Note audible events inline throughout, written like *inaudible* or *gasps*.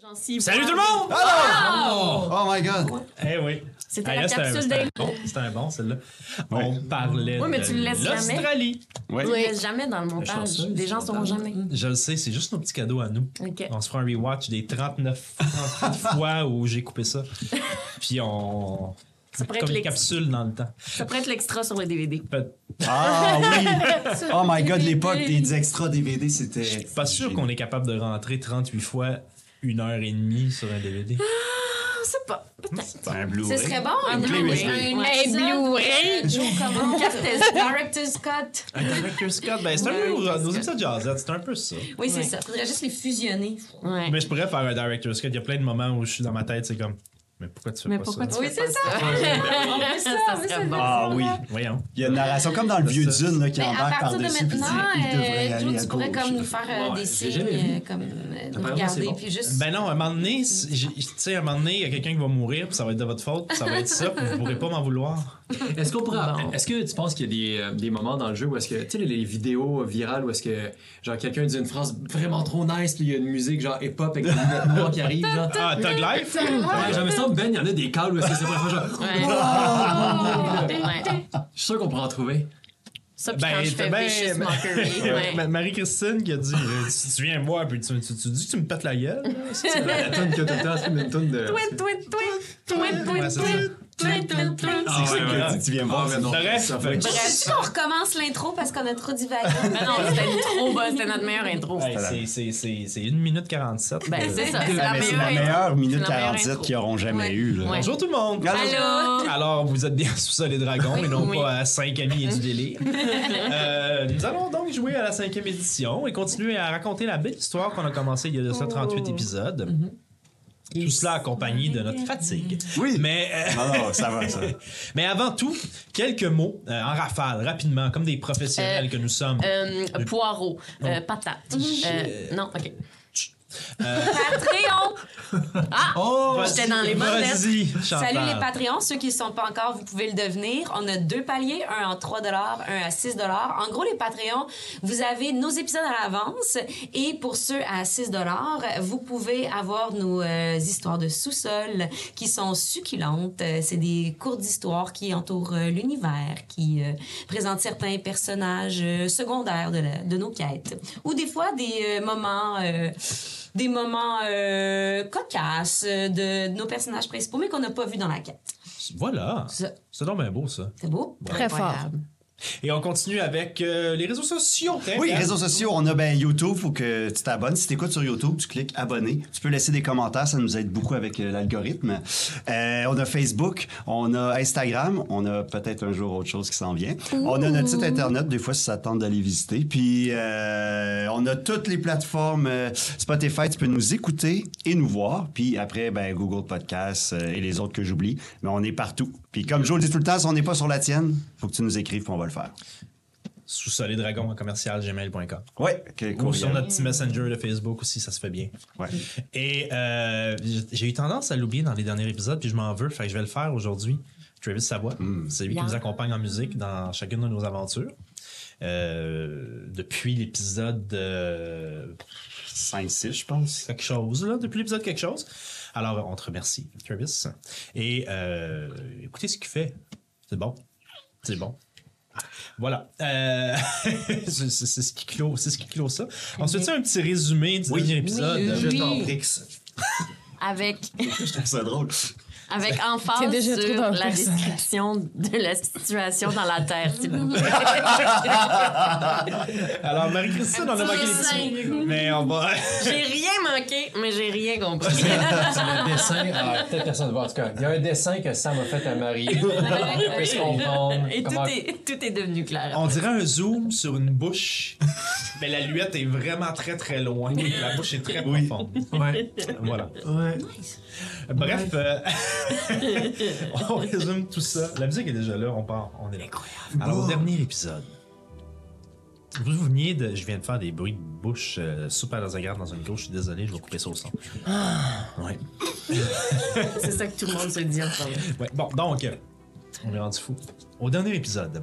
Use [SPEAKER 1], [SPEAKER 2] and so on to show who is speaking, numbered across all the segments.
[SPEAKER 1] Sensible.
[SPEAKER 2] Salut tout le monde! Ah
[SPEAKER 1] Wow!
[SPEAKER 3] Oh my god!
[SPEAKER 2] Eh oui.
[SPEAKER 1] C'était
[SPEAKER 2] Ah,
[SPEAKER 1] la
[SPEAKER 2] là, c'était un-
[SPEAKER 1] capsule des.
[SPEAKER 2] c'était un bon- C'était un bon, celle-là.
[SPEAKER 3] Ouais.
[SPEAKER 2] On parlait
[SPEAKER 1] Oui, mais tu le
[SPEAKER 2] de
[SPEAKER 1] laisses jamais.
[SPEAKER 2] l'Australie.
[SPEAKER 3] Ouais.
[SPEAKER 1] On laisse jamais dans le montage.
[SPEAKER 2] Chanceuse,
[SPEAKER 1] Les gens sauront jamais.
[SPEAKER 2] Je le sais, c'est juste nos petits cadeaux à nous.
[SPEAKER 1] Ok.
[SPEAKER 2] On se fera un rewatch des 39
[SPEAKER 1] *laughs*
[SPEAKER 2] fois où j'ai coupé ça. Puis on...
[SPEAKER 1] Ça pourrait
[SPEAKER 2] Comme
[SPEAKER 1] être
[SPEAKER 2] une
[SPEAKER 1] l'ex-
[SPEAKER 2] capsule dans le temps.
[SPEAKER 1] Ça pourrait être l'extra sur le DVD.
[SPEAKER 2] Peut-
[SPEAKER 3] Ah oui!
[SPEAKER 4] *laughs*
[SPEAKER 3] Oh my god, l'époque des extra DVD, c'était.
[SPEAKER 2] Je suis pas sûr qu'on est capable de rentrer 38 fois une heure et demie sur un DVD.
[SPEAKER 1] *laughs* On sait pas. Peut-être.
[SPEAKER 3] C'est un Blu-ray.
[SPEAKER 4] Ce serait
[SPEAKER 2] Ah,
[SPEAKER 4] bon, un
[SPEAKER 1] Un
[SPEAKER 4] Blu-ray.
[SPEAKER 3] Blu-ray.
[SPEAKER 4] Un
[SPEAKER 1] Ouais.
[SPEAKER 4] épisode
[SPEAKER 1] Un Blu-ray.
[SPEAKER 4] de Joe Command.
[SPEAKER 1] Director's- Director's Scott.
[SPEAKER 2] Un director's cut, ben c'est un peu nos- nos épisodes jazzette, c'est un peu ça.
[SPEAKER 4] Oui, c'est
[SPEAKER 1] Ouais.
[SPEAKER 4] ça. Faudrait juste les fusionner.
[SPEAKER 1] Ouais.
[SPEAKER 2] Mais je pourrais faire un director's cut. Il y a plein de moments où je suis dans ma tête, c'est comme, mais pourquoi tu fais
[SPEAKER 1] Mais
[SPEAKER 2] pas
[SPEAKER 1] pourquoi
[SPEAKER 2] ça?
[SPEAKER 1] tu
[SPEAKER 4] Oui,
[SPEAKER 1] fais
[SPEAKER 4] c'est
[SPEAKER 1] pas
[SPEAKER 4] ça. On veut ça, on
[SPEAKER 1] *laughs* Ça
[SPEAKER 4] veut
[SPEAKER 1] serait
[SPEAKER 4] ça.
[SPEAKER 1] bon.
[SPEAKER 3] Ah oui!
[SPEAKER 2] Voyons.
[SPEAKER 3] Il y a une narration comme dans le
[SPEAKER 2] C'est
[SPEAKER 3] vieux
[SPEAKER 2] ça.
[SPEAKER 3] Dune là, qui
[SPEAKER 4] Mais à
[SPEAKER 3] embarque
[SPEAKER 4] partir de
[SPEAKER 3] par-dessus. puis dit,
[SPEAKER 4] maintenant,
[SPEAKER 3] il devrait
[SPEAKER 4] euh,
[SPEAKER 3] aller
[SPEAKER 4] Joe,
[SPEAKER 3] à
[SPEAKER 4] tu pourrais
[SPEAKER 3] gauche.
[SPEAKER 4] comme nous faire euh,
[SPEAKER 2] Ouais,
[SPEAKER 4] des
[SPEAKER 2] j'ai
[SPEAKER 4] signes,
[SPEAKER 2] jamais vu.
[SPEAKER 4] euh, comme euh, nous
[SPEAKER 2] Apparemment,
[SPEAKER 4] regarder,
[SPEAKER 2] c'est bon.
[SPEAKER 4] puis juste.
[SPEAKER 2] Ben non, à un moment donné, si- j'ai- tu sais, à un moment donné, il y a quelqu'un qui va mourir, puis ça va être de votre faute, puis ça va être ça, puis vous pourrez pas m'en vouloir.
[SPEAKER 5] Est-ce qu'on pourra-
[SPEAKER 1] Bon.
[SPEAKER 5] Est-ce que tu penses qu'il y a des, euh, des moments dans le jeu où est-ce que tu sais les- les vidéos virales où est-ce que genre quelqu'un dit une phrase vraiment trop nice puis il y a une musique genre hip hop avec des lunettes noires qui arrive genre
[SPEAKER 2] Ah, Tug Life?
[SPEAKER 5] ouais, genre, me semble Ben il y en a des calls où est-ce que c'est vraiment genre
[SPEAKER 1] Ouais. Ouais.
[SPEAKER 5] je suis sûr qu'on pourra en trouver.
[SPEAKER 1] Ça, puis quand
[SPEAKER 2] Ben,
[SPEAKER 1] je fais
[SPEAKER 2] t'es ben-
[SPEAKER 1] Vicious Mockery.
[SPEAKER 2] *laughs*
[SPEAKER 1] ouais.
[SPEAKER 2] Ma- Marie-Christine qui a dit euh, Si tu viens me voir, puis tu, tu- tu dis que tu me pètes la gueule.
[SPEAKER 5] La tonne que tout le temps c'est une tonne de
[SPEAKER 1] Tweet, tweet, tweet. Tweet,
[SPEAKER 2] Ouais,
[SPEAKER 1] tweet,
[SPEAKER 2] c'est
[SPEAKER 1] tweet. Tweet, tweet, tweet.
[SPEAKER 3] C'est ça qu'il a dit, tu viens me
[SPEAKER 5] Ah,
[SPEAKER 3] voir.
[SPEAKER 5] mais non.
[SPEAKER 2] Bref,
[SPEAKER 1] *laughs*
[SPEAKER 5] ça fait-
[SPEAKER 1] Bref.
[SPEAKER 4] Je suis qu'on recommence l'intro parce qu'on a trop divagué. *laughs*
[SPEAKER 1] Mais Ben non, c'était une trop bonne. C'était notre meilleure intro.
[SPEAKER 2] Hey, c'est- c'est- c'est c'est 1 minute euh, 47.
[SPEAKER 1] Ben, c'est ça. C'est
[SPEAKER 3] Ah,
[SPEAKER 1] la
[SPEAKER 3] mais c'est
[SPEAKER 1] meilleure
[SPEAKER 3] la
[SPEAKER 1] intro.
[SPEAKER 3] meilleure minute
[SPEAKER 1] C'est la meilleure
[SPEAKER 3] 47
[SPEAKER 1] intro.
[SPEAKER 3] qu'ils auront jamais
[SPEAKER 4] Ouais.
[SPEAKER 3] eue. là.
[SPEAKER 1] Ouais.
[SPEAKER 2] Bonjour tout le monde.
[SPEAKER 1] Allô?
[SPEAKER 2] *laughs* Alors, vous êtes bien sous ça les dragons et non
[SPEAKER 1] Oui.
[SPEAKER 2] pas à 5 amis et
[SPEAKER 1] *laughs*
[SPEAKER 2] du délire. Euh, nous allons donc jouer à la cinquième édition et continuer à raconter la belle histoire qu'on a commencée il y a de
[SPEAKER 1] Oh.
[SPEAKER 2] ça 38 épisodes.
[SPEAKER 1] Mm-hmm.
[SPEAKER 2] Tout cela accompagné de notre fatigue.
[SPEAKER 3] Oui.
[SPEAKER 2] Mais, euh,
[SPEAKER 3] Non, non, ça va,
[SPEAKER 4] *laughs*
[SPEAKER 3] ça.
[SPEAKER 2] mais avant tout, quelques mots euh, en rafale, rapidement, comme des professionnels
[SPEAKER 1] Euh,
[SPEAKER 2] que nous sommes.
[SPEAKER 1] Euh, poireaux, euh, patates. Euh, non, ok. Patreon! Ah!
[SPEAKER 2] Vas-y,
[SPEAKER 1] j'étais dans les bonnes
[SPEAKER 2] Oh, Vas-y, Chantal.
[SPEAKER 4] Salut les Patreons, ceux qui ne sont pas encore, vous pouvez le devenir. On a deux paliers, un en 3 un à 6 En gros, les Patreons, vous avez nos épisodes à l'avance et pour ceux à 6 vous pouvez avoir nos euh, histoires de sous-sol qui sont succulentes. Euh, C'est des courtes histoires qui entourent euh, l'univers, qui euh, présentent certains personnages euh, secondaires de, la- de nos quêtes ou des fois des euh, moments euh, des moments euh, cocasses euh, de, de nos personnages principaux mais qu'on n'a pas vu dans la quête.
[SPEAKER 2] Voilà.
[SPEAKER 4] Ça,
[SPEAKER 2] C'est donc bien beau, ça.
[SPEAKER 4] C'est beau.
[SPEAKER 6] Très fort.
[SPEAKER 4] Incroyable.
[SPEAKER 2] Et on continue avec euh, les réseaux sociaux. hein,
[SPEAKER 3] Oui,
[SPEAKER 2] Kat?
[SPEAKER 3] réseaux sociaux, on a ben, YouTube, faut que tu t'abonnes. Si t'écoutes sur YouTube, tu cliques abonner. Tu peux laisser des commentaires, ça nous aide beaucoup avec euh, l'algorithme. Euh, on a Facebook, on a Instagram, on a peut-être un jour autre chose qui s'en vient. On a notre site internet, des fois si ça te tente d'aller visiter. Puis euh, on a toutes les plateformes euh, Spotify, tu peux nous écouter et nous voir. Puis après, ben, Google Podcasts euh, et les autres que j'oublie, mais on est partout. Puis comme Joe le dit tout le temps, si on n'est pas sur la tienne, faut que tu nous écrives, puis on va le faire.
[SPEAKER 2] Sous ça, les dragons en commercial, gmail.com.
[SPEAKER 3] Ouais, que-
[SPEAKER 2] Ou
[SPEAKER 3] courriel.
[SPEAKER 2] sur notre petit messenger de Facebook aussi, ça se fait bien.
[SPEAKER 3] Ouais.
[SPEAKER 2] Et euh, j- j'ai eu tendance à l'oublier dans les derniers épisodes, puis je m'en veux, fait que je vais le faire aujourd'hui. Travis Savoie, c'est lui qui
[SPEAKER 1] Yeah.
[SPEAKER 2] nous accompagne en musique dans chacune de nos aventures. Euh, depuis l'épisode euh,
[SPEAKER 3] 5-6, je *laughs* pense.
[SPEAKER 2] quelque chose, là, depuis l'épisode quelque chose. Alors, on te remercie, Travis. Et euh, écoutez ce qu'il fait. C'est bon. C'est bon. Voilà. Euh, *laughs* c'est c'est ce qui clôt, c'est ce qui clôt ça. Ensuite, c'est un petit résumé du dernier épisode.
[SPEAKER 1] Oui.
[SPEAKER 5] Je t'en prie.
[SPEAKER 3] Brix.
[SPEAKER 1] Avec,
[SPEAKER 3] Je trouve ça drôle.
[SPEAKER 1] avec emphase
[SPEAKER 6] T'es déjà trop
[SPEAKER 1] sur
[SPEAKER 6] dans le
[SPEAKER 1] la
[SPEAKER 6] personnage.
[SPEAKER 1] description de la situation dans la Terre, s'il vous plaît.
[SPEAKER 2] Alors, Marie-Christine, on a manqué les petits
[SPEAKER 1] dessin.
[SPEAKER 2] mots. Mais on va.
[SPEAKER 1] J'ai rien manqué, mais j'ai rien compris.
[SPEAKER 5] C'est un dessin, ah, peut-être personne ne voit en tout cas. Il y a un dessin que Sam a fait
[SPEAKER 1] *laughs*
[SPEAKER 5] à Marie. On peut se comprendre.
[SPEAKER 1] Et tout
[SPEAKER 5] Comment-
[SPEAKER 1] est, tout est devenu clair.
[SPEAKER 2] On dirait un zoom sur une bouche, *laughs* mais la luette est vraiment très très loin. La bouche est très profonde.
[SPEAKER 5] Ouais.
[SPEAKER 2] *laughs* Voilà.
[SPEAKER 5] Ouais.
[SPEAKER 2] Bref, euh, *laughs* on résume tout ça. La musique est déjà là, on part, on est là. Alors, au dernier épisode, vous vous veniez de. Je viens de faire des bruits de bouche euh, super désagréables dans une gauche, je suis désolé, je vais couper ça au son. Ouais.
[SPEAKER 1] C'est ça que tout le monde se dit en ce moment.
[SPEAKER 2] Ouais, bon, donc, euh, on est rendu fou. Au dernier épisode,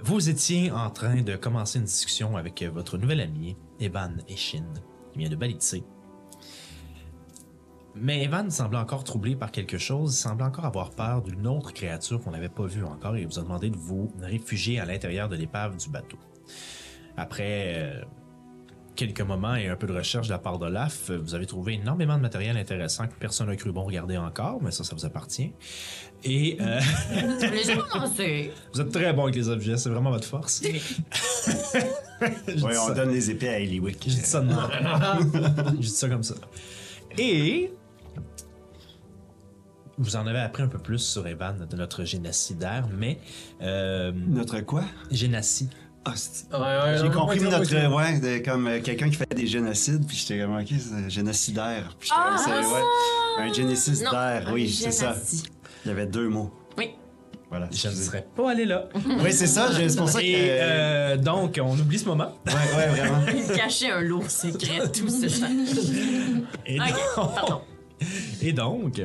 [SPEAKER 2] vous étiez en train de commencer une discussion avec euh, votre nouvel ami, Evan Eshin, qui vient de Balitse. Mais Evan semblait encore troublé par quelque chose. Il semblait encore avoir peur d'une autre créature qu'on n'avait pas vue encore et il vous a demandé de vous réfugier à l'intérieur de l'épave du bateau. Après euh, quelques moments et un peu de recherche de la part d'Olaf, euh, vous avez trouvé énormément de matériel intéressant que personne n'a cru bon regarder encore, mais ça, ça vous appartient. Et euh, *laughs*
[SPEAKER 1] Les gens commencé.
[SPEAKER 2] vous êtes très bon avec les objets, c'est vraiment votre force. Je dis
[SPEAKER 3] Ouais, on
[SPEAKER 2] ça.
[SPEAKER 3] donne les épées à Eliwick.
[SPEAKER 2] J'ai dit ça de même.
[SPEAKER 3] *laughs*
[SPEAKER 2] J'ai dit ça comme ça. Et vous en avez appris un peu plus sur Evan de notre génacidaire, mais euh,
[SPEAKER 3] Notre quoi?
[SPEAKER 2] génacie.
[SPEAKER 3] Hostie.
[SPEAKER 5] Ouais, ouais,
[SPEAKER 3] J'ai
[SPEAKER 5] ouais,
[SPEAKER 3] compris
[SPEAKER 5] Euh, ouais,
[SPEAKER 3] notre.
[SPEAKER 5] ouais.
[SPEAKER 3] ouais, de- comme euh, quelqu'un qui fait des génocides, puis j'étais comme, ok, c'est génocidaire. Puis j'étais
[SPEAKER 4] Ah,
[SPEAKER 3] comme, c'est- ouais. Un
[SPEAKER 1] Non,
[SPEAKER 3] génocidaire,
[SPEAKER 1] un
[SPEAKER 3] oui, c'est ça.
[SPEAKER 1] génacie.
[SPEAKER 3] Il y avait deux mots.
[SPEAKER 1] Oui.
[SPEAKER 3] Voilà.
[SPEAKER 2] Je ne serais pas allé là.
[SPEAKER 3] Oui, c'est ça, j'ai- c'est pour ça que.
[SPEAKER 2] Et euh, donc, on oublie ce moment.
[SPEAKER 3] Ouais, ouais, vraiment.
[SPEAKER 2] *laughs*
[SPEAKER 1] Il cachait un lourd secret tout ce temps.
[SPEAKER 2] Et
[SPEAKER 1] Ok,
[SPEAKER 2] donc,
[SPEAKER 1] pardon.
[SPEAKER 2] et donc,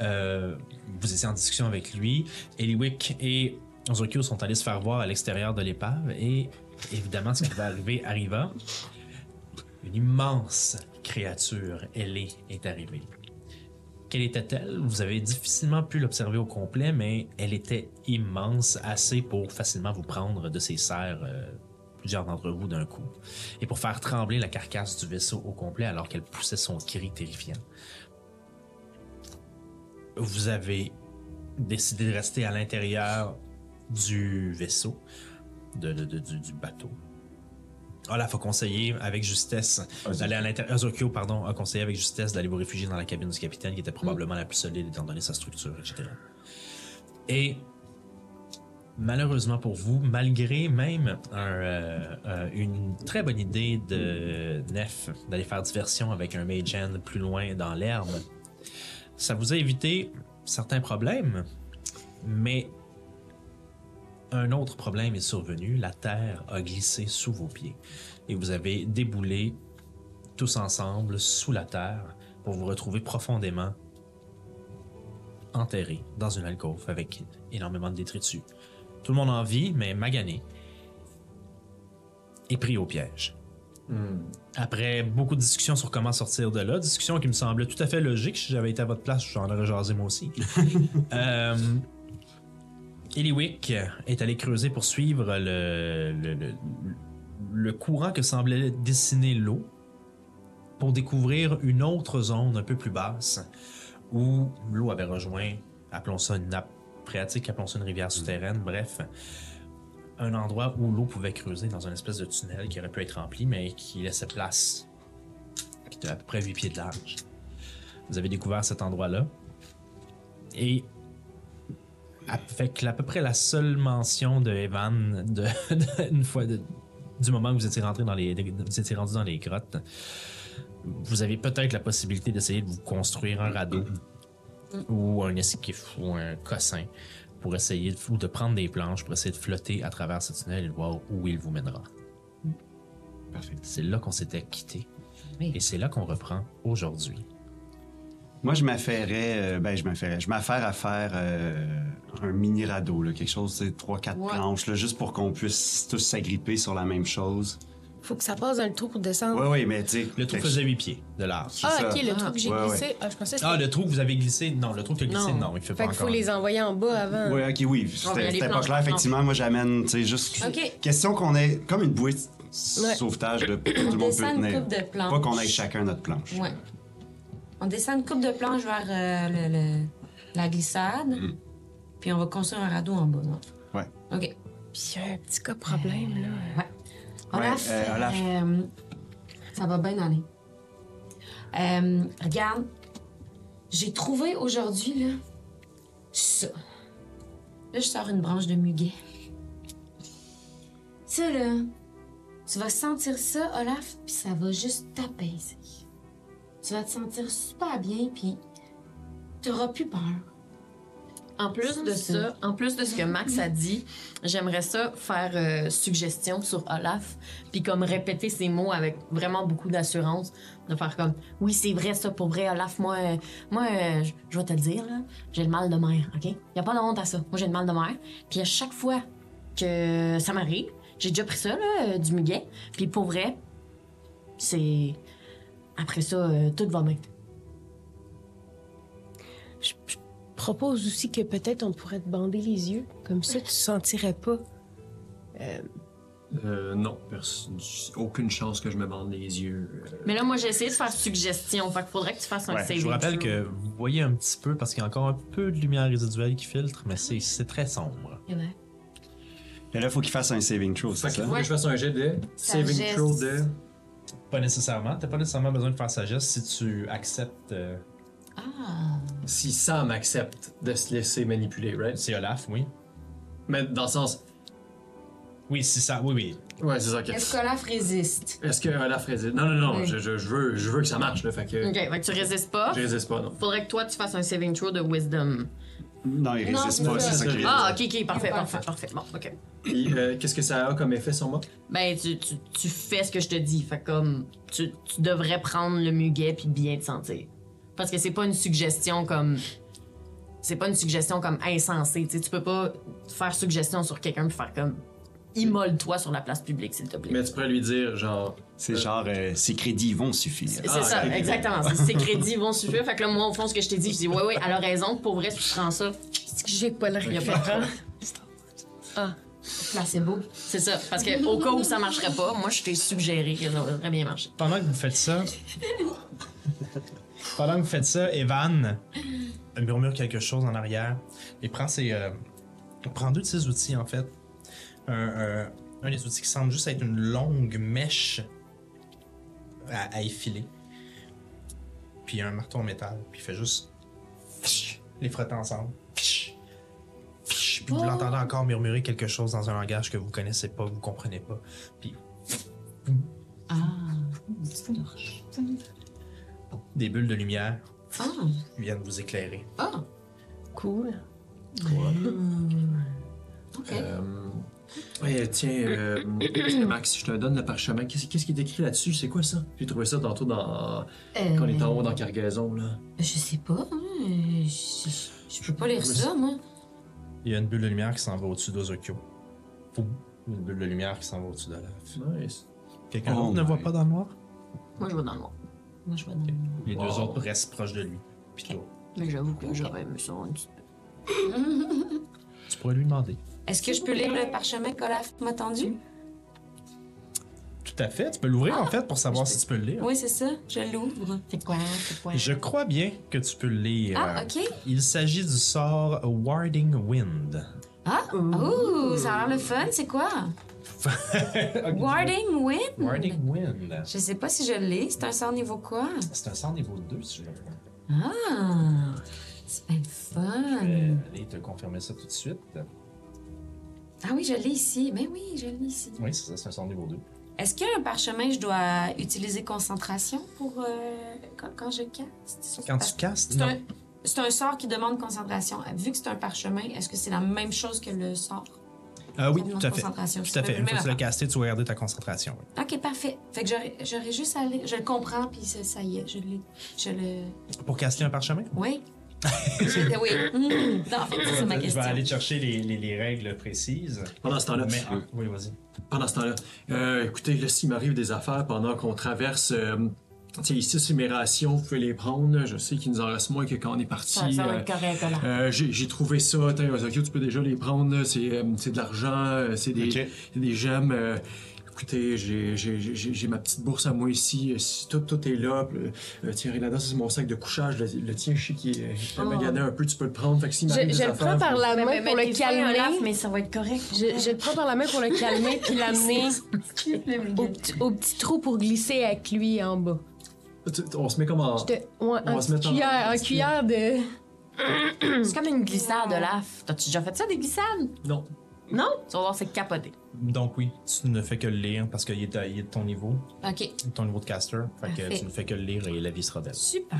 [SPEAKER 2] euh, vous étiez en discussion avec lui. Eliwick et Ozokyo sont allés se faire voir à l'extérieur de l'épave. Et évidemment, ce qui va arriver arriva. Une immense créature ailée est arrivée. Quelle était-elle? Vous avez difficilement pu l'observer au complet, mais elle était immense, assez pour facilement vous prendre de ses serres, euh, plusieurs d'entre vous d'un coup, et pour faire trembler la carcasse du vaisseau au complet alors qu'elle poussait son cri terrifiant. Vous avez décidé de rester à l'intérieur du vaisseau, de- de- de- du, du bateau. Ah, Olaf a conseillé avec justesse d'aller à l'intérieur. Ozokyo, pardon, a conseillé avec justesse d'aller vous réfugier dans la cabine du capitaine, qui était probablement la plus solide étant donné sa structure, etc. Et malheureusement pour vous, malgré même un, euh, euh, une très bonne idée de Nef d'aller faire diversion avec un Mage Hand plus loin dans l'herbe, ça vous a évité certains problèmes, mais un autre problème est survenu. La terre a glissé sous vos pieds et vous avez déboulé tous ensemble sous la terre pour vous retrouver profondément enterré dans une alcôve avec énormément de détritus. Tout le monde en vit, mais magané et pris au piège. Après beaucoup de discussions sur comment sortir de là, discussion qui me semblait tout à fait logique. Si j'avais été à votre place, j'en aurais jasé moi aussi. euh, Eliwick est allé creuser pour suivre le, le- le- le courant que semblait dessiner l'eau pour découvrir une autre zone un peu plus basse où l'eau avait rejoint, appelons ça une nappe phréatique, appelons ça une rivière souterraine, bref, un endroit où l'eau pouvait creuser dans une espèce de tunnel qui aurait pu être rempli, mais qui laissait place, qui était à peu près 8 pieds de large. Vous avez découvert cet endroit-là. Et avec à peu près la seule mention de Evan de, de- une fois de- du moment que vous étiez rentré dans les vous étiez rendu dans les grottes, vous avez peut-être la possibilité d'essayer de vous construire un radeau ou un esquif ou un cossin pour essayer de, ou de prendre des planches pour essayer de flotter à travers ce tunnel et de voir où il vous mènera.
[SPEAKER 3] Parfait.
[SPEAKER 2] C'est là qu'on s'était quitté
[SPEAKER 1] Oui.
[SPEAKER 2] et c'est là qu'on reprend aujourd'hui.
[SPEAKER 3] Moi, je m'affairais, euh, ben, je m'affairais, je m'affaire à faire euh, un mini radeau, là, quelque chose, c'est trois, quatre
[SPEAKER 6] Ouais.
[SPEAKER 3] planches, là, juste pour qu'on puisse tous s'agripper sur la même chose.
[SPEAKER 6] Faut que ça passe dans le trou pour descendre.
[SPEAKER 3] Ouais, ouais, mais tu sais.
[SPEAKER 2] Le trou
[SPEAKER 3] quelque-
[SPEAKER 2] faisait 8 pieds de large.
[SPEAKER 6] Ah,
[SPEAKER 3] c'est
[SPEAKER 6] ok,
[SPEAKER 3] ça.
[SPEAKER 6] le trou que j'ai
[SPEAKER 3] Ouais,
[SPEAKER 6] glissé. Ah, je pensais que
[SPEAKER 2] Ah,
[SPEAKER 6] c'était-
[SPEAKER 2] le trou que vous avez glissé, non, le trou que vous glissé,
[SPEAKER 1] Non.
[SPEAKER 2] non, il fait
[SPEAKER 6] Fait
[SPEAKER 2] pas
[SPEAKER 6] qu'il faut
[SPEAKER 2] encore.
[SPEAKER 6] les envoyer en bas avant.
[SPEAKER 3] Ouais, ok, oui.
[SPEAKER 4] Ah,
[SPEAKER 3] C'était
[SPEAKER 1] les
[SPEAKER 3] c'était pas
[SPEAKER 1] planches,
[SPEAKER 3] clair,
[SPEAKER 1] non.
[SPEAKER 3] effectivement. Moi, j'amène, tu sais, juste.
[SPEAKER 4] Ok.
[SPEAKER 3] Question qu'on ait comme une bouée de sauvetage
[SPEAKER 4] *clears throat*
[SPEAKER 3] de tout le
[SPEAKER 4] On
[SPEAKER 3] monde peut
[SPEAKER 4] descend une
[SPEAKER 3] tenir.
[SPEAKER 4] coupe de planches.
[SPEAKER 3] Pas qu'on ait chacun notre planche.
[SPEAKER 4] Ouais. On descend une coupe de planches vers euh, le- le- la glissade. Puis on va construire un radeau en bas. dans le fond.
[SPEAKER 3] Ouais.
[SPEAKER 4] OK.
[SPEAKER 6] Puis il y a un petit cas problème, là.
[SPEAKER 3] Ouais,
[SPEAKER 4] Olaf,
[SPEAKER 3] euh, Olaf.
[SPEAKER 4] euh, ça va bien aller. Euh, regarde, j'ai trouvé aujourd'hui, là, ça. Là, je sors une branche de muguet. Ça, là, tu vas sentir ça, Olaf, puis ça va juste t'apaiser. Tu vas te sentir super bien, puis t'auras plus peur.
[SPEAKER 1] En plus de ça, en plus de ce que Max a dit, j'aimerais ça faire euh, suggestion sur Olaf, puis comme répéter ces mots avec vraiment beaucoup d'assurance, de faire comme oui c'est vrai ça pour vrai Olaf moi euh, moi euh, je- je vais te le dire là, j'ai le mal de mer, ok y a pas de honte à ça, moi j'ai le mal de mer, puis à chaque fois que ça m'arrive, j'ai déjà pris ça là euh, du muguet, puis pour vrai c'est après ça euh, tout va bien.
[SPEAKER 6] Je, je propose aussi que peut-être on pourrait te bander les yeux. Comme ça, tu sentirais pas.
[SPEAKER 5] Euh, non, pers- aucune chance que je me bande les yeux. Euh,
[SPEAKER 1] Mais là, moi, j'ai essayé de faire suggestion. Fait qu'il faudrait que tu fasses un
[SPEAKER 2] Ouais,
[SPEAKER 1] saving
[SPEAKER 2] je vous rappelle
[SPEAKER 1] throw.
[SPEAKER 2] que vous voyez un petit peu parce qu'il y a encore un peu de lumière résiduelle qui filtre, mais c'est c'est très sombre.
[SPEAKER 3] Et là, il faut qu'il fasse un saving throw, c'est
[SPEAKER 5] fait qu'il
[SPEAKER 3] ça?
[SPEAKER 5] faut que je fasse un jet de saving
[SPEAKER 4] Sagesse.
[SPEAKER 5] throw de.
[SPEAKER 2] Pas nécessairement. T'as pas nécessairement besoin de faire sagesse si tu acceptes. euh,
[SPEAKER 1] Ah.
[SPEAKER 5] Si Sam accepte de se laisser manipuler, right?
[SPEAKER 2] c'est Olaf, oui.
[SPEAKER 5] Mais dans le sens.
[SPEAKER 2] Oui, c'est ça. Oui, oui.
[SPEAKER 5] Ouais, c'est ça que.
[SPEAKER 4] Est-ce qu'Olaf résiste?
[SPEAKER 5] Est-ce que la phrase Non, non, non,
[SPEAKER 4] Oui.
[SPEAKER 5] je, je- je veux, je veux que ça marche, là. Fait que.
[SPEAKER 1] Ok, fait que tu résistes pas.
[SPEAKER 5] Je résiste pas, non.
[SPEAKER 1] Faudrait que toi, tu fasses un saving throw de wisdom.
[SPEAKER 3] Non, il
[SPEAKER 4] Non,
[SPEAKER 3] résiste
[SPEAKER 4] c'est
[SPEAKER 3] pas,
[SPEAKER 4] ça.
[SPEAKER 3] c'est ça qu'il
[SPEAKER 1] Ah, ok, ok, parfait,
[SPEAKER 4] Oui,
[SPEAKER 1] parfait,
[SPEAKER 4] parfait.
[SPEAKER 1] parfait. Bon, ok.
[SPEAKER 5] Et, euh, Qu'est-ce que ça a comme effet sur moi?
[SPEAKER 1] Ben, tu, tu, tu fais ce que je te dis. Fait que comme, tu, tu devrais prendre le muguet puis bien te sentir. Parce que c'est pas une suggestion comme. C'est pas une suggestion comme insensée. Tu sais, tu peux pas faire suggestion sur quelqu'un puis faire comme. Immole-toi sur la place publique, s'il te plaît.
[SPEAKER 5] Mais tu pourrais lui dire, genre.
[SPEAKER 3] C'est genre, euh, ces crédits vont suffire.
[SPEAKER 1] C'est
[SPEAKER 5] Ah,
[SPEAKER 1] ça,
[SPEAKER 5] ok.
[SPEAKER 1] exactement. C'est- Ces crédits
[SPEAKER 5] *laughs*
[SPEAKER 1] vont suffire. Fait que là, moi, au fond, ce que je t'ai dit, je dis, ouais, ouais, elle a raison. Pour vrai, si tu prends ça,
[SPEAKER 6] Est-ce que j'ai pas le
[SPEAKER 1] il y a pas de problème.
[SPEAKER 4] Placebo.
[SPEAKER 1] C'est ça. Parce que au cas où ça marcherait pas, moi, je t'ai suggéré que ça aurait bien marché.
[SPEAKER 2] Pendant que vous faites ça. pendant que vous faites ça, Evan murmure quelque chose en arrière et prend ses. euh, prend deux de ses outils, en fait. Un, un- un des outils qui semble juste être une longue mèche à, à effiler. Puis un marteau en métal. Puis il fait juste. les frotter ensemble. Puis vous l'entendez encore murmurer quelque chose dans un langage que vous connaissez pas, vous comprenez pas. Puis
[SPEAKER 1] Ah.
[SPEAKER 2] des bulles de lumière
[SPEAKER 1] Ah.
[SPEAKER 2] viennent vous éclairer.
[SPEAKER 1] Ah.
[SPEAKER 6] Cool.
[SPEAKER 4] OK.
[SPEAKER 5] euh, ouais, tiens, euh, *clears throat* Max, je te donne le parchemin. Qu'est-ce qu'est-ce qui est écrit là-dessus? C'est quoi ça? J'ai trouvé ça tantôt dans.
[SPEAKER 4] Euh,
[SPEAKER 5] Quand on était en haut dans Cargaison, là.
[SPEAKER 4] Je sais pas. hein, euh, Je, je- je peux pas lire ça, moi.
[SPEAKER 2] Il y a une bulle de lumière qui s'en va au-dessus d'Ozokyo. Poum. Une bulle de lumière qui s'en va au-dessus d'Olaf.
[SPEAKER 5] Nice.
[SPEAKER 2] Quelqu'un
[SPEAKER 3] Oh
[SPEAKER 2] d'autre ne
[SPEAKER 3] my.
[SPEAKER 2] voit pas dans le noir?
[SPEAKER 1] Moi, je vais dans le noir.
[SPEAKER 4] Moi, je vois dans le-
[SPEAKER 2] Les
[SPEAKER 5] Wow.
[SPEAKER 2] deux autres restent proches de lui. Puis toi,
[SPEAKER 1] Mais j'avoue que j'aurais aimé ça. un petit peu.
[SPEAKER 2] tu pourrais lui demander.
[SPEAKER 4] Est-ce que je peux lire le parchemin qu'Olaf m'a tendu?
[SPEAKER 2] Tout à fait, tu peux l'ouvrir en fait pour savoir si tu peux le lire.
[SPEAKER 4] Oui, c'est ça. Je l'ouvre.
[SPEAKER 1] C'est quoi? C'est quoi?
[SPEAKER 2] Je crois bien que tu peux le lire.
[SPEAKER 4] Ah, OK.
[SPEAKER 2] Il s'agit du sort Warding Wind.
[SPEAKER 4] Ah, ouh, ça a l'air le fun. C'est quoi? Warding Wind?
[SPEAKER 2] Warding Wind.
[SPEAKER 4] Je sais pas si je l'ai. C'est un sort niveau quoi?
[SPEAKER 2] C'est un sort niveau 2, si je me trompe.
[SPEAKER 4] Ah, c'est bien
[SPEAKER 2] Je
[SPEAKER 4] le
[SPEAKER 2] vais
[SPEAKER 4] fun.
[SPEAKER 2] aller Euh, te confirmer ça tout de suite.
[SPEAKER 4] Ah oui, je l'ai ici. Ben oui, je l'ai ici.
[SPEAKER 2] Oui, c'est ça, c'est un sort niveau 2.
[SPEAKER 4] Est-ce qu'il y a un parchemin, je dois utiliser concentration pour euh, quand, quand je casse?
[SPEAKER 2] Quand tu castes,
[SPEAKER 4] C'est
[SPEAKER 2] non.
[SPEAKER 4] un, c'est un sort qui demande concentration. Vu que c'est un parchemin, est-ce que c'est la même chose que le sort?
[SPEAKER 2] Ah oui,
[SPEAKER 4] Ça demande
[SPEAKER 2] tout à fait.
[SPEAKER 4] concentration.
[SPEAKER 2] Tout
[SPEAKER 4] C'est
[SPEAKER 2] à
[SPEAKER 4] la
[SPEAKER 2] fait. Une
[SPEAKER 4] même
[SPEAKER 2] fois que tu l'as
[SPEAKER 4] affaire.
[SPEAKER 2] casté, tu vas garder ta concentration. oui.
[SPEAKER 4] Ok, parfait. Fait que j'aurais j'aurais juste à lire. Je le comprends, puis ça, ça y est, je l'ai. Je le.
[SPEAKER 2] Pour caster un parchemin? *laughs*
[SPEAKER 4] Oui. Je- oui. *clears throat* Hmm. Non, en fait, c'est ça ma
[SPEAKER 2] Je vais
[SPEAKER 4] question.
[SPEAKER 2] aller chercher les, les- les règles précises.
[SPEAKER 5] Pendant ce temps-là,
[SPEAKER 2] Mais, ah, oui, vas-y.
[SPEAKER 5] pendant ce temps-là, euh, écoutez, là, s'il m'arrive des affaires pendant qu'on traverse. euh, Tiens, ici, c'est mes rations, vous pouvez les prendre. Je sais qu'il nous en reste moins que quand on est parti.
[SPEAKER 1] Ça, ça va
[SPEAKER 5] euh,
[SPEAKER 1] être correct, là.
[SPEAKER 5] Euh, j'ai j'ai trouvé ça. Tiens, Ozokyo, tu peux déjà les prendre. là. C'est euh, c'est de l'argent, euh, c'est des,
[SPEAKER 3] Ok.
[SPEAKER 5] c'est des gemmes. euh, écoutez, j'ai- j'ai j'ai- j'ai ma petite bourse à moi ici. euh, si- Tout, tout est là. puis, euh, tiens, regarde, ça, c'est mon sac de couchage. Le, le tien, je sais qu'il est- il peut
[SPEAKER 1] Oh.
[SPEAKER 5] me maganer un peu. Tu peux le prendre. Fait que s'il m'arrive
[SPEAKER 6] Je,
[SPEAKER 5] des
[SPEAKER 6] je le prends
[SPEAKER 5] affaires,
[SPEAKER 6] par
[SPEAKER 5] faut-
[SPEAKER 6] la
[SPEAKER 1] Ben,
[SPEAKER 6] main
[SPEAKER 1] ben,
[SPEAKER 6] pour
[SPEAKER 1] ben,
[SPEAKER 6] le
[SPEAKER 1] t'es fin, un laf,
[SPEAKER 6] calmer.
[SPEAKER 1] mais ça va être correct.
[SPEAKER 6] Je, je le prends par la main pour *laughs* le calmer puis l'amener
[SPEAKER 4] Oh,
[SPEAKER 6] au, petit- au petit trou pour glisser avec lui en bas.
[SPEAKER 5] Tu- tu- On se met comme en.
[SPEAKER 6] Je te- ouais, en
[SPEAKER 5] va se
[SPEAKER 6] petite
[SPEAKER 5] mettre en-
[SPEAKER 6] cuillère,
[SPEAKER 5] en
[SPEAKER 6] en
[SPEAKER 5] petite
[SPEAKER 6] cuillère de.
[SPEAKER 1] C'est comme une glissade de laf. T'as-tu déjà fait ça, des glissades?
[SPEAKER 5] Non.
[SPEAKER 1] Non? Tu vas voir, c'est capoté.
[SPEAKER 2] Donc oui, tu ne fais que le lire parce qu'il est, à- il est de ton niveau,
[SPEAKER 4] Ok.
[SPEAKER 2] il est de ton niveau de caster. Fait que
[SPEAKER 4] Parfait.
[SPEAKER 2] tu ne fais que le lire et la vie sera belle.
[SPEAKER 1] Super.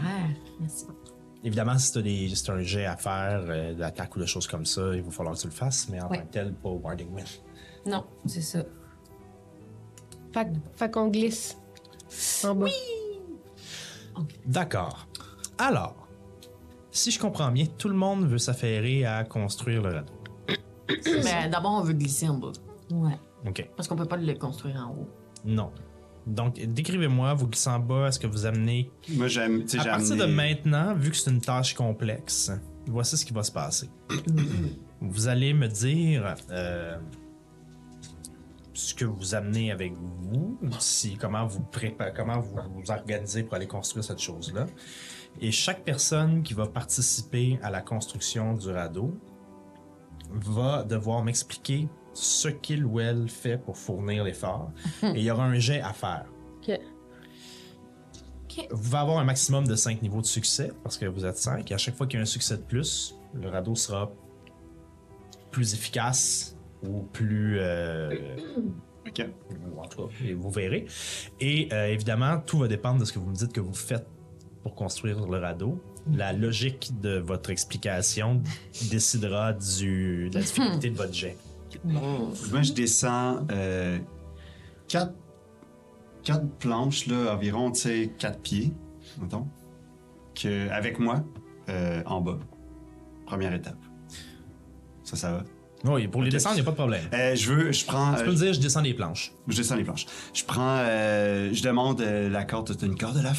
[SPEAKER 1] Merci. *clears throat*
[SPEAKER 2] Évidemment, si tu as un jet à faire, euh, d'attaque ou de choses comme ça, il va falloir que tu le fasses, mais en
[SPEAKER 4] Ouais.
[SPEAKER 2] tant que tel, pas Warding Wind.
[SPEAKER 4] Non, c'est ça.
[SPEAKER 6] Fait, fait qu'on glisse en bas.
[SPEAKER 2] D'accord. Alors, si je comprends bien, tout le monde veut s'affairer à construire le radeau.
[SPEAKER 1] Mais d'abord, on veut glisser en bas.
[SPEAKER 4] Ouais.
[SPEAKER 2] OK.
[SPEAKER 1] Parce qu'on peut pas le construire en haut. *laughs*
[SPEAKER 2] Non. Donc, décrivez-moi, vous glissez en bas, est-ce que vous amenez.
[SPEAKER 3] Moi, j'aime. tu sais,
[SPEAKER 2] à
[SPEAKER 3] j'ai
[SPEAKER 2] partir de
[SPEAKER 3] amené-
[SPEAKER 2] maintenant, vu que c'est une tâche complexe, voici ce qui va se passer. *clears throat* vous allez me dire euh, ce que vous amenez avec vous, si, comment, vous prépa- comment vous vous organisez pour aller construire cette chose-là. Et chaque personne qui va participer à la construction du radeau va devoir m'expliquer ce qu'il ou elle fait pour fournir l'effort. Et il y aura un jet à faire.
[SPEAKER 6] Ok.
[SPEAKER 4] Ok.
[SPEAKER 2] Vous pouvez avoir un maximum de 5 niveaux de succès parce que vous êtes 5. Et à chaque fois qu'il y a un succès de plus, le radeau sera plus efficace ou plus. euh,
[SPEAKER 3] Ok.
[SPEAKER 2] ou en tout cas, et vous verrez. Et euh, évidemment, tout va dépendre de ce que vous me dites que vous faites pour construire le radeau. La logique de votre explication décidera du, de la difficulté de votre jet.
[SPEAKER 3] Moi, je descends euh, quatre, quatre planches, là, environ, tu sais, quatre pieds, mettons, que, avec moi, euh, en bas. Première étape. Ça, ça va.
[SPEAKER 2] Oui, pour les descendre, il n'y a pas de problème.
[SPEAKER 3] Euh, je veux, je prends.
[SPEAKER 2] Tu
[SPEAKER 3] euh,
[SPEAKER 2] peux me dire, je descends les planches.
[SPEAKER 3] Je descends les planches. Je prends, euh, je demande euh, la corde. T'as une corde, la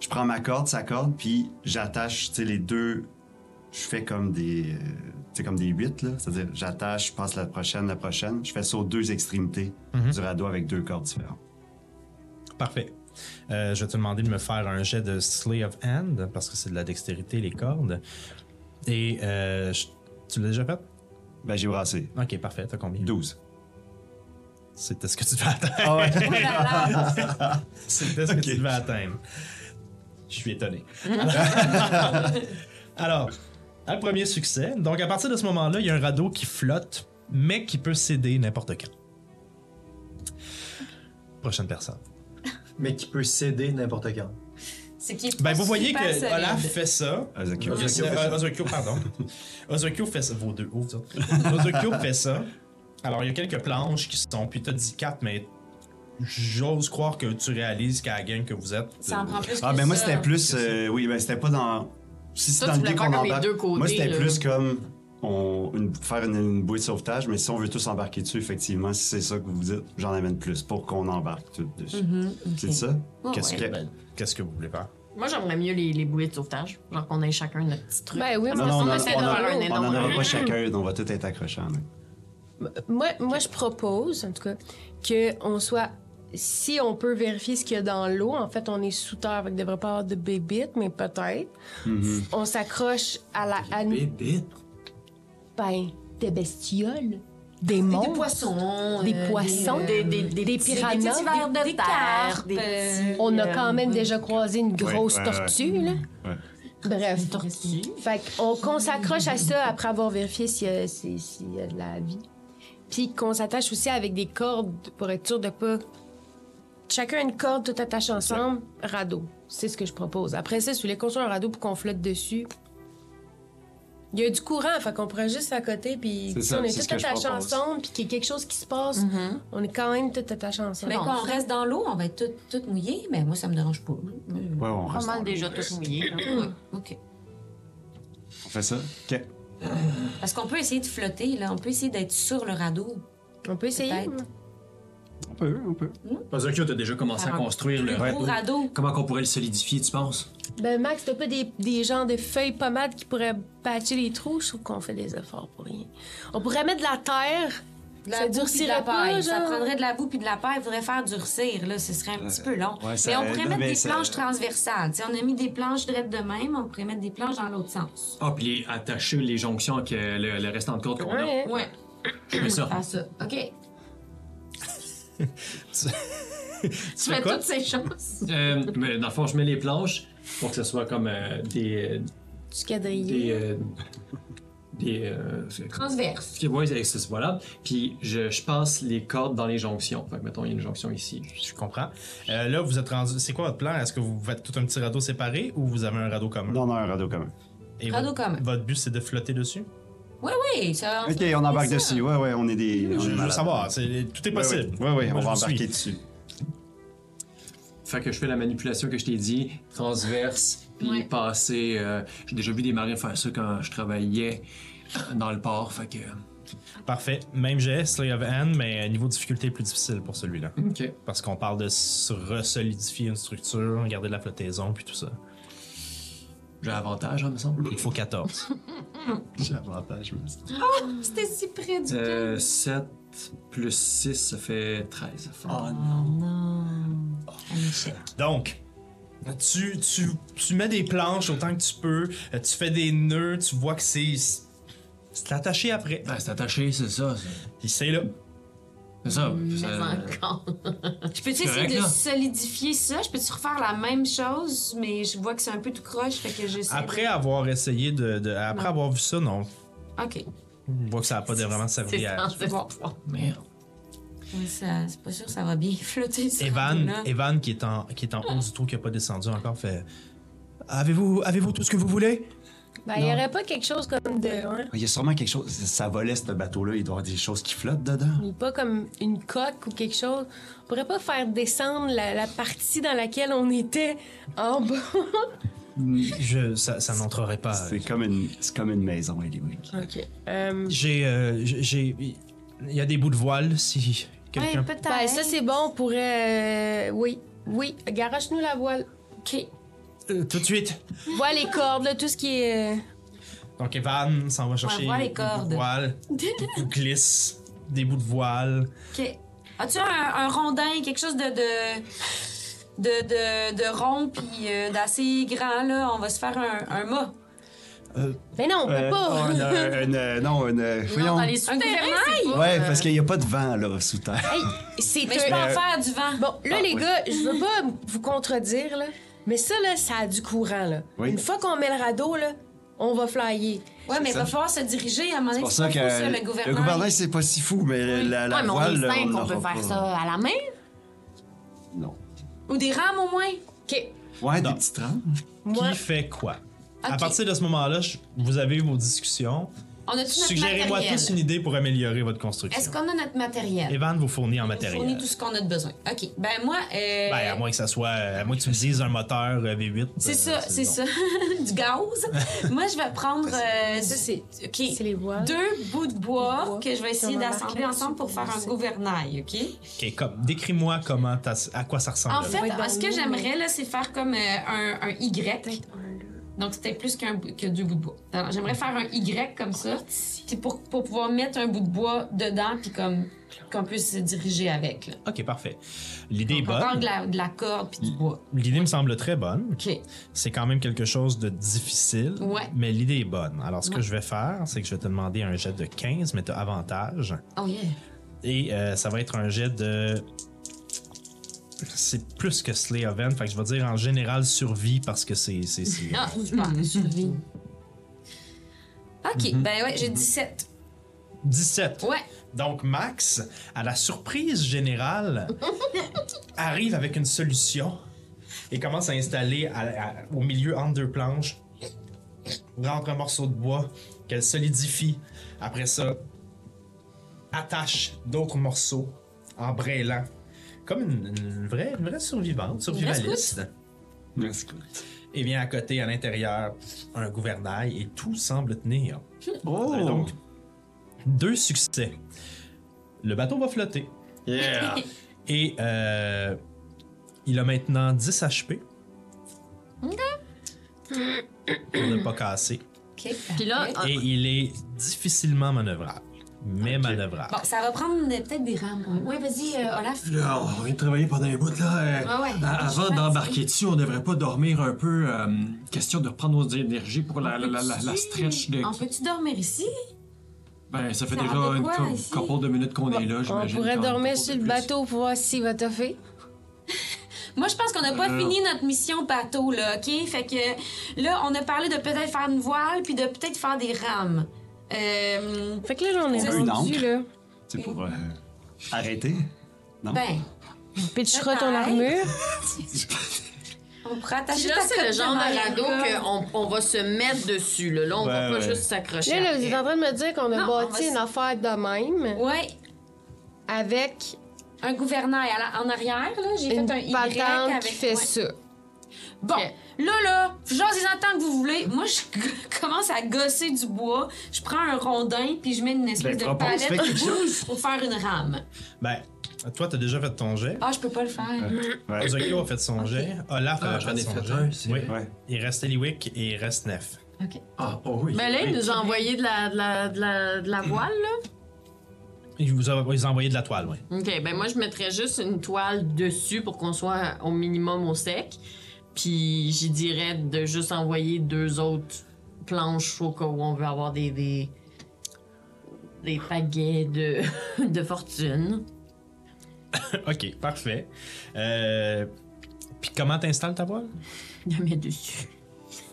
[SPEAKER 3] Je prends ma corde, sa corde, puis j'attache, tu sais, les deux. Je fais comme des, euh, tu sais, comme des huit là. C'est-à-dire, j'attache, je passe la prochaine, la prochaine. Je fais ça aux deux extrémités
[SPEAKER 2] Mhm.
[SPEAKER 3] du radeau avec deux cordes différentes.
[SPEAKER 2] Parfait. Euh, je vais te demander de me faire un jet de Slay of Hand, parce que c'est de la dextérité, les cordes. Et euh, je- tu l'as déjà fait?
[SPEAKER 3] Ben j'ai brassé.
[SPEAKER 2] Ok, parfait. T'as combien?
[SPEAKER 3] 12.
[SPEAKER 2] C'était ce que tu devais atteindre. *laughs*
[SPEAKER 3] Ah ouais.
[SPEAKER 2] C'était ce que
[SPEAKER 3] Ok.
[SPEAKER 2] tu devais atteindre. Je suis étonné. Alors, un premier succès. Donc, à partir de ce moment-là, il y a un radeau qui flotte, mais qui peut céder n'importe quand. Prochaine personne.
[SPEAKER 5] Mais qui peut céder n'importe quand.
[SPEAKER 4] C'est qui
[SPEAKER 2] Ben, vous voyez
[SPEAKER 4] Ah, super
[SPEAKER 2] que
[SPEAKER 4] solide.
[SPEAKER 2] Olaf fait ça.
[SPEAKER 3] Azaki.
[SPEAKER 5] Ozokyo fait
[SPEAKER 2] Euh,
[SPEAKER 5] ça.
[SPEAKER 2] Ozokyo, pardon. *laughs* Ozokyo fait ça. Vos deux, ouvre ça. Ozokyo fait ça. Alors, il y a quelques planches qui sont. Puis t'as dit 4, mais j'ose croire que tu réalises qu'à la gang que vous êtes.
[SPEAKER 4] Ça en prend plus
[SPEAKER 3] Ah
[SPEAKER 4] que
[SPEAKER 3] ben moi
[SPEAKER 4] ça.
[SPEAKER 1] hein,
[SPEAKER 3] c'était plus, euh, oui ben c'était pas dans, si c'est
[SPEAKER 1] Toi,
[SPEAKER 3] dans
[SPEAKER 1] tu
[SPEAKER 3] le
[SPEAKER 1] voulais
[SPEAKER 3] dé
[SPEAKER 1] faire
[SPEAKER 3] qu'on
[SPEAKER 1] comme les
[SPEAKER 3] embarque.
[SPEAKER 1] deux côtés,
[SPEAKER 3] moi c'était
[SPEAKER 1] là.
[SPEAKER 3] plus comme on, une- faire une, une bouée de sauvetage, mais si on veut tous embarquer dessus, effectivement, si c'est ça que vous dites, j'en amène plus pour qu'on embarque tous dessus.
[SPEAKER 1] Mm-hmm,
[SPEAKER 3] C'est ça?
[SPEAKER 4] Ouais,
[SPEAKER 3] Qu'est-ce
[SPEAKER 4] ouais.
[SPEAKER 3] que...
[SPEAKER 2] Ben, Qu'est-ce que vous voulez faire?
[SPEAKER 1] Moi, j'aimerais mieux les, les bouées de sauvetage. Genre qu'on ait chacun notre petit truc.
[SPEAKER 6] Ben oui,
[SPEAKER 1] Parce
[SPEAKER 6] moi,
[SPEAKER 3] Non,
[SPEAKER 1] que
[SPEAKER 3] non,
[SPEAKER 1] si on essaie
[SPEAKER 3] on en- on
[SPEAKER 1] d'avoir un
[SPEAKER 3] en aura- on en aura
[SPEAKER 1] énorme- *laughs*
[SPEAKER 3] pas chacun, on va tout être accrochant. là.
[SPEAKER 6] Moi, moi, je propose, en tout cas, qu'on soit. Si on peut vérifier ce qu'il y a dans l'eau, en fait, on est sous terre, donc il ne devrait pas avoir de bébites, mais peut-être.
[SPEAKER 3] Mhm.
[SPEAKER 6] On s'accroche à la. à une-
[SPEAKER 5] Bébé.
[SPEAKER 6] ben, des bestioles, des
[SPEAKER 1] Des,
[SPEAKER 6] monstres.
[SPEAKER 1] poissons.
[SPEAKER 6] Des
[SPEAKER 1] euh,
[SPEAKER 6] poissons.
[SPEAKER 1] Des, des, des,
[SPEAKER 6] Des
[SPEAKER 1] petits-
[SPEAKER 6] piranhas.
[SPEAKER 1] Des petits vers de terre.
[SPEAKER 4] Des carpes.
[SPEAKER 1] Des petits,
[SPEAKER 6] On a
[SPEAKER 1] euh,
[SPEAKER 6] quand même déjà croisé une grosse
[SPEAKER 3] ouais, ouais.
[SPEAKER 6] tortue, là.
[SPEAKER 3] Ouais.
[SPEAKER 6] Bref.
[SPEAKER 1] Une tortue.
[SPEAKER 6] Fait qu'on qu'on s'accroche à ça après avoir vérifié s'il y, a- si- s'il y a de la vie. Puis qu'on s'attache aussi avec des cordes pour être sûr de pas. Chacun une corde, tout attache ensemble, radeau. C'est ce que je propose. Après ça, si vous voulez construire un radeau pour qu'on flotte dessus, il y a du courant, fait qu'on pourrait juste à côté, puis
[SPEAKER 3] C'est
[SPEAKER 6] si
[SPEAKER 3] ça,
[SPEAKER 6] on est,
[SPEAKER 3] c'est ce
[SPEAKER 6] tous
[SPEAKER 3] que je
[SPEAKER 6] attachés
[SPEAKER 3] propose.
[SPEAKER 6] ensemble, puis qu'il y a quelque chose qui se passe, on est quand même tous attachés ensemble.
[SPEAKER 4] Mais
[SPEAKER 1] Non,
[SPEAKER 4] quand on
[SPEAKER 1] ça-
[SPEAKER 4] reste dans l'eau, on va être toutes toutes mouillées, mais moi, ça me dérange pas.
[SPEAKER 3] Ouais, on
[SPEAKER 1] Pas
[SPEAKER 3] reste dans
[SPEAKER 1] mal
[SPEAKER 3] le-
[SPEAKER 1] déjà tous mouillés. hein. là.
[SPEAKER 4] OK.
[SPEAKER 3] On fait ça? OK.
[SPEAKER 4] Parce qu'on peut essayer de flotter, là. On peut essayer d'être sur le radeau.
[SPEAKER 6] on peut essayer.
[SPEAKER 4] Peut-être.
[SPEAKER 3] On peut, on peut.
[SPEAKER 5] Ozokyo, t'as déjà commencé à
[SPEAKER 4] Par un
[SPEAKER 5] construire le
[SPEAKER 4] Au radeau.
[SPEAKER 5] Comment qu'on pourrait le solidifier, tu penses?
[SPEAKER 6] Ben Max, t'as pas des, des genres de feuilles pommades qui pourraient patcher les trous? Je trouve qu'on fait des efforts pour rien. On pourrait mettre de la terre.
[SPEAKER 4] De la
[SPEAKER 6] ça
[SPEAKER 4] boue puis de
[SPEAKER 6] durcirait
[SPEAKER 4] la
[SPEAKER 6] pas,
[SPEAKER 4] paille.
[SPEAKER 6] genre?
[SPEAKER 4] Ça prendrait de la boue puis de la paille. Il faudrait faire durcir, là. Ce serait un petit peu long.
[SPEAKER 3] ouais, ça
[SPEAKER 4] mais on
[SPEAKER 3] aide,
[SPEAKER 4] pourrait mettre
[SPEAKER 3] mais
[SPEAKER 4] des
[SPEAKER 3] ça-
[SPEAKER 4] planches transversales. Tu sais, on a mis des planches drettes de même. On pourrait mettre des planches dans l'autre sens.
[SPEAKER 5] Ah, puis les- attacher les jonctions avec euh, le, le restant de corde qu'on
[SPEAKER 6] Ouais.
[SPEAKER 4] Ouais. Ah,
[SPEAKER 5] a. Je mets ça.
[SPEAKER 4] Faire ça. OK.
[SPEAKER 1] Tu
[SPEAKER 2] fais
[SPEAKER 1] fais
[SPEAKER 2] quoi?
[SPEAKER 1] toutes ces choses.
[SPEAKER 5] Euh, mais dans le fond, je mets les planches pour que ce soit comme euh, des.
[SPEAKER 6] Du quadrillé.
[SPEAKER 5] des. euh, des. euh, c'est-
[SPEAKER 4] Transverse.
[SPEAKER 5] Ok, ouais, c'est- c'est- voilà. Puis je, je passe les cordes dans les jonctions. Fait que mettons, il y a une jonction ici.
[SPEAKER 2] Je comprends. Euh, là, vous êtes rendu. C'est quoi votre plan? Est-ce que vous faites tout un petit radeau séparé ou vous avez un radeau commun?
[SPEAKER 3] Non, non, un radeau commun.
[SPEAKER 2] Et
[SPEAKER 4] Radeau
[SPEAKER 2] votre-
[SPEAKER 4] commun.
[SPEAKER 2] Votre but, c'est de flotter dessus?
[SPEAKER 4] Oui, oui. Ça...
[SPEAKER 1] Ah,
[SPEAKER 3] OK, on embarque dessus. Ouais, ouais, on est des...
[SPEAKER 1] Mm.
[SPEAKER 3] on est
[SPEAKER 2] Je veux
[SPEAKER 3] malades.
[SPEAKER 2] savoir. c'est- Tout est
[SPEAKER 3] Ouais, ouais.
[SPEAKER 2] possible.
[SPEAKER 3] Ouais, ouais,
[SPEAKER 2] Moi,
[SPEAKER 3] on
[SPEAKER 2] je
[SPEAKER 3] va
[SPEAKER 2] vous suis.
[SPEAKER 3] embarquer dessus.
[SPEAKER 5] Fait que je fais la manipulation que je t'ai dit, transverse, puis
[SPEAKER 1] Ouais.
[SPEAKER 5] passer. euh, J'ai déjà vu des marins faire ça quand je travaillais dans le port. Fait que.
[SPEAKER 2] Parfait. Même geste, Slay of Hand, mais niveau difficulté plus difficile pour celui-là.
[SPEAKER 5] Ok.
[SPEAKER 2] Parce qu'on parle de se resolidifier une structure, garder de la flottaison, puis tout ça.
[SPEAKER 5] J'ai avantage, hein, me semble.
[SPEAKER 2] Il faut 14.
[SPEAKER 3] J'ai avantage, mais c'est-
[SPEAKER 4] C'était si près du.
[SPEAKER 5] Euh, 7 plus 6, ça fait 13. Ah
[SPEAKER 2] Donc, tu, tu, tu mets des planches autant que tu peux, euh, tu fais des nœuds, tu vois que c'est. C'est attaché après.
[SPEAKER 5] Ben, c'est attaché, c'est ça. ça.
[SPEAKER 2] Puis c'est là.
[SPEAKER 5] C'est euh, ça.
[SPEAKER 4] Hmm,
[SPEAKER 3] Euh,
[SPEAKER 1] Mais
[SPEAKER 5] ça-
[SPEAKER 1] encore.
[SPEAKER 4] Je peux-tu
[SPEAKER 5] C'est
[SPEAKER 4] essayer
[SPEAKER 5] correct,
[SPEAKER 4] de
[SPEAKER 5] là.
[SPEAKER 4] solidifier ça? Je peux-tu refaire la même chose? Mais je vois que c'est un peu tout croche, fait que j'essaie. de-
[SPEAKER 2] Après avoir essayé de. de- après
[SPEAKER 4] Non.
[SPEAKER 2] avoir vu ça, non.
[SPEAKER 4] Ok.
[SPEAKER 2] Je vois que ça n'a pas de- vraiment servi
[SPEAKER 1] C'est
[SPEAKER 3] euh,
[SPEAKER 2] à.
[SPEAKER 1] censé
[SPEAKER 4] Bon.
[SPEAKER 1] pouvoir.
[SPEAKER 5] Merde.
[SPEAKER 4] Oui, ça- c'est pas sûr que ça va bien *laughs* flotter. ça,
[SPEAKER 2] Evan,
[SPEAKER 4] là.
[SPEAKER 2] Evan qui est en, qui est en haut du trou, qui n'a pas descendu encore, fait. Avez-vous avez tout ce que vous voulez?
[SPEAKER 6] Ben, il y aurait pas quelque chose comme de. hein,
[SPEAKER 3] Il y a sûrement quelque chose. Ça volait, ce bateau-là. Il doit y avoir des choses qui flottent dedans.
[SPEAKER 6] ou pas comme une coque ou quelque chose. On pourrait pas faire descendre la, la partie dans laquelle on était en bas.
[SPEAKER 2] Je, ça ça n'entrerait pas. euh,
[SPEAKER 3] C'est comme, une- c'est comme une maison, électrique.
[SPEAKER 6] OK. Euh,
[SPEAKER 2] J'ai. euh, j'ai. Il y a des bouts de voile si
[SPEAKER 4] Ouais,
[SPEAKER 2] quelqu'un.
[SPEAKER 4] peut-être.
[SPEAKER 6] ben, ça, c'est bon. On pourrait. euh, oui. Oui. Garoche-nous la voile.
[SPEAKER 4] OK.
[SPEAKER 2] Euh, tout de suite!
[SPEAKER 6] Voile les cordes, là, tout ce qui est. euh,
[SPEAKER 2] Donc Evan s'en va chercher
[SPEAKER 4] voit
[SPEAKER 2] des
[SPEAKER 4] les
[SPEAKER 2] bouts
[SPEAKER 4] cordes.
[SPEAKER 2] de voile,
[SPEAKER 4] *laughs*
[SPEAKER 2] il glisse des bouts de voile.
[SPEAKER 4] OK. As-tu un, un rondin, quelque chose de. de... De, de, de rond puis euh, d'assez grand là on va se faire un, un mât
[SPEAKER 6] Mais Ben non, on peut
[SPEAKER 3] Euh,
[SPEAKER 6] pas.
[SPEAKER 3] oh, une- une- une- non, une. euh,
[SPEAKER 1] Non,
[SPEAKER 3] voyons.
[SPEAKER 1] dans les souterrains, c'est pas,
[SPEAKER 3] Ouais,
[SPEAKER 1] euh,
[SPEAKER 3] parce qu'il n'y a pas de vent, là, sous terre.
[SPEAKER 6] Hey, c'est
[SPEAKER 4] mais je peux
[SPEAKER 6] un-
[SPEAKER 4] en faire du vent
[SPEAKER 6] Bon, là,
[SPEAKER 3] Ah,
[SPEAKER 6] les
[SPEAKER 3] oui.
[SPEAKER 6] gars, je veux pas vous contredire, là, mais ça, là, ça a du courant, là.
[SPEAKER 3] Oui.
[SPEAKER 6] Une fois qu'on met le radeau, là, on va flyer.
[SPEAKER 4] ouais mais il
[SPEAKER 3] ça.
[SPEAKER 4] va falloir se diriger à un moment
[SPEAKER 3] C'est
[SPEAKER 4] donné
[SPEAKER 3] pour ça
[SPEAKER 4] pas
[SPEAKER 3] que
[SPEAKER 4] fou, ça, le gouvernement
[SPEAKER 3] c'est pas si fou, mais la, la
[SPEAKER 1] ouais, mais
[SPEAKER 3] voile,
[SPEAKER 1] on est
[SPEAKER 3] là,
[SPEAKER 1] cinq, on peut
[SPEAKER 3] l'aura
[SPEAKER 1] faire
[SPEAKER 3] pas.
[SPEAKER 1] ça à la main.
[SPEAKER 3] Non.
[SPEAKER 4] ou des rames au moins
[SPEAKER 6] OK.
[SPEAKER 3] Ouais,
[SPEAKER 2] Non.
[SPEAKER 3] des petits trains.
[SPEAKER 6] Moi,
[SPEAKER 2] Qui fait quoi? À
[SPEAKER 4] Ok.
[SPEAKER 2] partir de ce moment-là, je- vous avez eu vos discussions.
[SPEAKER 4] on a tout notre
[SPEAKER 2] Suggérez-moi
[SPEAKER 4] matériel
[SPEAKER 2] tous une idée pour améliorer votre
[SPEAKER 4] est-ce
[SPEAKER 2] construction.
[SPEAKER 4] qu'on a notre matériel
[SPEAKER 2] Evan vous fournit en matériel.
[SPEAKER 4] On fournit tout ce qu'on a de besoin. OK. Ben moi... euh,
[SPEAKER 2] Ben, à moins que ça soit. À moins que tu me dises un moteur euh, V8.
[SPEAKER 4] C'est
[SPEAKER 2] euh,
[SPEAKER 4] ça, c'est
[SPEAKER 2] bon.
[SPEAKER 4] ça. *laughs* du gaz. moi, je vais prendre... euh,
[SPEAKER 6] ça,
[SPEAKER 4] du-
[SPEAKER 6] c'est
[SPEAKER 4] OK.
[SPEAKER 6] c'est les voiles.
[SPEAKER 4] Deux bouts de bois,
[SPEAKER 6] bois.
[SPEAKER 4] que je vais essayer
[SPEAKER 6] Puis on en
[SPEAKER 4] d'assembler
[SPEAKER 6] marque
[SPEAKER 4] ensemble
[SPEAKER 6] là-dessus
[SPEAKER 4] pour faire
[SPEAKER 6] pour
[SPEAKER 4] un
[SPEAKER 6] laisser.
[SPEAKER 4] gouvernail, OK?
[SPEAKER 2] Ok, comme, décris-moi comment t'as- à quoi ça ressemble.
[SPEAKER 4] En
[SPEAKER 6] va
[SPEAKER 4] fait,
[SPEAKER 6] être dans
[SPEAKER 4] ce
[SPEAKER 6] le
[SPEAKER 4] que
[SPEAKER 6] nid,
[SPEAKER 4] j'aimerais, là, c'est faire comme euh, un, un Y.
[SPEAKER 6] Peut-être un, là.
[SPEAKER 4] Donc, c'était plus qu'un bout- que deux bouts de bois. Alors, j'aimerais faire un Y comme ça, puis pour, pour pouvoir mettre un bout de bois dedans, puis comme qu'on puisse se diriger avec. Là.
[SPEAKER 2] Ok, parfait. L'idée est
[SPEAKER 4] Donc, on parle de
[SPEAKER 2] bonne.
[SPEAKER 4] la, de la corde, puis du bois.
[SPEAKER 2] L'idée me semble très bonne.
[SPEAKER 4] OK.
[SPEAKER 2] C'est quand même quelque chose de difficile,
[SPEAKER 4] Ouais.
[SPEAKER 2] mais l'idée est bonne. Alors, ce que
[SPEAKER 4] Ouais.
[SPEAKER 2] je vais faire, c'est que je vais te demander un jet de 15, mais tu as avantage.
[SPEAKER 4] Oh yeah.
[SPEAKER 2] Et euh, ça va être un jet de. C'est plus que Slay of Hand, fait que je vais dire en général survie parce que c'est. c'est-
[SPEAKER 4] *laughs*
[SPEAKER 2] c'est-
[SPEAKER 4] Ah, je parle, survie. OK, ben ouais, j'ai 17.
[SPEAKER 2] 17.
[SPEAKER 4] Ouais.
[SPEAKER 2] Donc, Max, à la surprise générale, arrive avec une solution et commence à installer à- à- au milieu entre deux planches, rentre un morceau de bois qu'elle solidifie. Après ça, attache d'autres morceaux en brêlant. Comme une, une vraie, une vraie survivante, survivaliste. Et vient à côté, à l'intérieur, un gouvernail et tout semble tenir. Vous avez
[SPEAKER 3] Oh!
[SPEAKER 2] donc deux succès. Le bateau va flotter.
[SPEAKER 5] Yeah!
[SPEAKER 2] *laughs* Et euh, il a maintenant 10 HP. Pour ne pas casser.
[SPEAKER 4] OK.
[SPEAKER 1] Puis là,
[SPEAKER 4] parfait.
[SPEAKER 1] Ah.
[SPEAKER 2] Et il est difficilement manœuvrable. Mais manœuvrable.
[SPEAKER 4] Bon, ça va prendre euh, peut-être des rames. Ouais, Ouais, vas-y, euh, Olaf.
[SPEAKER 5] Là, on vient de travailler pendant un bout, là. euh,
[SPEAKER 4] Ouais, ouais.
[SPEAKER 5] a- avant
[SPEAKER 4] Je
[SPEAKER 5] d'embarquer dessus, on devrait pas dormir un peu. euh, question de reprendre nos énergies pour la, la, la, la- la stretch de.
[SPEAKER 4] On peut-tu dormir ici?
[SPEAKER 5] Ben, ça fait
[SPEAKER 4] Ça
[SPEAKER 5] déjà
[SPEAKER 4] a de
[SPEAKER 5] une
[SPEAKER 4] quoi,
[SPEAKER 5] co-
[SPEAKER 4] ici?
[SPEAKER 5] couple de minutes qu'on est là,
[SPEAKER 6] On
[SPEAKER 5] j'imagine.
[SPEAKER 6] pourrait
[SPEAKER 5] qu'on-
[SPEAKER 6] dormir
[SPEAKER 5] qu'on
[SPEAKER 6] sur
[SPEAKER 5] peut
[SPEAKER 6] le
[SPEAKER 5] plus.
[SPEAKER 6] bateau pour voir s'il va toffer.
[SPEAKER 4] Moi, je pense qu'on n'a pas
[SPEAKER 5] Euh,
[SPEAKER 4] fini notre mission bateau, là, OK? Fait que là, on a parlé de peut-être faire une voile, puis de peut-être faire des rames. Euh,
[SPEAKER 6] Fait que là, là, on est
[SPEAKER 4] C'est
[SPEAKER 3] une
[SPEAKER 6] rendu,
[SPEAKER 3] ancre.
[SPEAKER 6] là.
[SPEAKER 3] C'est pour euh, arrêter. Non?
[SPEAKER 4] ben,
[SPEAKER 6] Pitchera ton
[SPEAKER 4] Peut-être.
[SPEAKER 6] armure.
[SPEAKER 4] on pourrait
[SPEAKER 1] Puis
[SPEAKER 4] attacher
[SPEAKER 1] là,
[SPEAKER 4] ta
[SPEAKER 1] c'est le
[SPEAKER 4] cotte de
[SPEAKER 1] genre de radeau
[SPEAKER 4] maille,
[SPEAKER 1] qu'on on va se mettre dessus. Là, Là, on va
[SPEAKER 3] Ouais,
[SPEAKER 1] pas
[SPEAKER 3] ouais.
[SPEAKER 1] juste s'accrocher.
[SPEAKER 6] Là, là, vous
[SPEAKER 1] après.
[SPEAKER 6] êtes en train de me dire qu'on a
[SPEAKER 4] Non, on
[SPEAKER 6] bâti
[SPEAKER 4] va s-
[SPEAKER 6] une affaire de même
[SPEAKER 4] Ouais,
[SPEAKER 6] avec
[SPEAKER 4] un gouvernail à la- en arrière, là. J'ai
[SPEAKER 6] une
[SPEAKER 4] fait un Y
[SPEAKER 6] patente
[SPEAKER 4] avec...
[SPEAKER 6] qui fait
[SPEAKER 4] ouais.
[SPEAKER 6] ça.
[SPEAKER 4] Bon,
[SPEAKER 1] Ok.
[SPEAKER 4] là, là, genre, les entends que vous voulez. Moi, je *laughs* g- commence à gosser du bois. Je prends un rondin, puis je mets une espèce
[SPEAKER 3] Ben,
[SPEAKER 4] de
[SPEAKER 3] propose, fais
[SPEAKER 4] palette
[SPEAKER 3] quelque
[SPEAKER 4] pour faire une rame.
[SPEAKER 2] Ben, toi, t'as déjà fait ton jet.
[SPEAKER 4] Ah, je peux pas le faire.
[SPEAKER 1] Mm-hmm.
[SPEAKER 3] Ouais.
[SPEAKER 2] Ozokyo a fait son jet. Olaf
[SPEAKER 5] Ah,
[SPEAKER 2] a
[SPEAKER 5] j'en
[SPEAKER 2] fait
[SPEAKER 5] ai
[SPEAKER 2] son
[SPEAKER 5] fait
[SPEAKER 2] jet.
[SPEAKER 5] un, c'est
[SPEAKER 2] Oui.
[SPEAKER 5] vrai.
[SPEAKER 3] Ouais.
[SPEAKER 2] Il reste Eliwick et il reste Nef.
[SPEAKER 5] Ah, oh oui.
[SPEAKER 1] Mais Ben, là, il
[SPEAKER 5] oui.
[SPEAKER 1] nous a envoyé de la, de la, de la, de la voile, là.
[SPEAKER 2] Il vous a, ils ont envoyé de la toile,
[SPEAKER 5] *laughs*
[SPEAKER 2] oui.
[SPEAKER 1] Ok, ben moi, je mettrais juste une toile dessus pour qu'on soit au minimum au sec. Puis j'y dirais de juste envoyer deux autres planches au cas où on veut avoir des. des, des pagaies de, *laughs* de fortune.
[SPEAKER 2] ok, parfait. Euh, Puis comment t'installes ta voile?
[SPEAKER 1] De mettre dessus.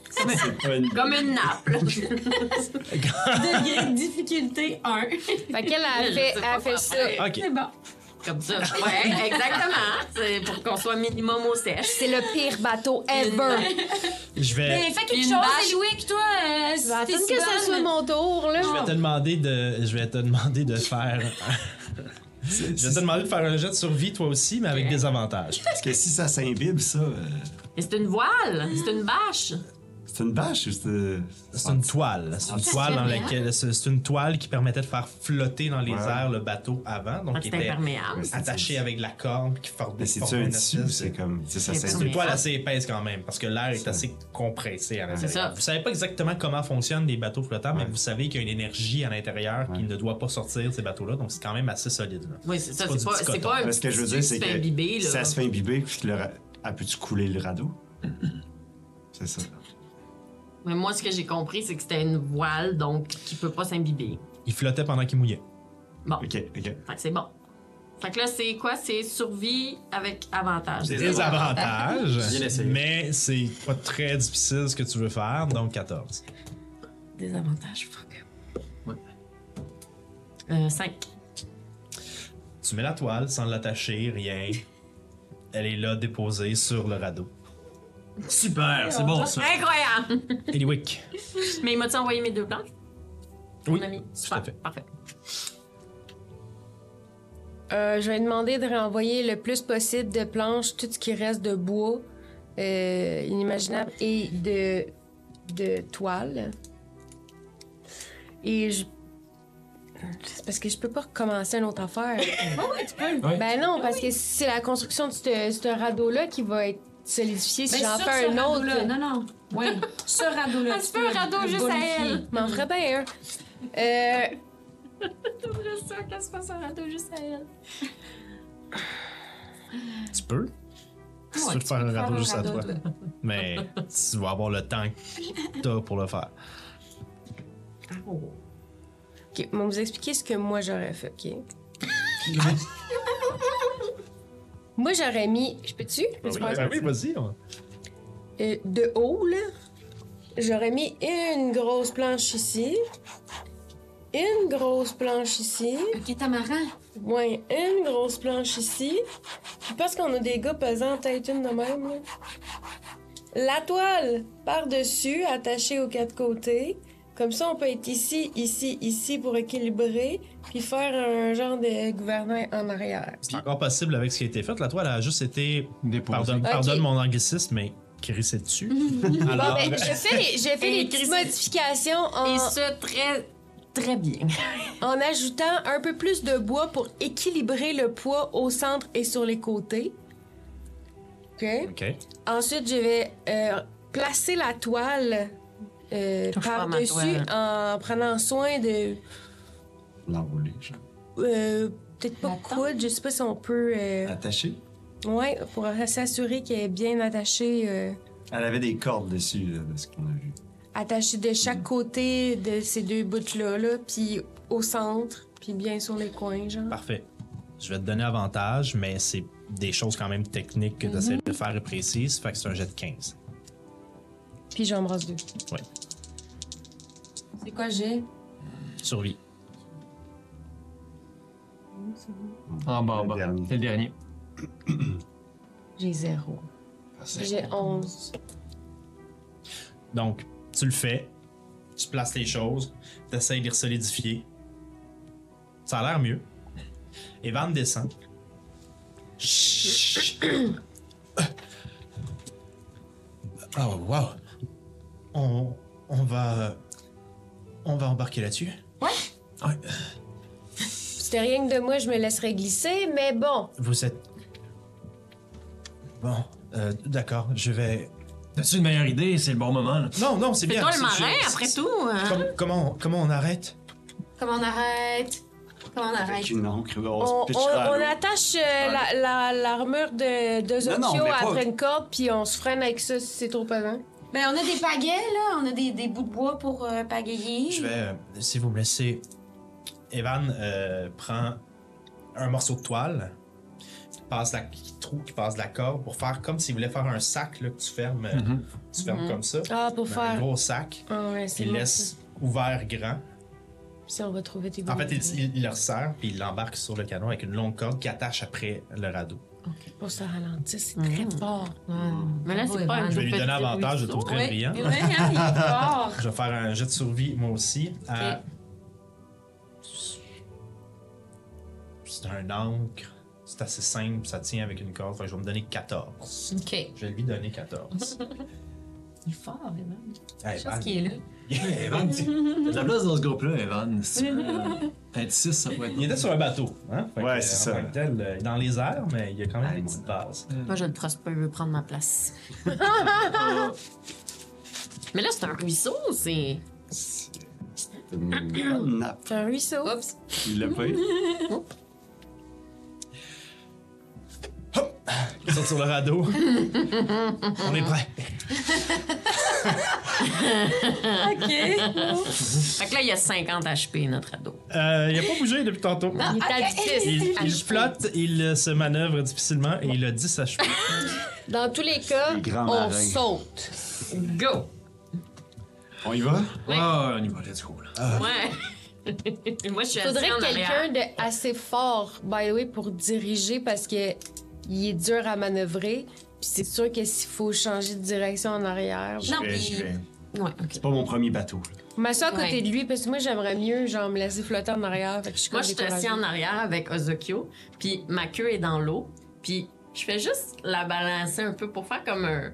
[SPEAKER 5] C'est pas une-
[SPEAKER 1] Comme une nappe, là.
[SPEAKER 4] Degré de difficulté 1.
[SPEAKER 6] Fait qu'elle a
[SPEAKER 4] *laughs*
[SPEAKER 1] Je sais
[SPEAKER 6] fait, elle
[SPEAKER 1] pas
[SPEAKER 6] a fait
[SPEAKER 1] quoi
[SPEAKER 6] ça.
[SPEAKER 1] faire.
[SPEAKER 2] Ok.
[SPEAKER 4] C'est bon.
[SPEAKER 1] Comme ça. Ouais, exactement. C'est pour qu'on soit minimum au sèche.
[SPEAKER 6] C'est le pire bateau
[SPEAKER 4] *laughs*
[SPEAKER 6] ever.
[SPEAKER 2] Je vais.
[SPEAKER 4] Mais fais quelque
[SPEAKER 1] Une
[SPEAKER 4] chose,
[SPEAKER 1] bâche.
[SPEAKER 4] Louis, toi. Euh,
[SPEAKER 6] Je vais attendre
[SPEAKER 4] si
[SPEAKER 6] que ça soit mon tour, là.
[SPEAKER 2] Je vais te demander de, je vais te demander de faire. je vais te demander de faire un jet de survie toi aussi, mais avec des avantages.
[SPEAKER 3] Parce que si ça s'imbibe, ça, euh,
[SPEAKER 1] Mais c'est une voile, c'est une bâche.
[SPEAKER 3] c'est une bâche ou c'est. euh,
[SPEAKER 2] C'est une toile. C'est une toile dans laquelle, c'est c'est une toile qui permettait de faire flotter dans les
[SPEAKER 3] Ouais.
[SPEAKER 2] airs le bateau avant, donc il
[SPEAKER 1] Ah, C'est
[SPEAKER 5] ben,
[SPEAKER 2] était
[SPEAKER 1] imperméable.
[SPEAKER 3] c'est-
[SPEAKER 2] attaché avec la corde qui for-
[SPEAKER 3] Mais
[SPEAKER 2] formait.
[SPEAKER 3] c'est-tu un
[SPEAKER 2] une
[SPEAKER 3] tissu ou
[SPEAKER 2] espèce
[SPEAKER 3] c'est
[SPEAKER 2] de-
[SPEAKER 3] comme. tu sais, ça
[SPEAKER 1] C'est
[SPEAKER 2] C'est une
[SPEAKER 3] s'imbibe.
[SPEAKER 2] toile assez épaisse quand même, parce que l'air est
[SPEAKER 3] Ça.
[SPEAKER 2] assez compressé à
[SPEAKER 1] C'est ça.
[SPEAKER 2] l'intérieur. Vous savez pas exactement comment fonctionnent les bateaux flottants, mais
[SPEAKER 3] Ouais.
[SPEAKER 2] vous savez qu'il y a une énergie à l'intérieur qui
[SPEAKER 3] Ouais.
[SPEAKER 2] ne doit pas sortir de ces bateaux-là, donc c'est quand même assez solide. là.
[SPEAKER 1] Oui, c'est ça. C'est
[SPEAKER 2] C'est pas du
[SPEAKER 1] pas,
[SPEAKER 2] petit
[SPEAKER 1] c'est
[SPEAKER 2] coton.
[SPEAKER 1] pas un
[SPEAKER 3] Là, Ce que je veux
[SPEAKER 1] petit
[SPEAKER 3] dire,
[SPEAKER 1] tissu
[SPEAKER 3] c'est
[SPEAKER 1] qui se fait imbiber,
[SPEAKER 3] que.
[SPEAKER 1] là.
[SPEAKER 3] Ça se fait imbiber, puis le ra- ah, peux-tu couler
[SPEAKER 1] *laughs*
[SPEAKER 3] le radeau? C'est ça.
[SPEAKER 1] Mais moi, ce que j'ai compris, c'est que c'était une voile, donc qui peut pas s'imbiber.
[SPEAKER 2] Il flottait pendant qu'il mouillait.
[SPEAKER 1] Bon,
[SPEAKER 3] Ok, ok.
[SPEAKER 1] fait que c'est bon. Fait que là, c'est quoi? C'est survie avec avantage.
[SPEAKER 5] Des
[SPEAKER 2] Des avantages,
[SPEAKER 5] Bien essayé.
[SPEAKER 2] mais c'est pas très difficile ce que tu veux faire, donc 14.
[SPEAKER 1] Des avantages, fuck.
[SPEAKER 5] Ouais.
[SPEAKER 1] Euh, 5.
[SPEAKER 2] Tu mets la toile sans l'attacher, rien. Elle est là déposée sur le radeau.
[SPEAKER 5] Super, c'est bon ça.
[SPEAKER 1] Incroyable!
[SPEAKER 2] Eliwick.
[SPEAKER 1] Mais il m'a-tu envoyé mes deux planches?
[SPEAKER 2] Oui,
[SPEAKER 1] Mon ami?
[SPEAKER 2] tout à fait.
[SPEAKER 1] Parfait.
[SPEAKER 6] Euh, je vais demander de renvoyer le plus possible de planches, tout ce qui reste de bois euh, inimaginable et de, de toile. Et je. C'est parce que je peux pas recommencer une
[SPEAKER 4] *laughs*
[SPEAKER 6] autre affaire.
[SPEAKER 5] Ouais.
[SPEAKER 6] ben non, parce que c'est la construction de ce, ce radeau-là qui va être solidifiée si
[SPEAKER 4] Ben,
[SPEAKER 6] j'en
[SPEAKER 4] sur
[SPEAKER 6] fais
[SPEAKER 4] ce
[SPEAKER 6] un autre.
[SPEAKER 4] radeau-là. Non, non. Oui.
[SPEAKER 1] *laughs*
[SPEAKER 4] Ce radeau-là.
[SPEAKER 1] Elle se fait Ah, un radeau
[SPEAKER 4] le
[SPEAKER 1] juste à
[SPEAKER 4] bonifier.
[SPEAKER 1] elle.
[SPEAKER 6] M'en ferait bien un. Euh,
[SPEAKER 1] C'est sûr qu'elle se passe un radeau juste à elle.
[SPEAKER 2] Tu peux. Si tu veux te faire un radeau juste à toi. Mais tu vas avoir le temps que t'as pour le faire.
[SPEAKER 1] Oh,
[SPEAKER 6] Ok, mais on va vous expliquer ce que moi j'aurais fait, ok? moi j'aurais mis. Je peux-tu? Peux-tu faire
[SPEAKER 2] ben
[SPEAKER 6] ça?
[SPEAKER 2] Ah vas-y.
[SPEAKER 6] Euh, de haut, là, j'aurais mis une grosse planche ici. Une grosse planche ici.
[SPEAKER 4] Un catamaran.
[SPEAKER 6] Ouais, une grosse planche ici. Puis parce qu'on a des gars pesant peut-être une de même, là. La toile par-dessus, attachée aux quatre côtés. Comme ça, on peut être ici, ici, ici pour équilibrer, puis faire un genre de gouvernail en arrière.
[SPEAKER 2] C'est encore possible avec ce qui a été fait. La toile a juste été.
[SPEAKER 5] Déposé.
[SPEAKER 2] Pardonne,
[SPEAKER 6] Ok.
[SPEAKER 2] pardonne mon anglicisme, mais crissé dessus. Alors,
[SPEAKER 6] bon, ben, j'ai fait, les- j'ai fait
[SPEAKER 1] Et
[SPEAKER 6] les petites
[SPEAKER 1] Christy-
[SPEAKER 6] modifications en,
[SPEAKER 1] Et ce, très, très bien.
[SPEAKER 6] en ajoutant un peu plus de bois pour équilibrer le poids au centre et sur les côtés. OK.
[SPEAKER 2] ok.
[SPEAKER 6] Ensuite, je vais euh, placer la toile euh,
[SPEAKER 1] Touche pas à ma
[SPEAKER 6] par-dessus
[SPEAKER 1] toile.
[SPEAKER 6] en prenant soin de.
[SPEAKER 3] L'enrouler, genre.
[SPEAKER 6] euh, Peut-être pas
[SPEAKER 4] Attends.
[SPEAKER 6] coude, je sais pas si on peut. euh,
[SPEAKER 3] Attaché?
[SPEAKER 6] ouais, pour s'assurer qu'elle est bien attachée, euh,
[SPEAKER 3] Elle avait des cordes dessus, là, de ce qu'on a vu.
[SPEAKER 6] attachée de chaque
[SPEAKER 1] Mhm.
[SPEAKER 6] côté de ces deux bouts-là, là, puis au centre, puis bien sur les coins, genre.
[SPEAKER 2] Parfait. Je vais te donner avantage, mais c'est des choses quand même techniques que tu essaies de faire et précises. Fait que c'est un jet de 15.
[SPEAKER 6] Puis j'embrasse deux.
[SPEAKER 2] Ouais.
[SPEAKER 4] C'est quoi, j'ai?
[SPEAKER 2] Survie.
[SPEAKER 5] En bas, en
[SPEAKER 3] Le
[SPEAKER 5] bas.
[SPEAKER 3] dernier.
[SPEAKER 5] C'est le dernier.
[SPEAKER 6] J'ai zéro. J'ai onze.
[SPEAKER 2] Donc, tu le fais. Tu places les choses. Tu essaies de les solidifier. Ça a l'air mieux. Evan descend. Chut. *coughs* Ah, wow. On, on va. On va embarquer là-dessus.
[SPEAKER 4] Ouais.
[SPEAKER 2] Ouais.
[SPEAKER 6] C'était rien que de moi, je me laisserais glisser, mais bon.
[SPEAKER 2] Vous êtes. Bon, euh, d'accord, je vais.
[SPEAKER 5] T'as-tu une meilleure idée? C'est le bon moment, là.
[SPEAKER 2] Non, non, c'est
[SPEAKER 4] C'est
[SPEAKER 2] bien.
[SPEAKER 4] toi le
[SPEAKER 2] c'est-
[SPEAKER 4] marin,
[SPEAKER 2] je-
[SPEAKER 4] après
[SPEAKER 2] c'est-
[SPEAKER 4] tout. hein?
[SPEAKER 2] Com- comment, comment on arrête
[SPEAKER 4] Comment on arrête? Comment on arrête?
[SPEAKER 3] Avec une encre, on,
[SPEAKER 6] On,
[SPEAKER 3] se pitchera
[SPEAKER 6] on-
[SPEAKER 3] à
[SPEAKER 6] on
[SPEAKER 3] l'eau.
[SPEAKER 6] attache euh, la- la- l'armure de, de
[SPEAKER 3] Non, non,
[SPEAKER 6] Zocchio
[SPEAKER 3] mais pas-
[SPEAKER 6] après une corde, puis on se freine avec ça si c'est trop pesant.
[SPEAKER 4] Ben, on a des pagaies, là. On a des, des bouts de bois pour euh, pagayer.
[SPEAKER 2] Je vais. euh, si vous me laissez. Evan euh, prend un morceau de toile, passe la, qui, trou, qui passe de la corde pour faire comme s'il voulait faire un sac là, que tu fermes, euh, tu
[SPEAKER 4] Mm.
[SPEAKER 2] fermes comme ça.
[SPEAKER 6] Ah, pour
[SPEAKER 2] Mais Un
[SPEAKER 6] faire.
[SPEAKER 2] gros sac,
[SPEAKER 6] Ah ouais, c'est
[SPEAKER 2] qu'il
[SPEAKER 6] bon,
[SPEAKER 2] laisse ouvert grand.
[SPEAKER 6] ça. Puis on va trouver tes
[SPEAKER 2] En
[SPEAKER 6] boules.
[SPEAKER 2] fait, il, il- il le resserre, puis il l'embarque sur le canon avec une longue corde qui attache après le radeau.
[SPEAKER 6] Pour se ralentir, c'est très *laughs* fort.
[SPEAKER 1] Mais là, c'est
[SPEAKER 4] Ouais,
[SPEAKER 1] pas une
[SPEAKER 2] Je vais lui
[SPEAKER 1] toute
[SPEAKER 2] donner
[SPEAKER 1] petite
[SPEAKER 2] avantage, je le
[SPEAKER 1] ruisseau.
[SPEAKER 2] trouve très
[SPEAKER 4] Ouais.
[SPEAKER 2] brillant.
[SPEAKER 4] Ouais, hein, il
[SPEAKER 2] *laughs*
[SPEAKER 4] est fort.
[SPEAKER 2] Je vais faire un jet de survie, moi aussi. Euh, à-
[SPEAKER 4] Ok.
[SPEAKER 2] C'est un ancre. C'est assez simple, ça tient avec une corde. Fait que je vais me donner 14.
[SPEAKER 4] OK.
[SPEAKER 2] Je vais lui donner
[SPEAKER 4] *laughs*
[SPEAKER 2] 14.
[SPEAKER 4] Il est fort, vraiment.
[SPEAKER 2] hey,
[SPEAKER 4] Je pense qu'il est là.
[SPEAKER 2] Yeah, Van, tu-
[SPEAKER 5] T'as de la place dans ce groupe-là, Evan. Si tu veux, euh, Être 6, ça pourrait être.
[SPEAKER 2] Il était sur un bateau. Hein? Fait que,
[SPEAKER 3] Ouais,
[SPEAKER 2] euh,
[SPEAKER 3] c'est
[SPEAKER 2] en
[SPEAKER 3] ça.
[SPEAKER 2] tant que tel, euh, dans les airs, mais il y a quand même
[SPEAKER 3] Allez,
[SPEAKER 2] des petites bases.
[SPEAKER 1] Moi, je le trosse pas, il veut prendre ma place.
[SPEAKER 5] Ah,
[SPEAKER 1] Mais là, c'est un ruisseau, c'est.
[SPEAKER 3] Une nappe,
[SPEAKER 6] C'est un ruisseau.
[SPEAKER 4] Oups.
[SPEAKER 3] il l'a pas eu.
[SPEAKER 2] Ils sont sur le
[SPEAKER 4] *laughs*
[SPEAKER 2] radeau. On est prêts.
[SPEAKER 4] OK.
[SPEAKER 1] Fait que là, il y a 50 HP, notre ado.
[SPEAKER 2] Euh, il n'a pas bougé depuis tantôt.
[SPEAKER 6] Il
[SPEAKER 1] Ah,
[SPEAKER 6] est addictif.
[SPEAKER 2] Il, il flotte, il euh, se manœuvre difficilement et il a 10 HP.
[SPEAKER 1] ah!
[SPEAKER 6] Dans tous les cas,
[SPEAKER 3] Les grands
[SPEAKER 6] on
[SPEAKER 3] marins.
[SPEAKER 6] saute.
[SPEAKER 1] Go!
[SPEAKER 3] On y va?
[SPEAKER 5] Ah, on y va, let's go.
[SPEAKER 3] Euh.
[SPEAKER 5] là.
[SPEAKER 1] Ouais! *laughs* Moi, je suis
[SPEAKER 6] Faudrait
[SPEAKER 1] assise en
[SPEAKER 6] quelqu'un
[SPEAKER 1] arrière.
[SPEAKER 6] de assez fort, by the way, pour diriger parce que il est dur à manœuvrer. Puis c'est sûr que s'il faut changer de direction en arrière.
[SPEAKER 4] Non,
[SPEAKER 3] Je vais- Eh, je vais-
[SPEAKER 4] puis... Ouais, OK.
[SPEAKER 3] C'est pas mon premier bateau.
[SPEAKER 6] M'assois à côté
[SPEAKER 4] Ouais.
[SPEAKER 6] de lui parce que moi j'aimerais mieux genre me laisser flotter en arrière. Fait que je suis
[SPEAKER 1] Moi,
[SPEAKER 6] comme
[SPEAKER 1] je suis assise en
[SPEAKER 6] découragée.
[SPEAKER 1] arrière avec Ozokyo, puis ma queue est dans l'eau, puis je fais juste la balancer un peu pour faire comme un.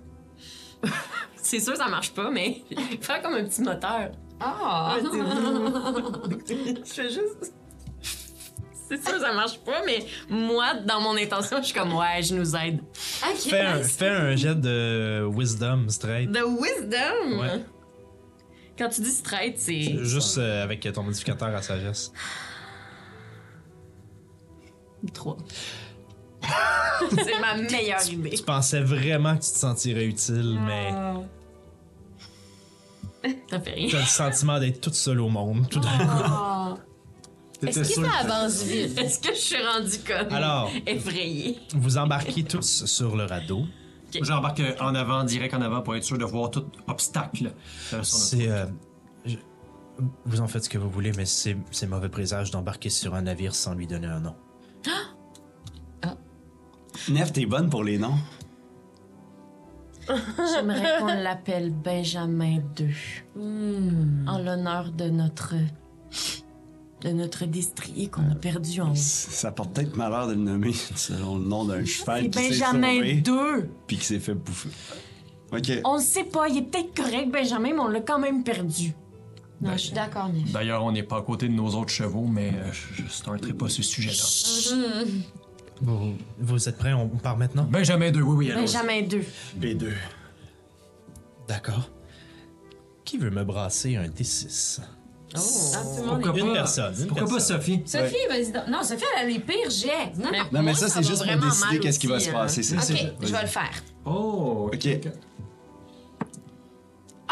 [SPEAKER 1] *laughs* C'est sûr, ça marche pas, mais *laughs* faire comme un petit moteur.
[SPEAKER 4] Ah!
[SPEAKER 1] je fais juste. C'est sûr, ça marche pas, mais moi, dans mon intention, je suis comme, ouais, je nous aide.
[SPEAKER 4] OK.
[SPEAKER 2] Fais un, fais un jet de wisdom straight.
[SPEAKER 1] The wisdom!
[SPEAKER 2] Ouais.
[SPEAKER 1] Quand tu dis straight, c'est.
[SPEAKER 2] Juste euh, avec ton modificateur à sagesse.
[SPEAKER 3] *laughs*
[SPEAKER 1] 3. c'est *laughs* ma meilleure idée.
[SPEAKER 2] Tu pensais vraiment que tu te sentirais utile, mais
[SPEAKER 1] Ça fait rien.
[SPEAKER 2] t'as le sentiment d'être toute seule au monde. tout d'un coup.
[SPEAKER 4] Ah.
[SPEAKER 5] T'étais
[SPEAKER 6] Est-ce
[SPEAKER 5] sûr
[SPEAKER 6] que ça
[SPEAKER 5] que-
[SPEAKER 6] avance vite?
[SPEAKER 1] Est-ce que je suis rendue comme
[SPEAKER 2] Alors,
[SPEAKER 1] effrayée?
[SPEAKER 2] vous embarquez tous sur le radeau.
[SPEAKER 5] J'embarque euh, en avant, direct en avant, pour être sûr de voir tout obstacle. Euh, sur
[SPEAKER 2] C'est. euh, je- vous en faites ce que vous voulez, mais c'est c'est mauvais présage d'embarquer sur un navire sans lui donner un nom.
[SPEAKER 3] Nef, t'es bonne pour les noms.
[SPEAKER 1] J'aimerais qu'on l'appelle Benjamin II. En l'honneur de notre. de notre destrier qu'on a perdu en haut.
[SPEAKER 3] Ça porte peut-être malheur de le nommer *laughs* selon le nom d'un cheval qui s'est
[SPEAKER 1] Benjamin
[SPEAKER 3] sauvé
[SPEAKER 1] II!
[SPEAKER 3] puis qui s'est fait bouffer. Ok.
[SPEAKER 1] On le sait pas, il est peut-être correct, Benjamin, mais on l'a quand même perdu.
[SPEAKER 3] Ben,
[SPEAKER 4] Non, je suis d'accord, Nif.
[SPEAKER 5] notre- D'ailleurs, on n'est pas à côté de nos autres chevaux, mais euh, je ne starterai pas ce sujet-là.
[SPEAKER 4] Mhm.
[SPEAKER 2] Vous, vous êtes prêts On part maintenant
[SPEAKER 5] Benjamin 2, oui,
[SPEAKER 3] ben,
[SPEAKER 5] oui, allons
[SPEAKER 1] Benjamin II.
[SPEAKER 3] B2.
[SPEAKER 2] D'accord. Qui veut me brasser un D6
[SPEAKER 4] Ah, tout le monde
[SPEAKER 5] Pourquoi
[SPEAKER 4] est-
[SPEAKER 5] pas,
[SPEAKER 2] Une personne, une
[SPEAKER 5] pourquoi pas
[SPEAKER 2] personne.
[SPEAKER 5] Sophie?
[SPEAKER 4] Sophie, vas-y donc. Non, Sophie, elle a les pires jets. Non, non.
[SPEAKER 3] Non, mais
[SPEAKER 1] Moi,
[SPEAKER 3] ça,
[SPEAKER 1] ça
[SPEAKER 3] c'est
[SPEAKER 1] va
[SPEAKER 3] juste pour
[SPEAKER 1] vraiment
[SPEAKER 3] décider
[SPEAKER 1] mal
[SPEAKER 3] qu'est-ce qui va
[SPEAKER 1] aussi,
[SPEAKER 3] se
[SPEAKER 1] euh,
[SPEAKER 3] passer. C'est
[SPEAKER 4] OK,
[SPEAKER 3] ça.
[SPEAKER 4] je vais le faire.
[SPEAKER 5] Oh, ok.
[SPEAKER 3] Ok.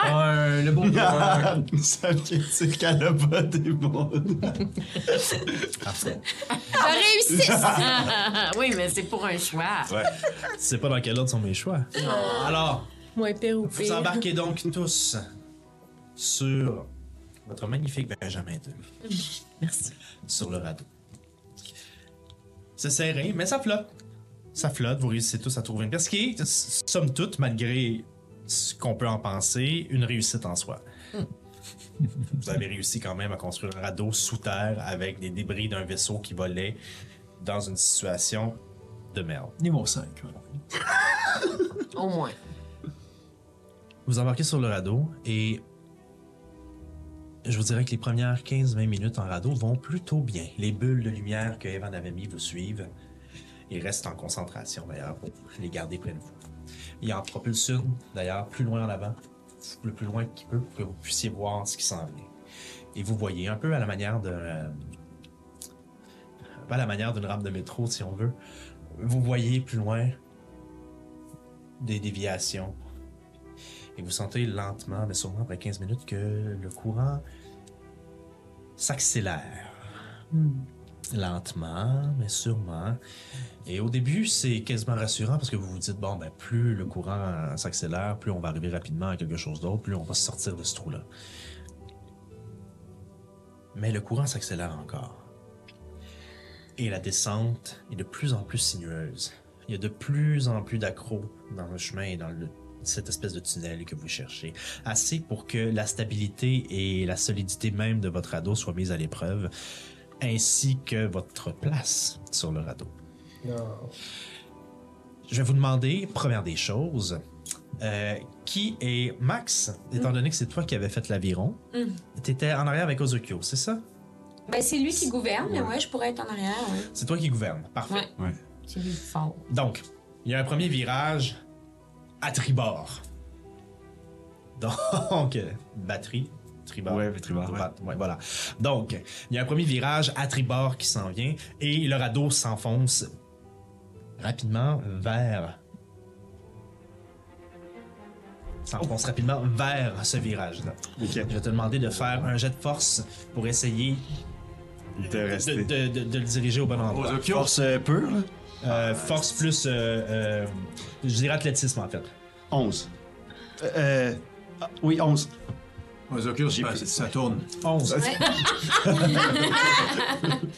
[SPEAKER 5] Euh, le bon. *laughs* euh,
[SPEAKER 3] *laughs* Ça vient c'est qu'elle a pas des bons.
[SPEAKER 6] J'aurais eu six!
[SPEAKER 1] *laughs* Ah, oui, mais c'est pour un choix.
[SPEAKER 2] Tu sais pas dans quel ordre sont mes choix. Alors,
[SPEAKER 6] Moins pire ou
[SPEAKER 2] vous
[SPEAKER 6] pire.
[SPEAKER 2] embarquez donc tous sur votre magnifique Benjamin II,
[SPEAKER 1] Merci.
[SPEAKER 2] sur le radeau. C'est serré, mais ça flotte. Ça flotte, vous réussissez tous à trouver une place ce qui est, s- somme toute, malgré ce qu'on peut en penser, une réussite en soi.
[SPEAKER 3] Hmm.
[SPEAKER 2] vous avez réussi quand même à construire un radeau sous terre avec des débris d'un vaisseau qui volait dans une situation de merde.
[SPEAKER 5] Niveau 5.
[SPEAKER 1] Au moins.
[SPEAKER 2] Vous embarquez sur le radeau et je vous dirais que les premières 15-20 minutes en radeau vont plutôt bien. Les bulles de lumière que Evan avait mis vous suivent. Ils restent en concentration d'ailleurs pour les garder près de vous. Il en propulse une d'ailleurs plus loin en avant, le plus loin qu'il peut pour que vous puissiez voir ce qui s'en vient. Et vous voyez un peu à la manière de... euh, pas à la manière d'une rame de métro si on veut. Vous voyez plus loin des déviations et vous sentez lentement, mais sûrement après 15 minutes, que le courant s'accélère. Lentement, mais sûrement. Et au début, c'est quasiment rassurant parce que vous vous dites, bon, ben, plus le courant euh, s'accélère, plus on va arriver rapidement à quelque chose d'autre, plus on va sortir de ce trou-là. Mais le courant s'accélère encore. Et la descente est de plus en plus sinueuse. Il y a de plus en plus d'accros dans le chemin et dans le cette espèce de tunnel que vous cherchez. Assez pour que la stabilité et la solidité même de votre radeau soient mises à l'épreuve, ainsi que votre place sur le radeau. Je vais vous demander, première des choses, euh, qui est Max, étant donné que c'est toi qui avais fait l'aviron. T'étais en arrière avec Ozokyo, c'est ça?
[SPEAKER 4] Ben, c'est lui qui gouverne, mais ouais, je pourrais être en arrière. ouais.
[SPEAKER 2] C'est toi qui gouverne. Parfait.
[SPEAKER 4] Ouais.
[SPEAKER 3] Ouais.
[SPEAKER 4] C'est lui qui fort.
[SPEAKER 2] Donc, il y a un premier virage à tribord. Donc, euh, batterie, tribord.
[SPEAKER 3] Ouais, tribord,
[SPEAKER 2] Bat- ouais, voilà. Donc, il y a un premier virage à tribord qui s'en vient et le radeau s'enfonce rapidement vers. S'enfonce rapidement vers ce virage-là.
[SPEAKER 3] Ok.
[SPEAKER 2] Je vais te demander de faire un jet de force pour essayer
[SPEAKER 3] De rester.
[SPEAKER 2] de, de- de le diriger au bon endroit.
[SPEAKER 5] Ozokyo,
[SPEAKER 3] Force euh, pure, là.
[SPEAKER 2] Euh, force plus, euh, euh, je dirais athlétisme en fait.
[SPEAKER 3] 11. Euh, euh, ah, oui, 11.
[SPEAKER 5] Ozokyo, ben, ça,
[SPEAKER 3] plus-
[SPEAKER 5] ça tourne.
[SPEAKER 2] 11.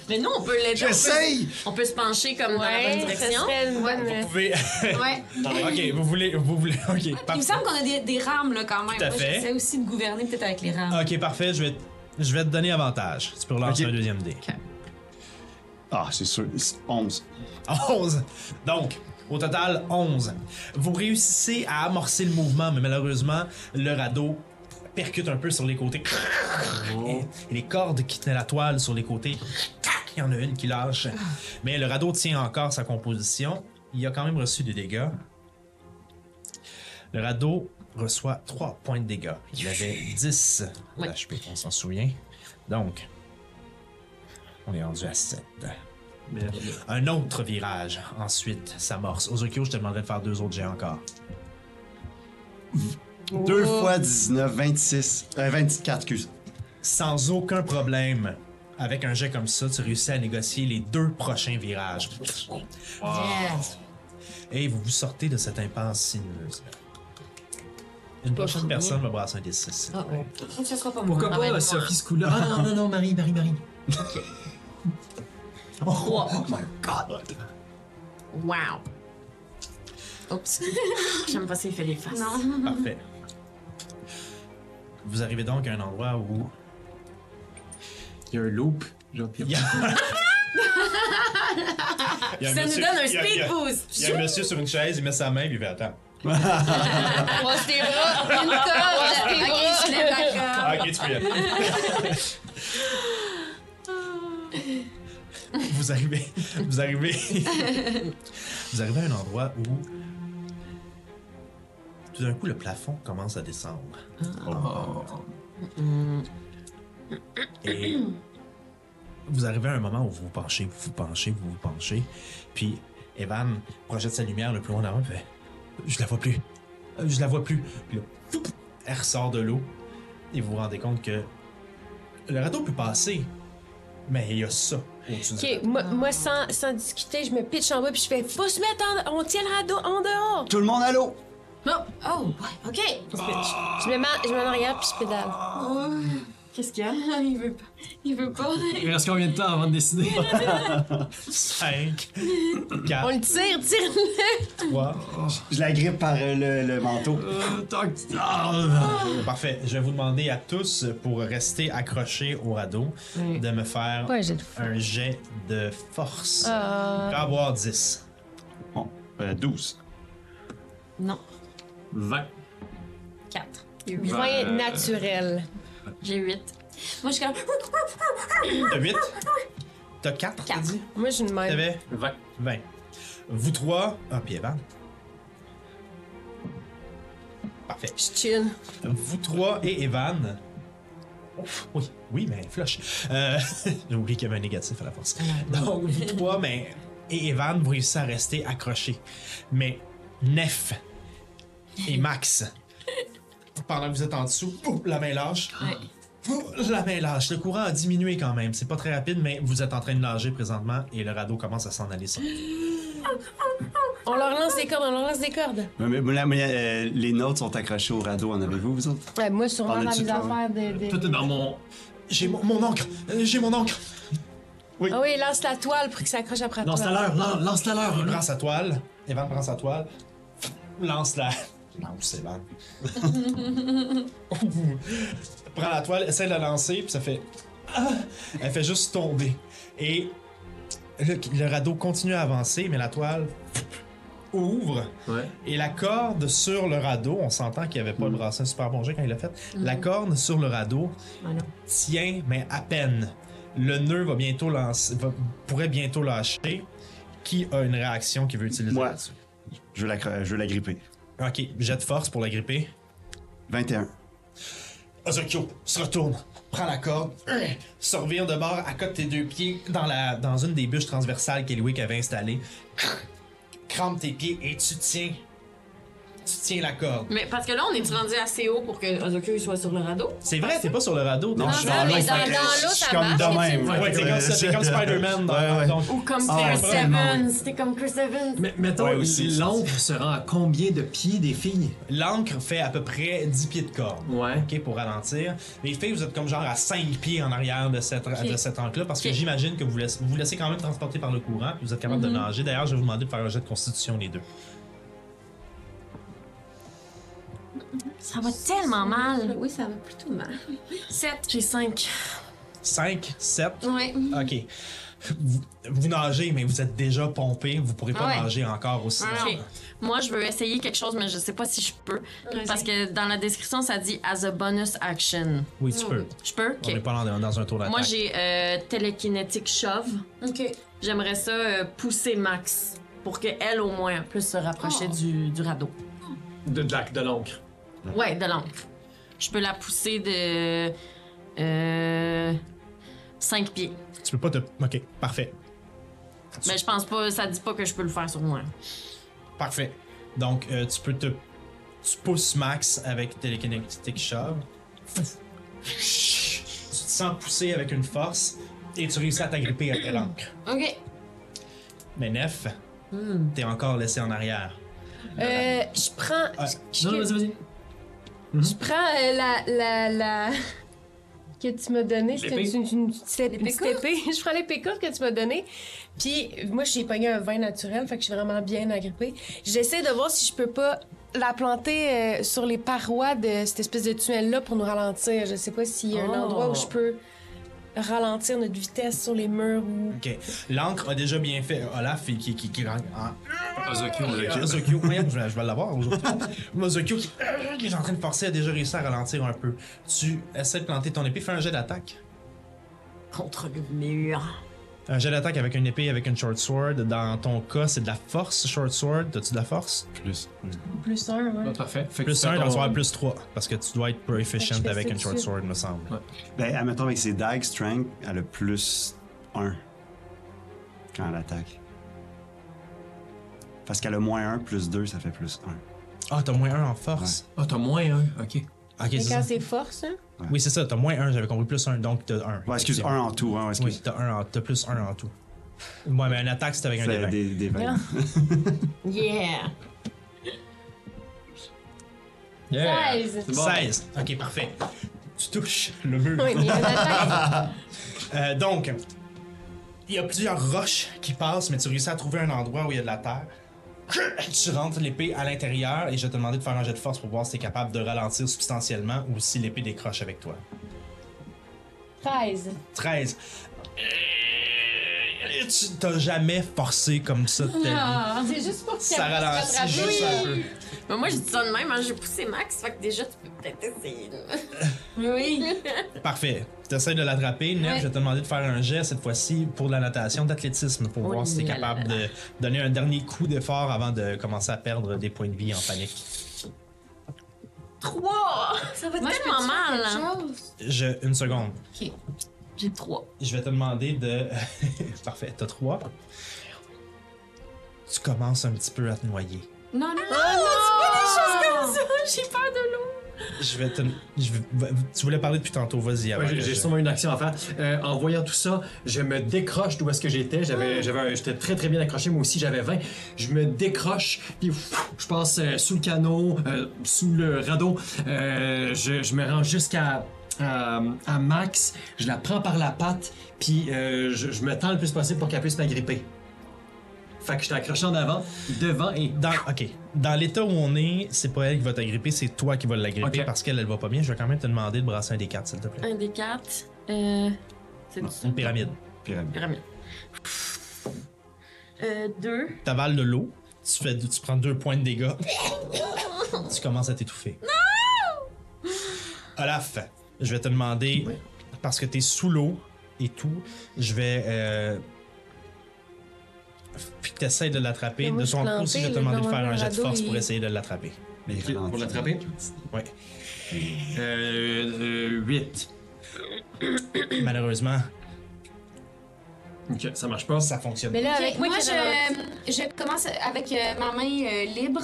[SPEAKER 1] Mais nous, on peut l'aider.
[SPEAKER 3] J'essaye!
[SPEAKER 1] On peut se pencher comme dans la bonne direction.
[SPEAKER 2] Vous pouvez.
[SPEAKER 4] Ouais.
[SPEAKER 2] *laughs* ok, vous voulez. Vous voulez. Ok,
[SPEAKER 4] Il me
[SPEAKER 2] parfait.
[SPEAKER 4] semble qu'on a des, des rames, là, quand même.
[SPEAKER 2] Ah. Tout à
[SPEAKER 4] Moi,
[SPEAKER 2] fait.
[SPEAKER 4] j'essaie aussi de gouverner peut-être avec les rames.
[SPEAKER 2] Ok, parfait. Je vais, je vais te donner avantage. Tu peux relancer
[SPEAKER 3] Ok.
[SPEAKER 2] un deuxième dé.
[SPEAKER 3] Ah, c'est sûr. c'est 11.
[SPEAKER 2] 11. Donc, au total, 11. Vous réussissez à amorcer le mouvement, mais malheureusement, le radeau percute un peu sur les côtés. Et les cordes qui tenaient la toile sur les côtés, tac, il y en a une qui lâche. Mais le radeau tient encore sa composition. Il a quand même reçu des dégâts. Le radeau reçoit 3 points de dégâts. Il avait 10
[SPEAKER 1] Ouais.
[SPEAKER 2] HP, on s'en souvient. Donc, on est rendu à 7. Un autre virage ensuite s'amorce. Ozokyo, je te demanderai de faire deux autres jets encore.
[SPEAKER 3] 2 fois 19, 26. Euh, 24, excuse.
[SPEAKER 2] Sans aucun problème, avec un jet comme ça, tu réussis à négocier les deux prochains virages. Et vous vous sortez de cette impasse sinueuse. Une prochaine personne va brasser un des six.
[SPEAKER 1] hein? Ah, oh.
[SPEAKER 4] Donc, ce sera pas moi.
[SPEAKER 5] Pourquoi
[SPEAKER 1] Ah, ben,
[SPEAKER 5] pas
[SPEAKER 1] moi.
[SPEAKER 5] Sophie Scoula? Ah non, non, non, Marie, Marie, Marie.
[SPEAKER 1] Trois.
[SPEAKER 5] my
[SPEAKER 3] Ah,
[SPEAKER 5] god!
[SPEAKER 1] Wow. *laughs* Oups. J'aime pas s'il fait les faces.
[SPEAKER 4] Non.
[SPEAKER 2] Parfait. Vous arrivez donc à un endroit où
[SPEAKER 5] Il y a un loop. Genre, puis-
[SPEAKER 2] Il y a- *laughs* Il y a
[SPEAKER 1] Ça nous
[SPEAKER 2] monsieur-
[SPEAKER 1] donne un
[SPEAKER 2] il y a- il y
[SPEAKER 1] speed
[SPEAKER 2] a- Il
[SPEAKER 1] boost.
[SPEAKER 2] y a un monsieur sur une chaise, il met sa main, puis il fait Attends.
[SPEAKER 6] Brosse tes bras, une corde, tes
[SPEAKER 4] Ok,
[SPEAKER 6] bras.
[SPEAKER 4] je lève la corde.
[SPEAKER 2] Ah, ok, tu peux y aller. vous arrivez. Vous arrivez. vous arrivez à un endroit où. Tout d'un coup, le plafond commence à descendre. Et. Vous arrivez à un moment où vous vous penchez, vous vous penchez, vous vous penchez. Puis, Evan projette sa lumière le plus loin en avant, puis fait, Je la vois plus. Euh, Je la vois plus. Puis là, foup, elle ressort de l'eau. Et vous vous rendez compte que le radeau peut passer, mais il y a ça au-dessus du
[SPEAKER 6] Ok,
[SPEAKER 2] radeau.
[SPEAKER 6] moi, moi, sans, sans discuter, je me pitche en bas puis je fais Faut se mettre en. On tient le radeau en dehors!
[SPEAKER 3] Tout le monde à l'eau!
[SPEAKER 4] Oh, ouais, ok.
[SPEAKER 2] Ah.
[SPEAKER 6] Je me mets, en- je me mets en arrière puis je pédale.
[SPEAKER 4] *laughs*
[SPEAKER 1] Qu'est-ce qu'il y a?
[SPEAKER 4] Il veut pas. Il veut pas.
[SPEAKER 5] Il reste combien de temps avant de *laughs* décider?
[SPEAKER 2] 5,
[SPEAKER 6] On
[SPEAKER 2] 4,
[SPEAKER 6] le tire, tire
[SPEAKER 2] 3.
[SPEAKER 3] Je la grippe par euh, le, le manteau.
[SPEAKER 5] Euh, tant que- Ah!
[SPEAKER 2] Parfait. Je vais vous demander à tous, pour rester accrochés au radeau, de me faire
[SPEAKER 6] Ouais, j'ai
[SPEAKER 2] un jet de force. Il
[SPEAKER 6] euh,
[SPEAKER 2] va avoir 10.
[SPEAKER 3] Bon, euh, 12.
[SPEAKER 1] Non.
[SPEAKER 5] 20.
[SPEAKER 1] Quatre. J'ai huit.
[SPEAKER 5] Ben,
[SPEAKER 6] Vin
[SPEAKER 5] euh,
[SPEAKER 6] naturel.
[SPEAKER 1] J'ai huit.
[SPEAKER 4] Moi, je suis comme.
[SPEAKER 2] T'as 8? T'as 4, t'as
[SPEAKER 4] Quatre.
[SPEAKER 2] dit?
[SPEAKER 6] Moi, j'ai une même.
[SPEAKER 2] T'avais
[SPEAKER 5] 20.
[SPEAKER 2] 20. Vous trois. Ah, puis Evan. Parfait.
[SPEAKER 6] Je chill.
[SPEAKER 2] Vous trois et Evan. Oui, oui, mais flush. Euh, *laughs* J'ai oublié qu'il y avait un négatif à la force. Donc, vous trois, mais. Et Evan, vous réussissez à rester accrochés. Mais Nef et Max, pendant que vous êtes en dessous, pouf, la main lâche. Pouf, La main lâche. Le courant a diminué quand même. C'est pas très rapide, mais vous êtes en train de nager présentement et le radeau commence à s'en aller. sur-
[SPEAKER 6] On leur lance des cordes, on leur lance des cordes.
[SPEAKER 3] Mais- mais- mais- mais, euh, les notes sont accrochées au radeau. En avez-vous, vous autres?
[SPEAKER 6] Ouais, moi, sûrement
[SPEAKER 3] Parle-tu
[SPEAKER 6] dans mes
[SPEAKER 3] de toi,
[SPEAKER 6] affaires de. de-
[SPEAKER 5] Tout est dans mon.
[SPEAKER 2] J'ai mon, mon encre! Euh, J'ai mon encre!
[SPEAKER 6] Ah oui, lance la toile pour que ça accroche après toi.
[SPEAKER 5] Lance la leur, lan- lance la leur.
[SPEAKER 2] Il prend sa toile. Evan prend sa toile. Lance la. Lance Evan. prend la toile, essaie de la lancer, puis ça fait. Ah! Elle fait juste tomber. Et le, le radeau continue à avancer, mais la toile ouvre.
[SPEAKER 5] Ouais.
[SPEAKER 2] Et la corde sur le radeau, on s'entend qu'il avait pas le brassin super bon jet quand il l'a fait. La corde sur le radeau tient, mais à peine. Le nœud va bientôt lancer, va- pourrait bientôt lâcher. Qui a une réaction qui veut utiliser
[SPEAKER 3] Moi.
[SPEAKER 2] là-dessus?
[SPEAKER 3] Je veux la, cra- je veux la gripper.
[SPEAKER 2] Ok, jet de force pour la gripper.
[SPEAKER 3] 21.
[SPEAKER 2] Ozokyo se retourne, prend la corde, euh, se revire de bord, accote tes deux pieds dans, la, dans une des bûches transversales qu'Eliwick avait *coughs* installée. Crampe tes pieds et tu tiens. Tu tiens la corde.
[SPEAKER 1] Mais parce que là, on est rendu assez haut pour que Ozokyo soit sur le radeau.
[SPEAKER 2] C'est vrai, t'es pas sur le radeau. t'es-
[SPEAKER 3] Non, je suis dans
[SPEAKER 4] mais
[SPEAKER 3] l'eau.
[SPEAKER 4] dans-
[SPEAKER 3] fait que
[SPEAKER 4] dans
[SPEAKER 3] je
[SPEAKER 4] l'eau,
[SPEAKER 3] suis
[SPEAKER 4] ça
[SPEAKER 3] comme
[SPEAKER 4] marche,
[SPEAKER 3] de
[SPEAKER 4] mais
[SPEAKER 3] même.
[SPEAKER 4] tu-
[SPEAKER 2] Ouais, t'es comme, ça,
[SPEAKER 3] *laughs*
[SPEAKER 2] t'es comme Spider-Man. dans-
[SPEAKER 3] Ouais, ouais.
[SPEAKER 2] donc-
[SPEAKER 1] Ou comme
[SPEAKER 3] Ah,
[SPEAKER 1] Chris
[SPEAKER 3] ouais, vraiment,
[SPEAKER 1] Evans. C'était comme Chris Evans.
[SPEAKER 5] Mais mettons,
[SPEAKER 3] Ouais, aussi, ça,
[SPEAKER 5] l'encre se rend à combien de pieds des filles
[SPEAKER 2] L'encre fait à peu près 10 pieds de corde.
[SPEAKER 5] Ouais.
[SPEAKER 2] OK, pour ralentir. Les filles, vous êtes comme genre à 5 pieds en arrière de cette, de cette encre-là parce que
[SPEAKER 1] Ok.
[SPEAKER 2] j'imagine que vous laissez, vous laissez quand même transporter par le courant puis vous êtes capable de nager. D'ailleurs, je vais vous demander de faire un jet de constitution, les deux.
[SPEAKER 1] Ça va tellement mal.
[SPEAKER 4] Oui, ça va plutôt mal.
[SPEAKER 1] 7. J'ai 5.
[SPEAKER 2] 5, 7.
[SPEAKER 4] Ouais.
[SPEAKER 2] OK. Vous, vous nagez, mais vous êtes déjà pompé. Vous pourrez pas
[SPEAKER 4] Ah ouais.
[SPEAKER 2] nager encore aussi.
[SPEAKER 1] Ok.
[SPEAKER 2] longtemps.
[SPEAKER 1] Moi, je veux essayer quelque chose, mais je sais pas si je peux. Parce que dans la description, ça dit as a bonus action.
[SPEAKER 2] Oui, tu peux.
[SPEAKER 1] Je peux?
[SPEAKER 2] On n'est
[SPEAKER 1] Ok.
[SPEAKER 2] pas dans, dans un tour d'attaque.
[SPEAKER 1] Moi, j'ai euh, télékinétique shove.
[SPEAKER 4] OK.
[SPEAKER 1] J'aimerais ça euh, pousser Max pour qu'elle, au moins, puisse se rapprocher
[SPEAKER 4] Oh.
[SPEAKER 1] du, du radeau.
[SPEAKER 5] De, de, la- de l'encre.
[SPEAKER 1] Ouais, de l'encre. Je peux la pousser de. Euh, 5 pieds.
[SPEAKER 2] Tu peux pas te... OK, parfait.
[SPEAKER 1] Mais je pense pas, ça dit pas que je peux le faire sur moi.
[SPEAKER 2] Parfait. Donc, euh, tu peux te. Tu pousses Max avec télékinétique shove. Tu te sens pousser avec une force et tu réussis à t'agripper après l'encre.
[SPEAKER 4] OK.
[SPEAKER 2] Mais Nef, t'es encore laissé en arrière.
[SPEAKER 6] Euh, je prends.
[SPEAKER 2] Ah,
[SPEAKER 6] je-
[SPEAKER 5] Non, non, vas-y, vas-y.
[SPEAKER 6] Je prends euh, la, la, la... *laughs* que tu m'as donnée. C'est
[SPEAKER 5] L'épée.
[SPEAKER 6] une, une, une petite une
[SPEAKER 4] L'épée
[SPEAKER 6] petite épée. *laughs* Je prends l'épée courte que tu m'as donnée. Puis moi, j'ai pogné un vin naturel, fait que je suis vraiment bien agrippée. J'essaie de voir si je peux pas la planter euh, sur les parois de cette espèce de tunnel-là pour nous ralentir. Je sais pas s'il y a
[SPEAKER 1] Oh.
[SPEAKER 6] un endroit où je peux ralentir notre vitesse sur les murs ou...
[SPEAKER 2] Ok. L'encre a déjà bien fait. Olaf, qui. qui, qui, qui en- en-
[SPEAKER 5] Ozokyo, Ozokyo.
[SPEAKER 2] Ozokyo, voyons, je vais, je vais l'avoir aujourd'hui. Ozokyo qui, euh, qui est en train de forcer a déjà réussi à ralentir un peu. Tu essaies de planter ton épée, fais un jet d'attaque.
[SPEAKER 1] Contre le mur.
[SPEAKER 2] Un jet d'attaque avec une épée, avec une short sword. Dans ton cas, c'est de la force, short sword. T'as-tu de la force?
[SPEAKER 5] Plus.
[SPEAKER 6] Plus un, ouais.
[SPEAKER 5] Ah, parfait. Fait que
[SPEAKER 2] Plus
[SPEAKER 5] tu
[SPEAKER 2] 1,
[SPEAKER 5] fais
[SPEAKER 2] il va
[SPEAKER 5] ton-
[SPEAKER 2] avoir plus 3. Parce que tu dois être peu
[SPEAKER 6] Fait
[SPEAKER 2] efficient
[SPEAKER 6] que je fais
[SPEAKER 2] avec
[SPEAKER 6] ça
[SPEAKER 2] une short
[SPEAKER 6] dessus.
[SPEAKER 2] sword, me semble.
[SPEAKER 3] Ben, admettons, avec ses dagues, strength, elle a plus 1 quand elle attaque. Parce qu'elle a moins 1, plus 2, ça fait plus 1.
[SPEAKER 2] Ah, t'as moins 1 en force.
[SPEAKER 5] Ah, t'as moins un. Ok.
[SPEAKER 2] Ok, c'est
[SPEAKER 6] Mais
[SPEAKER 2] ça.
[SPEAKER 6] quand c'est force, hein?
[SPEAKER 2] Oui, c'est ça, t'as moins 1, j'avais compris plus 1, donc t'as 1.
[SPEAKER 3] Ouais, excuse, 1 en tout. Hein, ouais,
[SPEAKER 2] Oui,
[SPEAKER 3] excuse.
[SPEAKER 2] t'as un en- t'as plus 1 en tout. Ouais, mais une attaque, c'est avec un
[SPEAKER 3] C'est
[SPEAKER 2] des
[SPEAKER 3] des, des vingt.
[SPEAKER 1] Yeah!
[SPEAKER 5] Yeah.
[SPEAKER 6] 16.
[SPEAKER 5] C'est bon.
[SPEAKER 2] 16. Ok, parfait. Tu touches le mur.
[SPEAKER 6] Oui, mais il y en a
[SPEAKER 2] *laughs* Euh, donc, il y a plusieurs roches qui passent, mais tu réussis à trouver un endroit où il y a de la terre. *coughs* Tu rentres l'épée à l'intérieur et je vais te demander de faire un jet de force pour voir si t'es capable de ralentir substantiellement ou si l'épée décroche avec toi.
[SPEAKER 6] 13.
[SPEAKER 2] 13. Et Euh, tu t'as jamais forcé comme ça de
[SPEAKER 6] Ah.
[SPEAKER 2] ta vie.
[SPEAKER 7] Ah, C'est juste pour que
[SPEAKER 2] Ça
[SPEAKER 7] quelqu'un se
[SPEAKER 2] ralentit
[SPEAKER 7] rattrape.
[SPEAKER 2] juste un peu.
[SPEAKER 1] Mais moi, je dis ça de même, hein, j'ai poussé Max, fait que déjà, tu peux peut-être essayer. là.
[SPEAKER 4] Oui.
[SPEAKER 2] Parfait. T'essayes de l'attraper. Neb,
[SPEAKER 7] Ouais.
[SPEAKER 2] je vais te demander de faire un jet cette fois-ci pour de la natation d'athlétisme pour
[SPEAKER 1] Oh
[SPEAKER 2] voir si t'es
[SPEAKER 1] là là
[SPEAKER 2] capable de donner un dernier coup d'effort avant de commencer à perdre des points de vie en panique.
[SPEAKER 1] Trois! Ça va
[SPEAKER 7] Moi, je peux
[SPEAKER 1] tellement
[SPEAKER 7] faire
[SPEAKER 1] mal,
[SPEAKER 7] quelque
[SPEAKER 1] hein.
[SPEAKER 7] chose?
[SPEAKER 2] Je, une seconde.
[SPEAKER 1] J'ai trois.
[SPEAKER 2] Je vais te demander de. *laughs* Parfait, t'as trois. Tu commences un petit peu à te noyer.
[SPEAKER 4] Non, non, non.
[SPEAKER 1] J'ai peur de l'eau.
[SPEAKER 2] Je vais te. je vais- va- Tu voulais parler depuis tantôt, vas-y. avant
[SPEAKER 5] Ouais, j'ai-
[SPEAKER 2] que
[SPEAKER 5] j'ai
[SPEAKER 2] Ah je-
[SPEAKER 5] sûrement une action à faire. Euh, en voyant tout ça, je me décroche d'où est-ce que j'étais. J'avais, j'avais un- j'étais très très bien accroché, moi aussi j'avais 20. Je me décroche, puis pff, je passe euh, sous le canot, euh, sous le radeau. Euh, je, je me rends jusqu'à à, à Max. Je la prends par la patte, puis euh, je, je me tends le plus possible pour qu'elle puisse m'agripper. Fait que je t'accroche en avant, devant et
[SPEAKER 2] Dans, ok. Dans l'état où on est, c'est pas elle qui va t'agripper, c'est toi qui vas l'agripper
[SPEAKER 5] Ok.
[SPEAKER 2] parce qu'elle, elle va pas bien. Je vais quand même te demander de brasser un des cartes, s'il te plaît.
[SPEAKER 1] Un des quatre. Euh. C'est
[SPEAKER 2] Une pyramide.
[SPEAKER 3] Pyramide.
[SPEAKER 1] Pyramide. Euh, deux.
[SPEAKER 2] T'avales de l'eau, tu, fais, tu prends deux points de dégâts. tu commences à t'étouffer. Non! Olaf, je vais te demander, parce que t'es sous l'eau et tout, je vais. euh, puis que t'essayes de l'attraper.
[SPEAKER 6] Mais moi,
[SPEAKER 2] De
[SPEAKER 6] je suis
[SPEAKER 2] son coup, aussi, je vais te
[SPEAKER 6] plantée,
[SPEAKER 2] demander
[SPEAKER 6] Ben là,
[SPEAKER 2] de
[SPEAKER 6] dans
[SPEAKER 2] faire
[SPEAKER 6] le
[SPEAKER 2] un jet de
[SPEAKER 6] radeau,
[SPEAKER 2] force pour
[SPEAKER 6] il-
[SPEAKER 2] essayer de l'attraper.
[SPEAKER 3] Mais
[SPEAKER 5] Ok, pour
[SPEAKER 3] ralentis.
[SPEAKER 5] l'attraper?
[SPEAKER 2] Ouais.
[SPEAKER 5] Euh, 8.
[SPEAKER 2] Malheureusement,
[SPEAKER 5] Ok, ça marche pas.
[SPEAKER 2] ça fonctionne.
[SPEAKER 6] Mais là,
[SPEAKER 7] Ok,
[SPEAKER 6] avec
[SPEAKER 7] moi,
[SPEAKER 6] moi, qui ralentis-
[SPEAKER 7] je, je commence avec euh, ma main euh, libre.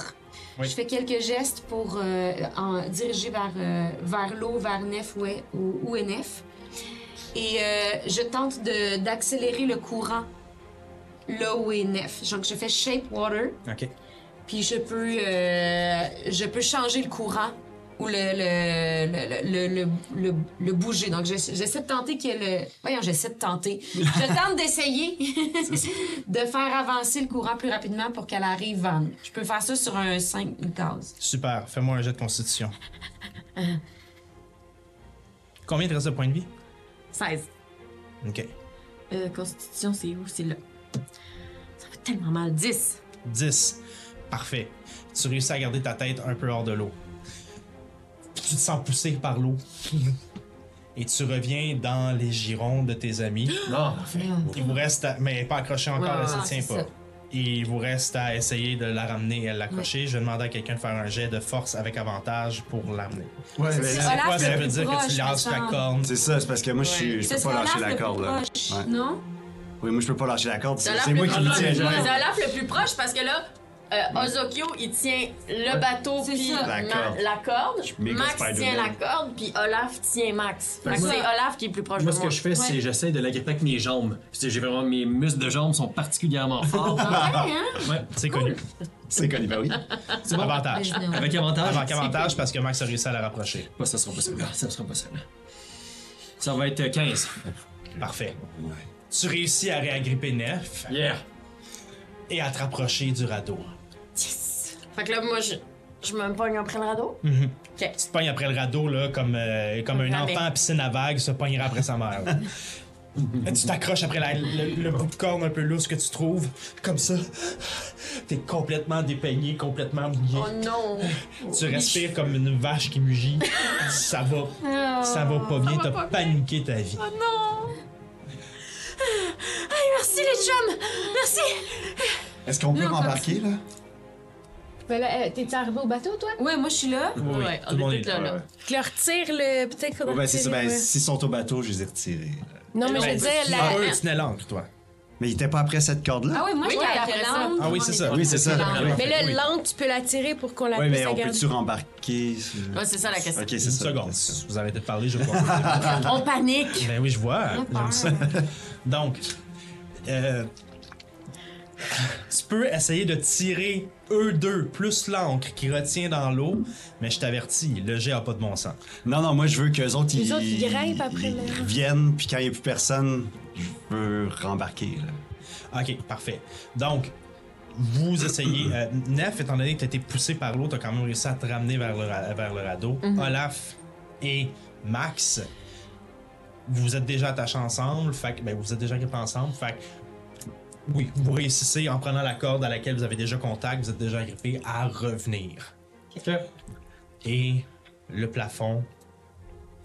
[SPEAKER 2] Oui.
[SPEAKER 7] Je fais quelques gestes pour euh, en diriger vers, euh, vers l'eau, vers Nef ou, ou, ou NF. Et euh, je tente de- d'accélérer le courant là où est Nef. Donc, je fais Shape Water,
[SPEAKER 2] Ok.
[SPEAKER 7] puis je peux, euh, je peux changer le courant ou le, le, le, le, le- le- le bouger. Donc, je- j'essaie de tenter que le... Voyons, j'essaie de tenter. Je tente
[SPEAKER 3] *laughs*
[SPEAKER 7] d'essayer de faire avancer le courant plus rapidement pour qu'elle arrive en... Je peux faire ça sur un 5 une case.
[SPEAKER 2] Super, fais-moi un jet de constitution.
[SPEAKER 6] Euh.
[SPEAKER 2] Combien te reste de points de vie?
[SPEAKER 1] 16.
[SPEAKER 2] Ok.
[SPEAKER 1] Euh, constitution, c'est où? C'est là. Ça fait tellement mal. 10.
[SPEAKER 2] 10. Parfait. Tu réussis à garder ta tête un peu hors de l'eau. Puis Tu te sens poussé par l'eau. *laughs* Et tu reviens dans les girons de
[SPEAKER 7] *gasps*
[SPEAKER 2] tes amis.
[SPEAKER 5] Non, parfait.
[SPEAKER 2] Il vous reste à... Mais elle est pas accrochée encore,
[SPEAKER 1] Ouais,
[SPEAKER 2] elle se
[SPEAKER 7] ouais,
[SPEAKER 2] tient
[SPEAKER 7] Ah, c'est
[SPEAKER 2] pas.
[SPEAKER 7] ça.
[SPEAKER 2] Il vous reste à essayer de la ramener et à l'accrocher. Je vais demander à quelqu'un de faire un jet de force avec avantage pour l'amener.
[SPEAKER 5] Ouais, mais
[SPEAKER 7] C'est
[SPEAKER 5] là-
[SPEAKER 7] ça. Olaf,
[SPEAKER 2] Quoi,
[SPEAKER 7] le
[SPEAKER 2] ça veut
[SPEAKER 7] plus
[SPEAKER 2] dire que
[SPEAKER 7] proche,
[SPEAKER 2] tu lances
[SPEAKER 7] me
[SPEAKER 2] ta
[SPEAKER 7] semble.
[SPEAKER 2] corne.
[SPEAKER 3] ben, C'est ça, c'est parce que moi, je, suis- je
[SPEAKER 7] Ce
[SPEAKER 3] peux
[SPEAKER 7] serait
[SPEAKER 3] pas lâcher
[SPEAKER 7] Olaf
[SPEAKER 3] la
[SPEAKER 7] le plus
[SPEAKER 3] corde. Là.
[SPEAKER 7] proche,
[SPEAKER 3] Ouais.
[SPEAKER 7] Non?
[SPEAKER 3] Oui, moi, je peux pas lâcher la corde.
[SPEAKER 1] C'est
[SPEAKER 3] C'est
[SPEAKER 1] Olaf
[SPEAKER 3] c'est
[SPEAKER 1] le
[SPEAKER 3] moi
[SPEAKER 1] plus
[SPEAKER 3] qui le
[SPEAKER 1] proche.
[SPEAKER 3] tiens.
[SPEAKER 1] C'est
[SPEAKER 5] Ouais.
[SPEAKER 1] Olaf le plus proche parce que là, euh, Ozokyo, il tient le bateau
[SPEAKER 7] C'est
[SPEAKER 1] puis
[SPEAKER 7] ça.
[SPEAKER 1] Ma-
[SPEAKER 3] La corde.
[SPEAKER 1] la corde.
[SPEAKER 3] suis méga
[SPEAKER 1] Max tient
[SPEAKER 3] Spider-Man.
[SPEAKER 1] la corde puis Olaf tient Max. Fait
[SPEAKER 5] Fait
[SPEAKER 1] que
[SPEAKER 5] que moi-
[SPEAKER 1] c'est Olaf qui est plus proche
[SPEAKER 5] Moi,
[SPEAKER 1] de
[SPEAKER 5] ce
[SPEAKER 1] moi.
[SPEAKER 5] que Ah, je fais, c'est j'essaie de l'agripper avec mes jambes. C'est- J'ai vraiment mes muscles de jambes sont particulièrement forts. *laughs*
[SPEAKER 1] Hein?
[SPEAKER 5] ouais,
[SPEAKER 2] C'est connu.
[SPEAKER 3] C'est connu, ben oui.
[SPEAKER 7] Ah,
[SPEAKER 5] c'est bon.
[SPEAKER 2] Avantage.
[SPEAKER 5] Avec avantage.
[SPEAKER 2] Avec avantage parce que Max a réussi à la rapprocher.
[SPEAKER 5] Pas, ça sera possible. Ah, Ça sera possible. Ça va être euh, 15.
[SPEAKER 2] Parfait. Tu réussis à réagripper Nerf
[SPEAKER 5] Yeah.
[SPEAKER 2] et à te rapprocher du radeau.
[SPEAKER 1] Fait que là, moi, je, je me pogne après le radeau.
[SPEAKER 2] Tu te pognes après le radeau, là, comme, euh, comme un
[SPEAKER 1] Jamais.
[SPEAKER 2] enfant à piscine à vague se pognera après sa
[SPEAKER 3] *laughs*
[SPEAKER 2] mère. là. tu t'accroches après la- le, le bout de corne un peu lousse que tu trouves, comme ça. T'es complètement dépeigné, complètement mouillé.
[SPEAKER 1] Oh non!
[SPEAKER 2] tu respires comme une vache qui mugit. ça va. Ça va pas bien. T'as paniqué ta vie.
[SPEAKER 1] Merci les chums! Merci!
[SPEAKER 3] Est-ce qu'on peut
[SPEAKER 1] Non, comme
[SPEAKER 3] m'embarquer, là?
[SPEAKER 6] Mais là, euh, t'es arrivé au bateau, toi?
[SPEAKER 7] Ouais, moi je suis là.
[SPEAKER 2] Oui, oui,
[SPEAKER 1] Ouais,
[SPEAKER 2] tout le
[SPEAKER 1] on
[SPEAKER 2] monde
[SPEAKER 1] est
[SPEAKER 2] est
[SPEAKER 1] tous là,
[SPEAKER 3] Ouais,
[SPEAKER 1] là.
[SPEAKER 3] ouais.
[SPEAKER 6] Je leur retire le. Peut-être qu'on
[SPEAKER 3] Oh, ben, c'est ça. Ben,
[SPEAKER 6] retirer, ouais.
[SPEAKER 3] s'ils sont au bateau, je les ai retirés.
[SPEAKER 6] Non, mais je veux
[SPEAKER 2] Ben,
[SPEAKER 6] dire,
[SPEAKER 2] ah,
[SPEAKER 6] la.
[SPEAKER 2] eux, tu n'es l'encre, toi.
[SPEAKER 3] Mais ils étaient pas après cette corde-là?
[SPEAKER 7] Ah oui, moi
[SPEAKER 1] Oui,
[SPEAKER 7] je suis
[SPEAKER 1] après
[SPEAKER 7] après
[SPEAKER 1] ça.
[SPEAKER 7] l'angle.
[SPEAKER 2] Ah oui, c'est ça.
[SPEAKER 3] Oui, c'est ça.
[SPEAKER 2] Oui.
[SPEAKER 6] Mais là,
[SPEAKER 2] Oui.
[SPEAKER 6] l'angle, tu peux la tirer pour qu'on la
[SPEAKER 3] Oui,
[SPEAKER 6] puisse
[SPEAKER 3] mais on
[SPEAKER 6] agarrer.
[SPEAKER 3] peut-tu rembarquer? sur-
[SPEAKER 1] Ouais, c'est ça la question.
[SPEAKER 3] Ok, c'est
[SPEAKER 2] Une
[SPEAKER 3] ça.
[SPEAKER 2] seconde. Si Vous arrêtez de parler, je
[SPEAKER 3] *laughs*
[SPEAKER 2] crois.
[SPEAKER 1] On panique!
[SPEAKER 2] Ben oui, je vois. J'aime ça. *laughs* Donc, euh, tu peux essayer de tirer eux deux plus l'encre qui retient dans l'eau, mais je t'avertis, le jet a pas de bon sens.
[SPEAKER 3] Non, non, moi, je veux qu'eux autres,
[SPEAKER 6] Les
[SPEAKER 3] ils.
[SPEAKER 6] autres, ils grimpent après
[SPEAKER 3] Ils
[SPEAKER 6] le-
[SPEAKER 3] reviennent, puis quand il n'y a plus personne, je veux rembarquer, là.
[SPEAKER 2] Ok, parfait. Donc, vous essayez. euh, Nef, étant donné que tu été poussé par l'eau, tu as quand même réussi à te ramener vers le, ra- vers le radeau. Olaf et Max, vous vous êtes déjà attachés ensemble, fait que, ben, vous vous êtes déjà grippés ensemble, fait que Oui, vous réussissez en prenant la corde à laquelle vous avez déjà contact, vous êtes déjà arrivé à revenir.
[SPEAKER 5] Ok.
[SPEAKER 2] Et le plafond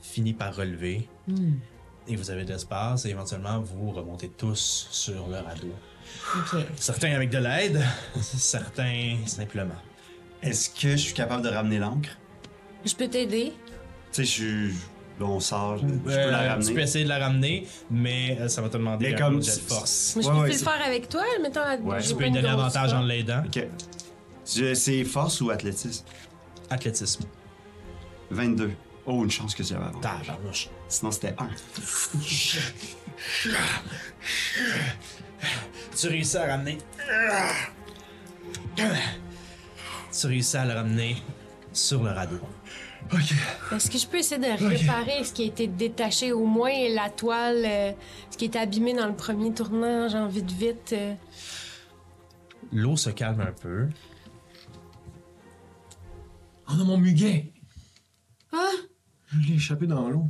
[SPEAKER 2] finit par relever. Et vous avez de l'espace et éventuellement vous remontez tous sur le radeau. Certains avec de l'aide, certains simplement.
[SPEAKER 3] Est-ce que je suis capable de ramener l'ancre?
[SPEAKER 6] Je peux t'aider?
[SPEAKER 3] Tu sais, je suis. Bon, on sort, je peux
[SPEAKER 2] Euh,
[SPEAKER 3] la
[SPEAKER 2] tu peux
[SPEAKER 3] ramener.
[SPEAKER 2] essayer de la ramener, mais euh, ça va te demander
[SPEAKER 3] Mais
[SPEAKER 2] un
[SPEAKER 3] comme-
[SPEAKER 2] jet de force.
[SPEAKER 6] Mais je
[SPEAKER 3] Ouais,
[SPEAKER 6] peux
[SPEAKER 3] ouais,
[SPEAKER 6] le
[SPEAKER 3] c'est-
[SPEAKER 6] faire avec toi, mettons. à-
[SPEAKER 3] Ouais.
[SPEAKER 6] j'ai
[SPEAKER 2] Tu
[SPEAKER 6] pas
[SPEAKER 2] peux lui
[SPEAKER 6] une
[SPEAKER 2] donner
[SPEAKER 6] grosse
[SPEAKER 2] avantage en
[SPEAKER 6] force.
[SPEAKER 2] l'aidant.
[SPEAKER 3] Ok. Je- C'est force ou athlétisme?
[SPEAKER 2] Athlétisme.
[SPEAKER 3] 22. Oh, une chance que j'avais avant.
[SPEAKER 2] Tabarnouche.
[SPEAKER 3] Sinon, c'était 1.
[SPEAKER 2] Tu réussis à ramener. Tu réussis à le ramener sur le radeau.
[SPEAKER 6] Est-ce que je peux essayer de réparer ce qui a été détaché, au moins la toile, euh, ce qui était abîmé dans le premier tournant, genre vite, vite? euh,
[SPEAKER 2] L'eau se calme un peu.
[SPEAKER 5] Oh non, mon muguet! Hein?
[SPEAKER 7] Ah!
[SPEAKER 5] Je l'ai échappé dans l'eau.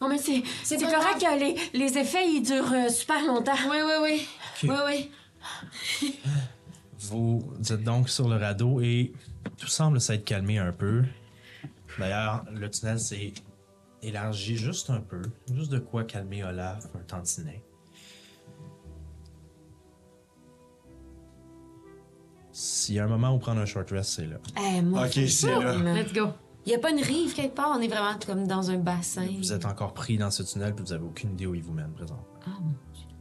[SPEAKER 1] Oh, mais c'est c'est
[SPEAKER 7] pas
[SPEAKER 1] correct, euh, les, les effets, ils durent euh, super longtemps.
[SPEAKER 7] Oui, oui, oui. Oui, oui.
[SPEAKER 2] Vous êtes donc sur le radeau et tout semble s'être calmé un peu. D'ailleurs, le tunnel s'est élargi juste un peu, juste de quoi calmer Olaf un tantinet. S'il y a un moment où prendre un short rest, c'est là.
[SPEAKER 4] Eh, moi,
[SPEAKER 3] Ok, c'est là.
[SPEAKER 1] Let's go.
[SPEAKER 4] Il n'y a pas une rive quelque part, on est vraiment comme dans un bassin.
[SPEAKER 2] Vous êtes encore pris dans ce tunnel puis vous avez aucune idée où il vous mène présent.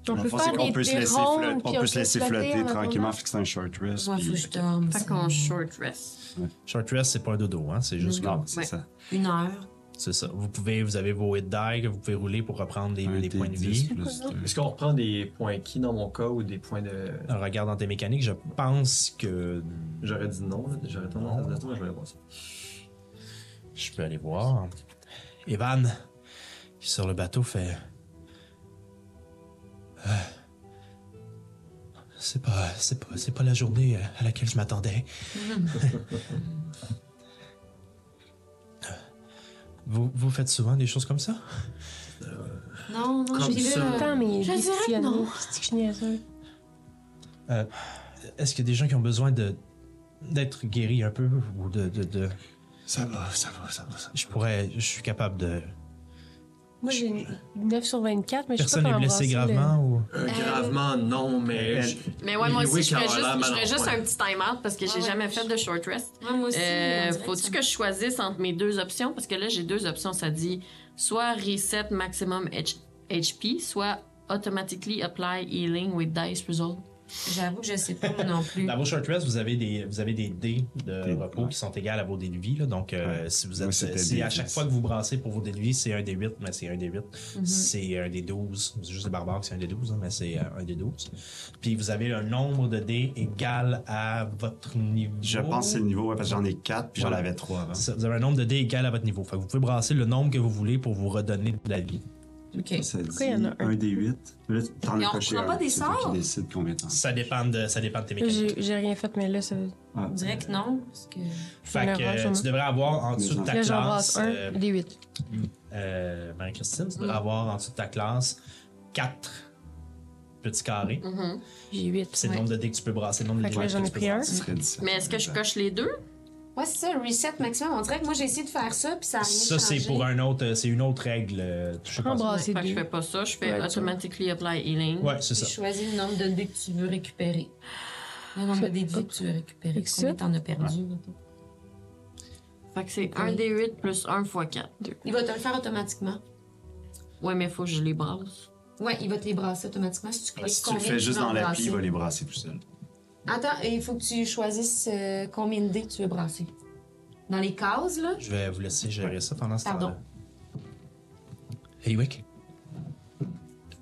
[SPEAKER 6] On peut faire des,
[SPEAKER 3] on peut se
[SPEAKER 6] des
[SPEAKER 3] laisser,
[SPEAKER 6] rondes,
[SPEAKER 3] flotter,
[SPEAKER 6] puis
[SPEAKER 3] on peut se laisser flotter
[SPEAKER 6] en
[SPEAKER 3] tranquillement,
[SPEAKER 6] attendant.
[SPEAKER 3] fait que c'est un short rest.
[SPEAKER 4] Moi,
[SPEAKER 3] puis-
[SPEAKER 4] faut que je dorme.
[SPEAKER 1] Fait qu'on short rest.
[SPEAKER 2] Short rest, c'est pas un dodo, hein, c'est juste
[SPEAKER 3] Non, c'est
[SPEAKER 1] Ouais.
[SPEAKER 3] ça.
[SPEAKER 4] Une heure.
[SPEAKER 2] c'est ça. Vous pouvez, vous avez vos hit die que vous pouvez rouler pour reprendre des,
[SPEAKER 3] Un
[SPEAKER 2] des
[SPEAKER 3] des
[SPEAKER 2] points de
[SPEAKER 3] 10
[SPEAKER 2] vie.
[SPEAKER 3] plus deux.
[SPEAKER 5] Est-ce qu'on reprend des points qui dans mon cas ou des points de.
[SPEAKER 2] En regardant tes mécaniques, je pense que
[SPEAKER 5] J'aurais dit non, là. j'aurais tendance à dire non, mais je vais voir ça.
[SPEAKER 2] Je peux aller voir. Evan, qui est sur le bateau, fait. Euh, C'est pas, c'est pas, c'est pas la journée euh, à laquelle je m'attendais. *laughs* vous, vous faites souvent des choses comme ça?
[SPEAKER 4] Non, non, je
[SPEAKER 5] Comme
[SPEAKER 4] suis
[SPEAKER 5] ça.
[SPEAKER 4] là.
[SPEAKER 6] Attends, mais
[SPEAKER 1] Je
[SPEAKER 6] des
[SPEAKER 1] dirais que
[SPEAKER 6] pianos,
[SPEAKER 1] non.
[SPEAKER 6] c'est que je suis niaiseuse.
[SPEAKER 2] Est-ce qu'il y a des gens qui ont besoin de d'être guéris un peu ou de, de, de-
[SPEAKER 3] Ça va, ça va, ça va. ça va.
[SPEAKER 2] Je pourrais, je suis capable de.
[SPEAKER 6] Moi, j'ai une 9 sur 24, mais
[SPEAKER 2] Personne
[SPEAKER 6] je
[SPEAKER 2] n'est
[SPEAKER 6] suis pas
[SPEAKER 2] blessé gravement ou.
[SPEAKER 5] Euh, gravement, non, mais.
[SPEAKER 3] Elle-
[SPEAKER 5] je-
[SPEAKER 1] Mais ouais,
[SPEAKER 5] Mais
[SPEAKER 1] moi aussi,
[SPEAKER 5] oui,
[SPEAKER 1] je ferais
[SPEAKER 5] Carole,
[SPEAKER 1] juste,
[SPEAKER 5] là,
[SPEAKER 1] je ferais
[SPEAKER 5] non,
[SPEAKER 1] juste
[SPEAKER 5] ouais.
[SPEAKER 1] un petit time-out parce que j'ai
[SPEAKER 7] Ah
[SPEAKER 4] Ouais, ouais,
[SPEAKER 1] jamais
[SPEAKER 4] moi,
[SPEAKER 1] fait
[SPEAKER 4] je-
[SPEAKER 1] de short rest.
[SPEAKER 4] Ouais, moi aussi.
[SPEAKER 1] Euh,
[SPEAKER 4] on dirait
[SPEAKER 1] Faut-tu
[SPEAKER 4] ça.
[SPEAKER 1] que je choisisse entre mes deux options? Parce que là, j'ai deux options. Ça dit soit reset maximum H- HP, soit automatically apply healing with dice result.
[SPEAKER 4] J'avoue que je sais pas moi non
[SPEAKER 2] *laughs*
[SPEAKER 4] plus.
[SPEAKER 2] Dans vos short rests, vous avez des, vous avez des dés de
[SPEAKER 3] Des-
[SPEAKER 2] repos
[SPEAKER 3] ouais.
[SPEAKER 2] qui sont égales à vos dés de vie. là. donc, euh,
[SPEAKER 3] Ouais.
[SPEAKER 2] si vous
[SPEAKER 3] Moi,
[SPEAKER 2] êtes,
[SPEAKER 3] c'était
[SPEAKER 2] si
[SPEAKER 3] des
[SPEAKER 2] à
[SPEAKER 3] dix.
[SPEAKER 2] chaque fois que vous brassez pour vos dés de vie, c'est un des 8, mais c'est un des 8.
[SPEAKER 6] Mm-hmm.
[SPEAKER 2] C'est un des 12. C'est juste les barbares qui c'est un des 12, hein, mais c'est euh, un des 12. Puis vous avez un nombre de dés égal à votre niveau.
[SPEAKER 3] Je pense que c'est le niveau, ouais, parce que j'en ai 4 puis j'en
[SPEAKER 2] Ouais.
[SPEAKER 3] avais 3 avant.
[SPEAKER 2] C'est ça, Vous avez un nombre de dés égal à votre niveau. Fait que vous pouvez brasser le nombre que vous voulez pour vous redonner de la vie.
[SPEAKER 4] OK.
[SPEAKER 3] Ça dit
[SPEAKER 6] il y en a un?
[SPEAKER 3] des 8. Là, t'en
[SPEAKER 4] Et
[SPEAKER 3] as
[SPEAKER 4] on
[SPEAKER 3] coché
[SPEAKER 4] reprend pas
[SPEAKER 3] un.
[SPEAKER 4] des
[SPEAKER 3] C'est toi
[SPEAKER 4] sorts?
[SPEAKER 3] qui décide combien de temps.
[SPEAKER 2] Ça dépend de, ça dépend de tes mécaniques.
[SPEAKER 6] J'ai j'ai rien fait, mais là, ça.
[SPEAKER 3] Ah.
[SPEAKER 4] On dirait que non. *laughs* Parce que...
[SPEAKER 2] Fait
[SPEAKER 6] le
[SPEAKER 2] que
[SPEAKER 6] range,
[SPEAKER 2] euh,
[SPEAKER 6] moi.
[SPEAKER 2] tu devrais avoir en dessous de ta
[SPEAKER 6] Là, j'en brasse
[SPEAKER 2] classe.
[SPEAKER 6] un,
[SPEAKER 2] euh,
[SPEAKER 6] des 8.
[SPEAKER 2] Euh, Marie-Christine, tu devrais
[SPEAKER 6] Mm.
[SPEAKER 2] avoir en dessous de ta classe 4 petits carrés.
[SPEAKER 6] J'ai 8.
[SPEAKER 2] C'est le nombre de dés que tu peux brasser, le nombre
[SPEAKER 6] Mm. Fait
[SPEAKER 2] de
[SPEAKER 6] que là,
[SPEAKER 2] dés
[SPEAKER 6] j'en ai
[SPEAKER 2] tu peux
[SPEAKER 6] pris un.
[SPEAKER 2] brasser.
[SPEAKER 3] Ce serait Ah, 17.
[SPEAKER 1] Mais est-ce que je coche les deux?
[SPEAKER 7] Ouais, c'est ça, reset maximum. On dirait que moi, j'ai essayé de faire ça, puis ça a rien
[SPEAKER 2] Ça, c'est
[SPEAKER 7] changé.
[SPEAKER 2] pour un autre, euh, c'est une autre règle. euh, je sais pas.
[SPEAKER 6] Prends
[SPEAKER 4] Ah,
[SPEAKER 1] Fait
[SPEAKER 6] brasser
[SPEAKER 1] que je
[SPEAKER 6] 2.
[SPEAKER 1] fais pas ça. Je fais
[SPEAKER 6] Ouais,
[SPEAKER 1] automatically apply healing.
[SPEAKER 2] Ouais, c'est
[SPEAKER 4] Tu
[SPEAKER 2] ça.
[SPEAKER 4] choisis le nombre de dés que tu veux récupérer. Le nombre de dés de vie que tu veux récupérer.
[SPEAKER 6] Fait que
[SPEAKER 4] Combien
[SPEAKER 6] ça-
[SPEAKER 4] t'en as perdu? mettons?
[SPEAKER 1] Fait que c'est 1 d 8 plus 1 x 4.
[SPEAKER 4] Il va te le faire automatiquement.
[SPEAKER 1] Ouais, mais faut que je les brasse.
[SPEAKER 4] Ouais, il va te les brasser automatiquement si tu cliques
[SPEAKER 3] Ouais, Si tu le
[SPEAKER 4] combien
[SPEAKER 3] fais juste
[SPEAKER 4] veux en
[SPEAKER 3] dans l'appli,
[SPEAKER 4] brasser.
[SPEAKER 3] il va les brasser tout seul.
[SPEAKER 4] Attends, il faut que tu choisisses euh, combien de dés tu veux brasser. Dans les cases, là.
[SPEAKER 2] Je vais vous laisser gérer ça pendant ce
[SPEAKER 4] Pardon.
[SPEAKER 2] temps-là. Eliwick?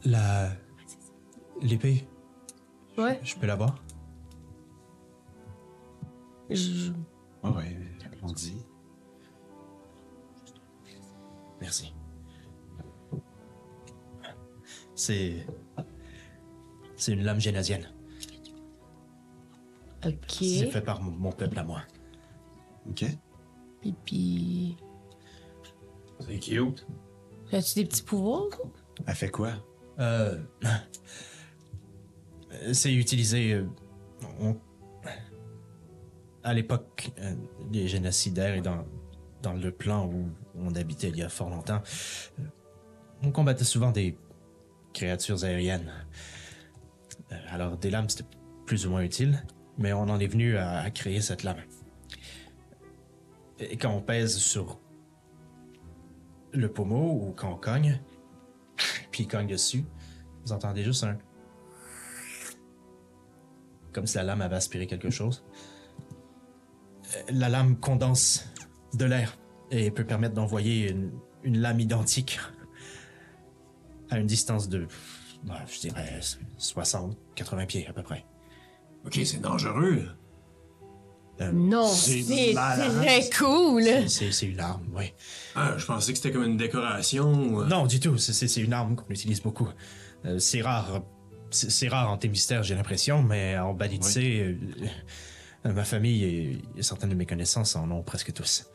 [SPEAKER 2] La. L'épée,
[SPEAKER 6] Ouais.
[SPEAKER 2] je peux l'avoir?
[SPEAKER 6] Je-
[SPEAKER 3] Ouais,
[SPEAKER 5] Ah
[SPEAKER 3] ouais, on dit.
[SPEAKER 2] Merci. C'est. C'est une lame génasienne. C'est
[SPEAKER 6] Ok.
[SPEAKER 2] fait par mon- mon peuple à moi.
[SPEAKER 3] OK.
[SPEAKER 6] Et puis.
[SPEAKER 5] C'est cute.
[SPEAKER 6] As-tu des petits pouvoirs?
[SPEAKER 3] Elle fait quoi?
[SPEAKER 2] Euh, euh, *laughs* c'est utilisé euh, on- à l'époque euh, des génocidaires et dans, dans le plan où on habitait il y a fort longtemps. euh, on combattait souvent des créatures aériennes. Euh, alors des lames, c'était plus ou moins utile, mais on en est venu à, à créer cette lame. Et quand on pèse sur le pommeau ou quand on cogne, *laughs* puis il cogne dessus, vous entendez juste un. Comme si la lame avait aspiré quelque chose. Euh, La lame condense de l'air et peut permettre d'envoyer une, une lame identique à une distance de, bah, je dirais, 60, 80 pieds à peu près.
[SPEAKER 5] Ok, c'est dangereux.
[SPEAKER 6] Non,
[SPEAKER 3] C'est
[SPEAKER 6] c'est
[SPEAKER 3] malin.
[SPEAKER 6] très cool.
[SPEAKER 2] C'est c'est une arme, oui.
[SPEAKER 5] Ah, je pensais que c'était comme une décoration. euh.
[SPEAKER 2] Non, du tout, c'est- c'est c'est une arme qu'on utilise beaucoup. Euh, c'est rare. C'est c'est rare en Thémistère, j'ai l'impression, mais en Balitsé, ma famille et, et certaines de mes connaissances en ont presque tous.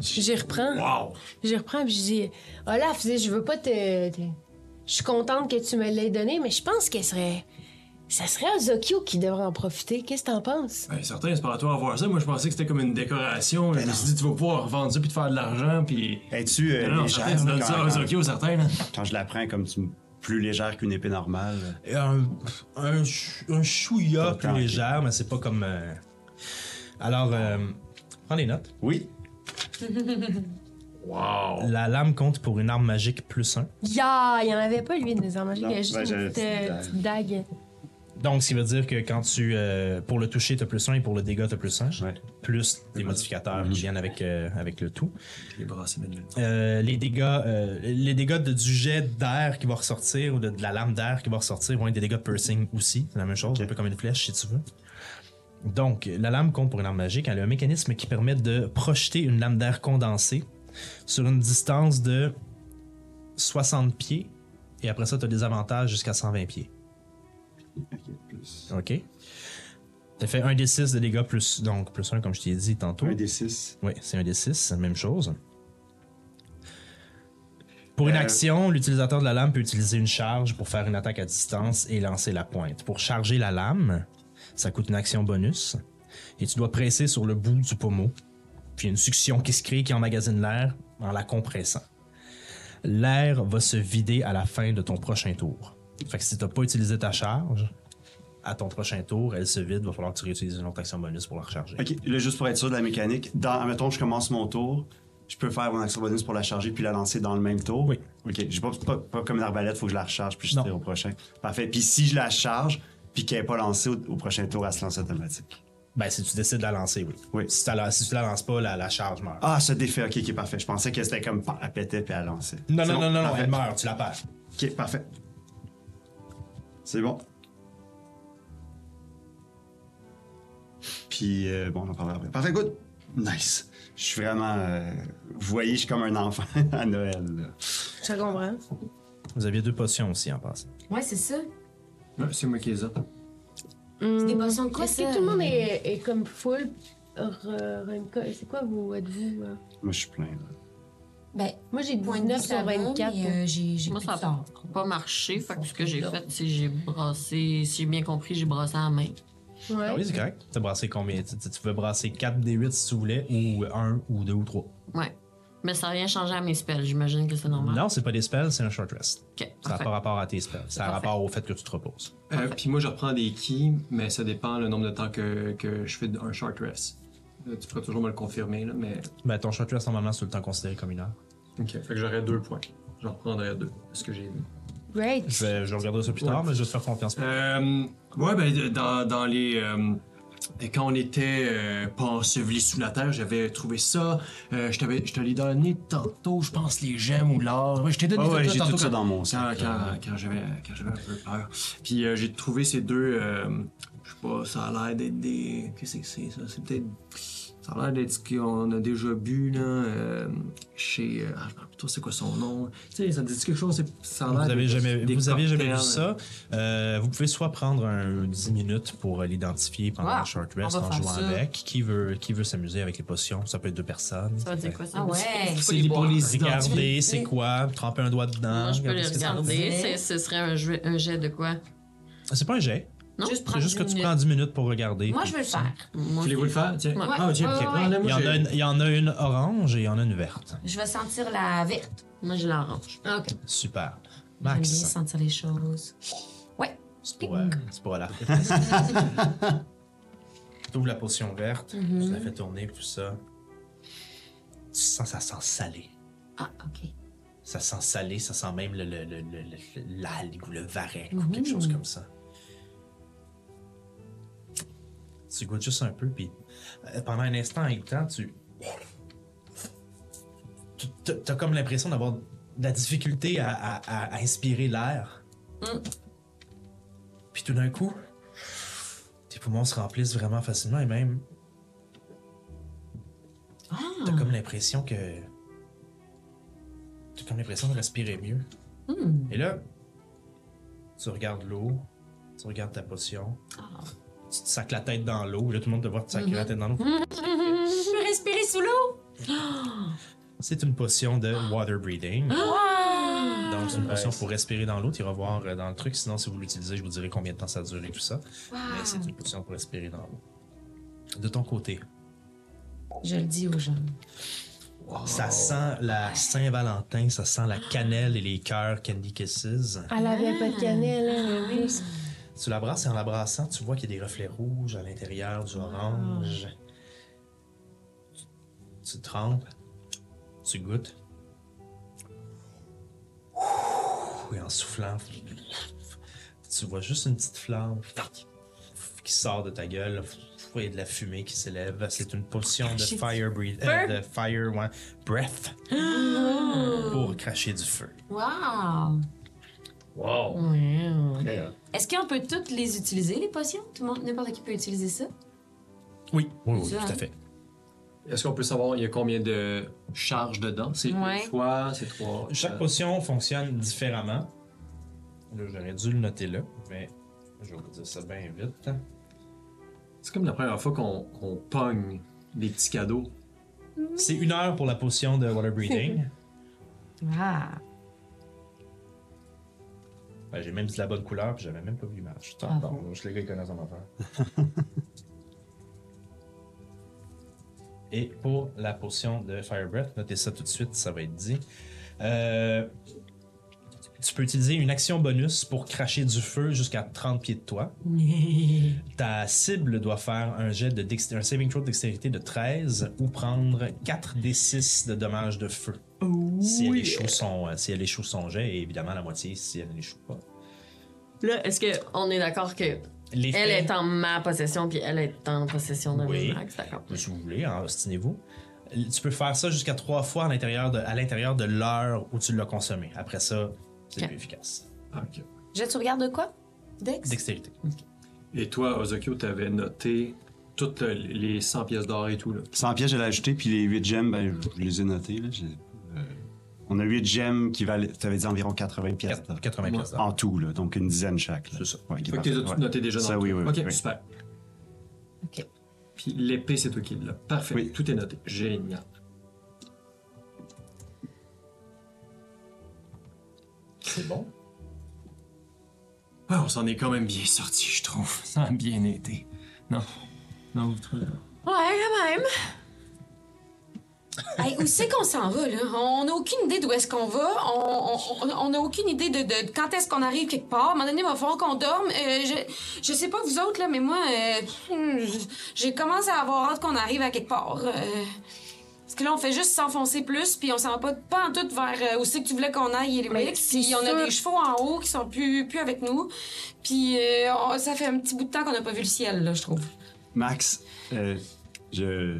[SPEAKER 6] J'y reprends.
[SPEAKER 5] Wow!
[SPEAKER 6] Je reprends puis je dis Olaf, je dis, je veux pas te. te- Je suis contente que tu me l'aies donné, mais je pense qu'elle serait. Ça serait Ozokyo qui devrait en profiter. Qu'est-ce que t'en penses?
[SPEAKER 5] Ben, certains espératoires à voir ça. Moi, je pensais que c'était comme une décoration.
[SPEAKER 3] Ben
[SPEAKER 5] je me suis dit, tu vas pouvoir vendre ça puis te faire de l'argent. Puis.
[SPEAKER 3] Es-tu euh,
[SPEAKER 5] Non, non,
[SPEAKER 3] légère
[SPEAKER 5] certains, tu donnes
[SPEAKER 3] quand-
[SPEAKER 5] ça aux
[SPEAKER 3] quand-
[SPEAKER 5] ok aux certains, là.
[SPEAKER 3] Quand je la prends comme tu- plus légère qu'une épée normale.
[SPEAKER 2] Un, un, ch- un chouïa
[SPEAKER 3] Pas
[SPEAKER 2] plus
[SPEAKER 3] tant.
[SPEAKER 2] légère, mais c'est pas comme. euh, Alors, euh, prends les notes.
[SPEAKER 3] Oui.
[SPEAKER 5] Wow!
[SPEAKER 2] La lame compte pour une arme magique plus 1.
[SPEAKER 6] Ya, il y en avait pas, lui, des armes magiques.
[SPEAKER 3] Non,
[SPEAKER 6] Il y a juste
[SPEAKER 3] ben,
[SPEAKER 6] une
[SPEAKER 3] j'avais
[SPEAKER 6] petite, euh,
[SPEAKER 3] une petite
[SPEAKER 6] petite dague.
[SPEAKER 2] Donc, ça veut dire que quand tu. euh, pour le toucher, t'as plus 1 et pour le dégât, t'as plus 1.
[SPEAKER 3] Ouais.
[SPEAKER 2] Plus des modificateurs qui viennent avec, euh, avec le tout.
[SPEAKER 5] Les bras, c'est manuel.
[SPEAKER 2] Euh, les dégâts, euh, les dégâts de, du jet d'air qui va ressortir ou de, de la lame d'air qui va ressortir vont être des dégâts de piercing aussi. C'est la même chose, un peu comme une flèche si tu veux. Donc, la lame compte pour une arme magique. Elle a un mécanisme qui permet de projeter une lame d'air condensée sur une distance de 60 pieds. Et après ça, tu as des avantages jusqu'à 120 pieds. OK. Tu fait 1 des 6 de dégâts plus, donc plus 1, comme je t'ai dit tantôt.
[SPEAKER 3] Un des six.
[SPEAKER 2] Oui, c'est un des 6, c'est la même chose. Pour une
[SPEAKER 3] Euh,
[SPEAKER 2] action, l'utilisateur de la lame peut utiliser une charge pour faire une attaque à distance et lancer la pointe. Pour charger la lame, ça coûte une action bonus et tu dois presser sur le bout du pommeau. Puis il y a une succion qui se crée qui emmagasine l'air en la compressant. L'air va se vider à la fin de ton prochain tour. Fait que si t'as pas utilisé ta charge, à ton prochain tour, elle se vide, va falloir que tu réutilises une autre action bonus pour la recharger.
[SPEAKER 3] Ok, là, juste pour être sûr de la mécanique, dans, mettons, je commence mon tour, je peux faire mon action bonus pour la charger puis la lancer dans le même tour.
[SPEAKER 2] Oui.
[SPEAKER 3] Ok, j'ai pas, pas, pas comme une arbalète, faut que je la recharge puis je
[SPEAKER 2] Non.
[SPEAKER 3] tire au prochain. Parfait. Puis si je la charge puis qu'elle n'est pas lancée au, au prochain tour, elle se lance automatique.
[SPEAKER 2] Ben, si tu décides de la lancer, oui.
[SPEAKER 3] Oui.
[SPEAKER 2] Si, tu la, si tu la lances pas, la, la charge meurt.
[SPEAKER 3] Ah, ça défait, ok, ok, parfait. Je pensais que c'était comme pam, elle pétait puis elle lançait.
[SPEAKER 2] non,
[SPEAKER 3] C'est
[SPEAKER 2] non,
[SPEAKER 3] bon?
[SPEAKER 2] non, non, non,
[SPEAKER 3] Parfait.
[SPEAKER 2] elle meurt, tu la perds.
[SPEAKER 3] Ok, parfait. C'est bon. Puis, euh, bon, on en parlera après. Parfait, good. Nice. Je suis vraiment. euh, vous voyez, je suis comme un enfant *laughs* à Noël. là.
[SPEAKER 6] Je comprends.
[SPEAKER 2] Vous aviez deux potions aussi en passant.
[SPEAKER 7] Ouais, c'est ça.
[SPEAKER 5] Ouais, c'est moi qui les ai.
[SPEAKER 6] C'est
[SPEAKER 7] des potions de quoi,
[SPEAKER 6] Est-ce Mm. que
[SPEAKER 7] ça?
[SPEAKER 6] tout le monde est, est comme full? Re- re- C'est quoi, vous êtes-vous? euh?
[SPEAKER 3] Moi, je suis plein. Là.
[SPEAKER 7] Ben,
[SPEAKER 6] Moi, j'ai
[SPEAKER 7] point
[SPEAKER 6] 19
[SPEAKER 7] sur
[SPEAKER 6] sur 24.
[SPEAKER 7] mais, euh, j'ai j'ai
[SPEAKER 1] Moi,
[SPEAKER 7] plus
[SPEAKER 1] ça
[SPEAKER 7] de
[SPEAKER 1] n'a
[SPEAKER 7] sort.
[SPEAKER 1] pas marché. Fait que ce que j'ai fait, c'est que j'ai brassé, si j'ai bien compris, j'ai brassé à la main.
[SPEAKER 6] Ouais.
[SPEAKER 2] Ah oui, c'est correct. T'as brassé combien tu, tu- tu peux brasser 4 des 8 si tu voulais, ou 1, ou 2, ou 3.
[SPEAKER 1] Ouais. Mais ça n'a rien changé à mes spells. J'imagine que c'est normal.
[SPEAKER 2] Non, c'est pas des spells, c'est un short rest.
[SPEAKER 1] Ok,
[SPEAKER 2] Ça n'a
[SPEAKER 1] parfait.
[SPEAKER 2] pas rapport à tes spells. Ça a
[SPEAKER 1] Parfait.
[SPEAKER 2] rapport au fait que tu te reposes.
[SPEAKER 5] Euh, puis moi, je reprends des keys, mais ça dépend le nombre de temps que, que je fais un short rest. Euh, Tu pourras toujours me le confirmer, là, mais.
[SPEAKER 2] Ben, ton short rest, normalement, c'est tout le temps considéré comme une heure.
[SPEAKER 5] Ok, fait que j'aurais deux points. J'en reprendrai deux, ce que j'ai vu.
[SPEAKER 6] Great.
[SPEAKER 2] Je, vais, je regarderai ça plus
[SPEAKER 5] Ouais.
[SPEAKER 2] tard, mais je vais te faire confiance.
[SPEAKER 5] Euh, ouais, ben, de- dans, dans les. euh, quand on était euh, pas ensevelis sous la terre, j'avais trouvé ça. Euh, je t'avais- je te l'ai donné tantôt, je pense, les gemmes ou l'or. Ouais, je t'ai donné
[SPEAKER 3] Ah ouais,
[SPEAKER 5] tout ça
[SPEAKER 3] j'ai
[SPEAKER 5] tantôt
[SPEAKER 3] tout ça Ah,
[SPEAKER 5] quand-
[SPEAKER 3] dans mon
[SPEAKER 5] quand,
[SPEAKER 3] sac.
[SPEAKER 5] quand, euh, quand j'avais quand j'avais un peu peur. Puis euh, j'ai trouvé ces deux. euh, je sais pas, ça a l'air d'être des. Qu'est-ce que c'est ça? C'est peut-être. Ça a l'air d'être ce qu'on a déjà bu là, euh, chez. euh, ah, je me rappelle plutôt c'est quoi son nom. Tu sais, ça te dit quelque chose? c'est- Ça a l'air
[SPEAKER 2] Vous avez
[SPEAKER 5] d'être
[SPEAKER 2] jamais,
[SPEAKER 5] des
[SPEAKER 2] vous avez jamais vu
[SPEAKER 5] cocktails.
[SPEAKER 2] ça. Euh, vous pouvez soit prendre un 10 minutes pour euh, l'identifier pendant
[SPEAKER 1] Ah,
[SPEAKER 2] le short
[SPEAKER 1] on
[SPEAKER 2] rest
[SPEAKER 1] va
[SPEAKER 2] en
[SPEAKER 1] faire
[SPEAKER 2] jouant
[SPEAKER 1] ça.
[SPEAKER 2] avec. Qui veut, qui veut s'amuser avec les potions Ça peut être deux personnes.
[SPEAKER 1] Ça veut
[SPEAKER 2] peut
[SPEAKER 1] dire
[SPEAKER 2] être-
[SPEAKER 1] quoi ça?
[SPEAKER 7] Ah ouais.
[SPEAKER 5] C'est les- pour les identifier.
[SPEAKER 2] Regarder, c'est quoi Tremper un doigt dedans.
[SPEAKER 1] Moi, je peux
[SPEAKER 2] regarder
[SPEAKER 1] les
[SPEAKER 2] ce que ça veut dire.
[SPEAKER 1] regarder. C'est- Ce serait un, jeu- un jet de quoi?
[SPEAKER 2] C'est pas un jet.
[SPEAKER 1] Non,
[SPEAKER 4] Juste prendre
[SPEAKER 2] C'est juste que
[SPEAKER 4] une
[SPEAKER 2] tu
[SPEAKER 4] minute.
[SPEAKER 2] prends 10 minutes pour regarder.
[SPEAKER 4] Moi,
[SPEAKER 2] puis
[SPEAKER 4] je veux le
[SPEAKER 2] tu-
[SPEAKER 4] faire.
[SPEAKER 1] Moi,
[SPEAKER 5] Voulez-vous le faire? Tiens.
[SPEAKER 1] Ouais.
[SPEAKER 5] Ah, tiens,
[SPEAKER 4] Ouais,
[SPEAKER 5] ok.
[SPEAKER 4] ouais,
[SPEAKER 5] Ah, là,
[SPEAKER 2] Il
[SPEAKER 5] moi,
[SPEAKER 2] y, en
[SPEAKER 5] j'ai-
[SPEAKER 2] a une, il y en a une orange et il y en a une verte.
[SPEAKER 4] Je vais sentir la verte.
[SPEAKER 1] Moi, je l'arrange.
[SPEAKER 4] OK.
[SPEAKER 2] Super.
[SPEAKER 4] J'aime bien
[SPEAKER 2] Max,
[SPEAKER 4] sentir les choses.
[SPEAKER 2] c'est pour, euh, c'est pour la *laughs* tu ouvres la potion verte, tu la fais tourner, tout ça. Tu sens, ça sent salé.
[SPEAKER 4] Ah, OK.
[SPEAKER 2] Ça sent salé, ça sent même le, le, le, le- le- l'algue ou le varech ou quelque chose comme ça. Tu goûtes juste un peu, puis euh, pendant un instant temps, tu. tu- t'as- T'as comme l'impression d'avoir de la difficulté à, à- à- à inspirer l'air. Puis tout d'un coup, tes poumons se remplissent vraiment facilement et même.
[SPEAKER 4] Ah!
[SPEAKER 2] T'as comme l'impression que. T'as comme l'impression de respirer mieux.
[SPEAKER 4] Hmm.
[SPEAKER 2] Et là, tu regardes l'eau, tu regardes ta potion,
[SPEAKER 4] Ah.
[SPEAKER 2] tu te sacs la tête dans l'eau, là tout le monde te voit te saquer la tête dans l'eau.
[SPEAKER 4] *laughs* Je peux respirer sous l'eau.
[SPEAKER 2] C'est une potion de water breathing. Donc, c'est une potion pour respirer dans l'eau. Tu iras voir euh, dans le truc. Sinon, si vous l'utilisez, je vous dirai combien de temps ça dure et tout ça. Mais c'est une potion pour respirer dans l'eau. De ton côté,
[SPEAKER 4] Je le dis aux gens.
[SPEAKER 2] ça sent la Saint-Valentin, ça sent la cannelle et les cœurs Candy Kisses.
[SPEAKER 6] Elle avait pas de cannelle, hein, mais oui.
[SPEAKER 2] Tu la brasses et en la brassant, tu vois qu'il y a des reflets rouges à l'intérieur, du orange. Tu, tu trempes, tu goûtes. Ouh, Et en soufflant, tu vois juste une petite flamme qui sort de ta gueule. Et de la fumée qui s'élève. C'est une potion de fire, breath, euh, de fire ouais, breath pour cracher du feu.
[SPEAKER 4] Wow.
[SPEAKER 5] Wow. Très hot.
[SPEAKER 4] Est-ce qu'on peut toutes les utiliser, les potions? Tout le monde, n'importe qui peut utiliser ça?
[SPEAKER 2] Oui, oui, oui,
[SPEAKER 4] Ça.
[SPEAKER 2] tout à fait.
[SPEAKER 5] Est-ce qu'on peut savoir, il y a combien de charges dedans? C'est
[SPEAKER 4] Ouais.
[SPEAKER 5] une fois, c'est trois.
[SPEAKER 2] Chaque
[SPEAKER 5] euh,
[SPEAKER 2] potion fonctionne différemment. Là, j'aurais dû le noter là, mais je vais vous dire ça bien vite.
[SPEAKER 5] C'est comme la première fois qu'on qu'on pogne des petits cadeaux.
[SPEAKER 2] C'est une heure pour la potion de Water Breathing.
[SPEAKER 4] Ah.
[SPEAKER 2] Ben, j'ai même dit la bonne couleur, puis j'avais même pas vu l'image. Tant
[SPEAKER 4] Ah
[SPEAKER 2] pis, bon, je les gars, ils connaissent mon affaire. Et pour la potion de Fire Breath, notez ça tout de suite, ça va être dit. Euh, tu peux utiliser une action bonus pour cracher du feu jusqu'à 30 pieds de toi. Ta cible doit faire un jet de dext- un saving throw de dextérité de 13 ou prendre 4 des 6 de dommages de feu. Si elle échoue son, euh, si elle échoue son jet, et évidemment la moitié si elle n'échoue pas.
[SPEAKER 1] Là, est-ce qu'on est d'accord que
[SPEAKER 2] Les
[SPEAKER 1] elle
[SPEAKER 2] faits-
[SPEAKER 1] est en ma possession puis elle est en possession de
[SPEAKER 2] Oui.
[SPEAKER 1] Max? D'accord.
[SPEAKER 2] Si vous voulez, hein, obstinez-vous. L- Tu peux faire ça jusqu'à trois fois à l'intérieur de, à l'intérieur de l'heure où tu l'as consommé. Après ça, c'est
[SPEAKER 4] Ok.
[SPEAKER 2] plus efficace.
[SPEAKER 5] Ah, ok.
[SPEAKER 4] Je tu regardes de quoi? Dex?
[SPEAKER 2] Dextérité.
[SPEAKER 5] Et toi, Ozokyo, t'avais noté toutes euh, les 100 pièces d'or et tout. Là.
[SPEAKER 3] 100 pièces, je l'ai ajouté, puis les 8 gemmes, ben, je- je les ai notées. Là, j'ai- euh, on a 8 gemmes qui valent, tu avais dit environ 80 pièces.
[SPEAKER 2] Quatre- 80 pièces d'or.
[SPEAKER 3] En tout, là, donc une dizaine chaque. C'est ça. Ouais, qui est
[SPEAKER 5] Fait que t'es
[SPEAKER 3] parfait,
[SPEAKER 5] toutes
[SPEAKER 3] ouais.
[SPEAKER 5] notées déjà dans
[SPEAKER 3] Ça,
[SPEAKER 5] le
[SPEAKER 3] oui,
[SPEAKER 5] truc.
[SPEAKER 3] oui,
[SPEAKER 5] Ok,
[SPEAKER 3] oui.
[SPEAKER 5] super.
[SPEAKER 4] Ok.
[SPEAKER 5] Puis l'épée, c'est toi qui l'as. Parfait.
[SPEAKER 3] Oui.
[SPEAKER 5] Tout est noté. Génial.
[SPEAKER 2] C'est bon.
[SPEAKER 5] Ah, on s'en est quand même bien sorti, je trouve. Ça a bien été. Non. Non, vous trouvez pas.
[SPEAKER 4] Ouais, quand même. Hey, où c'est qu'on s'en va, là? On n'a aucune idée d'où est-ce qu'on va. On- On on n'a aucune idée de, de quand est-ce qu'on arrive quelque part. À un moment donné, il va falloir qu'on dorme. Euh, je, je sais pas vous autres, là, mais moi, euh, hmm, j'ai commencé à avoir hâte qu'on arrive à quelque part. Euh, parce que là, on fait juste s'enfoncer plus, puis on s'en va pas, pas en tout vers euh, où c'est que tu voulais qu'on aille, les
[SPEAKER 6] Mais c'est
[SPEAKER 4] Puis on a
[SPEAKER 6] sûr.
[SPEAKER 4] des chevaux en haut qui sont plus, plus avec nous. Puis euh, on- ça fait un petit bout de temps qu'on n'a pas vu le ciel, là, je trouve.
[SPEAKER 3] Max, euh, je...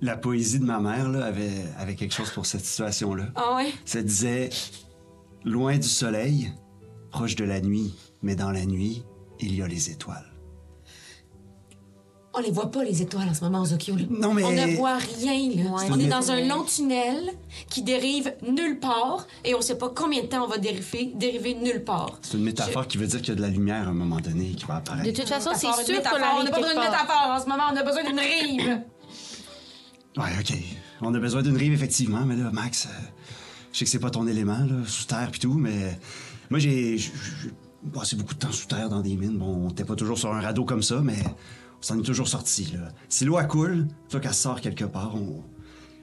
[SPEAKER 3] la poésie de ma mère là, avait, avait quelque chose pour cette situation-là.
[SPEAKER 4] Ah ouais?
[SPEAKER 3] Ça disait Loin du soleil, proche de la nuit, mais dans la nuit, il y a les étoiles.
[SPEAKER 4] On les voit pas, les étoiles, en ce moment, Zokyo. là.
[SPEAKER 3] Non, mais-
[SPEAKER 4] On ne voit rien, là.
[SPEAKER 1] Ouais.
[SPEAKER 4] on
[SPEAKER 3] C'est
[SPEAKER 4] est
[SPEAKER 3] une-
[SPEAKER 4] dans un long tunnel qui dérive nulle part et on sait pas combien de temps on va dériver, dériver nulle part.
[SPEAKER 3] C'est une métaphore qui veut dire qu'il y a de la lumière à un moment donné qui va apparaître.
[SPEAKER 6] De toute façon, c'est
[SPEAKER 4] Métaphore, une
[SPEAKER 6] sûr qu'on
[SPEAKER 4] métaphore. On
[SPEAKER 6] arrive
[SPEAKER 4] n'a pas besoin
[SPEAKER 6] quelque
[SPEAKER 4] d'une
[SPEAKER 6] part.
[SPEAKER 4] métaphore en ce moment, on a besoin d'une rive.
[SPEAKER 3] Ouais, ok. On a besoin d'une rive, effectivement, mais là, Max, euh, je sais que c'est pas ton élément, là, sous terre pis tout, mais moi, j'ai. j- j- passé beaucoup de temps sous terre dans des mines. Bon, on n'était pas toujours sur un radeau comme ça, mais on s'en est toujours sorti. là. Si l'eau elle coule, plutôt qu'elle sort quelque part, on.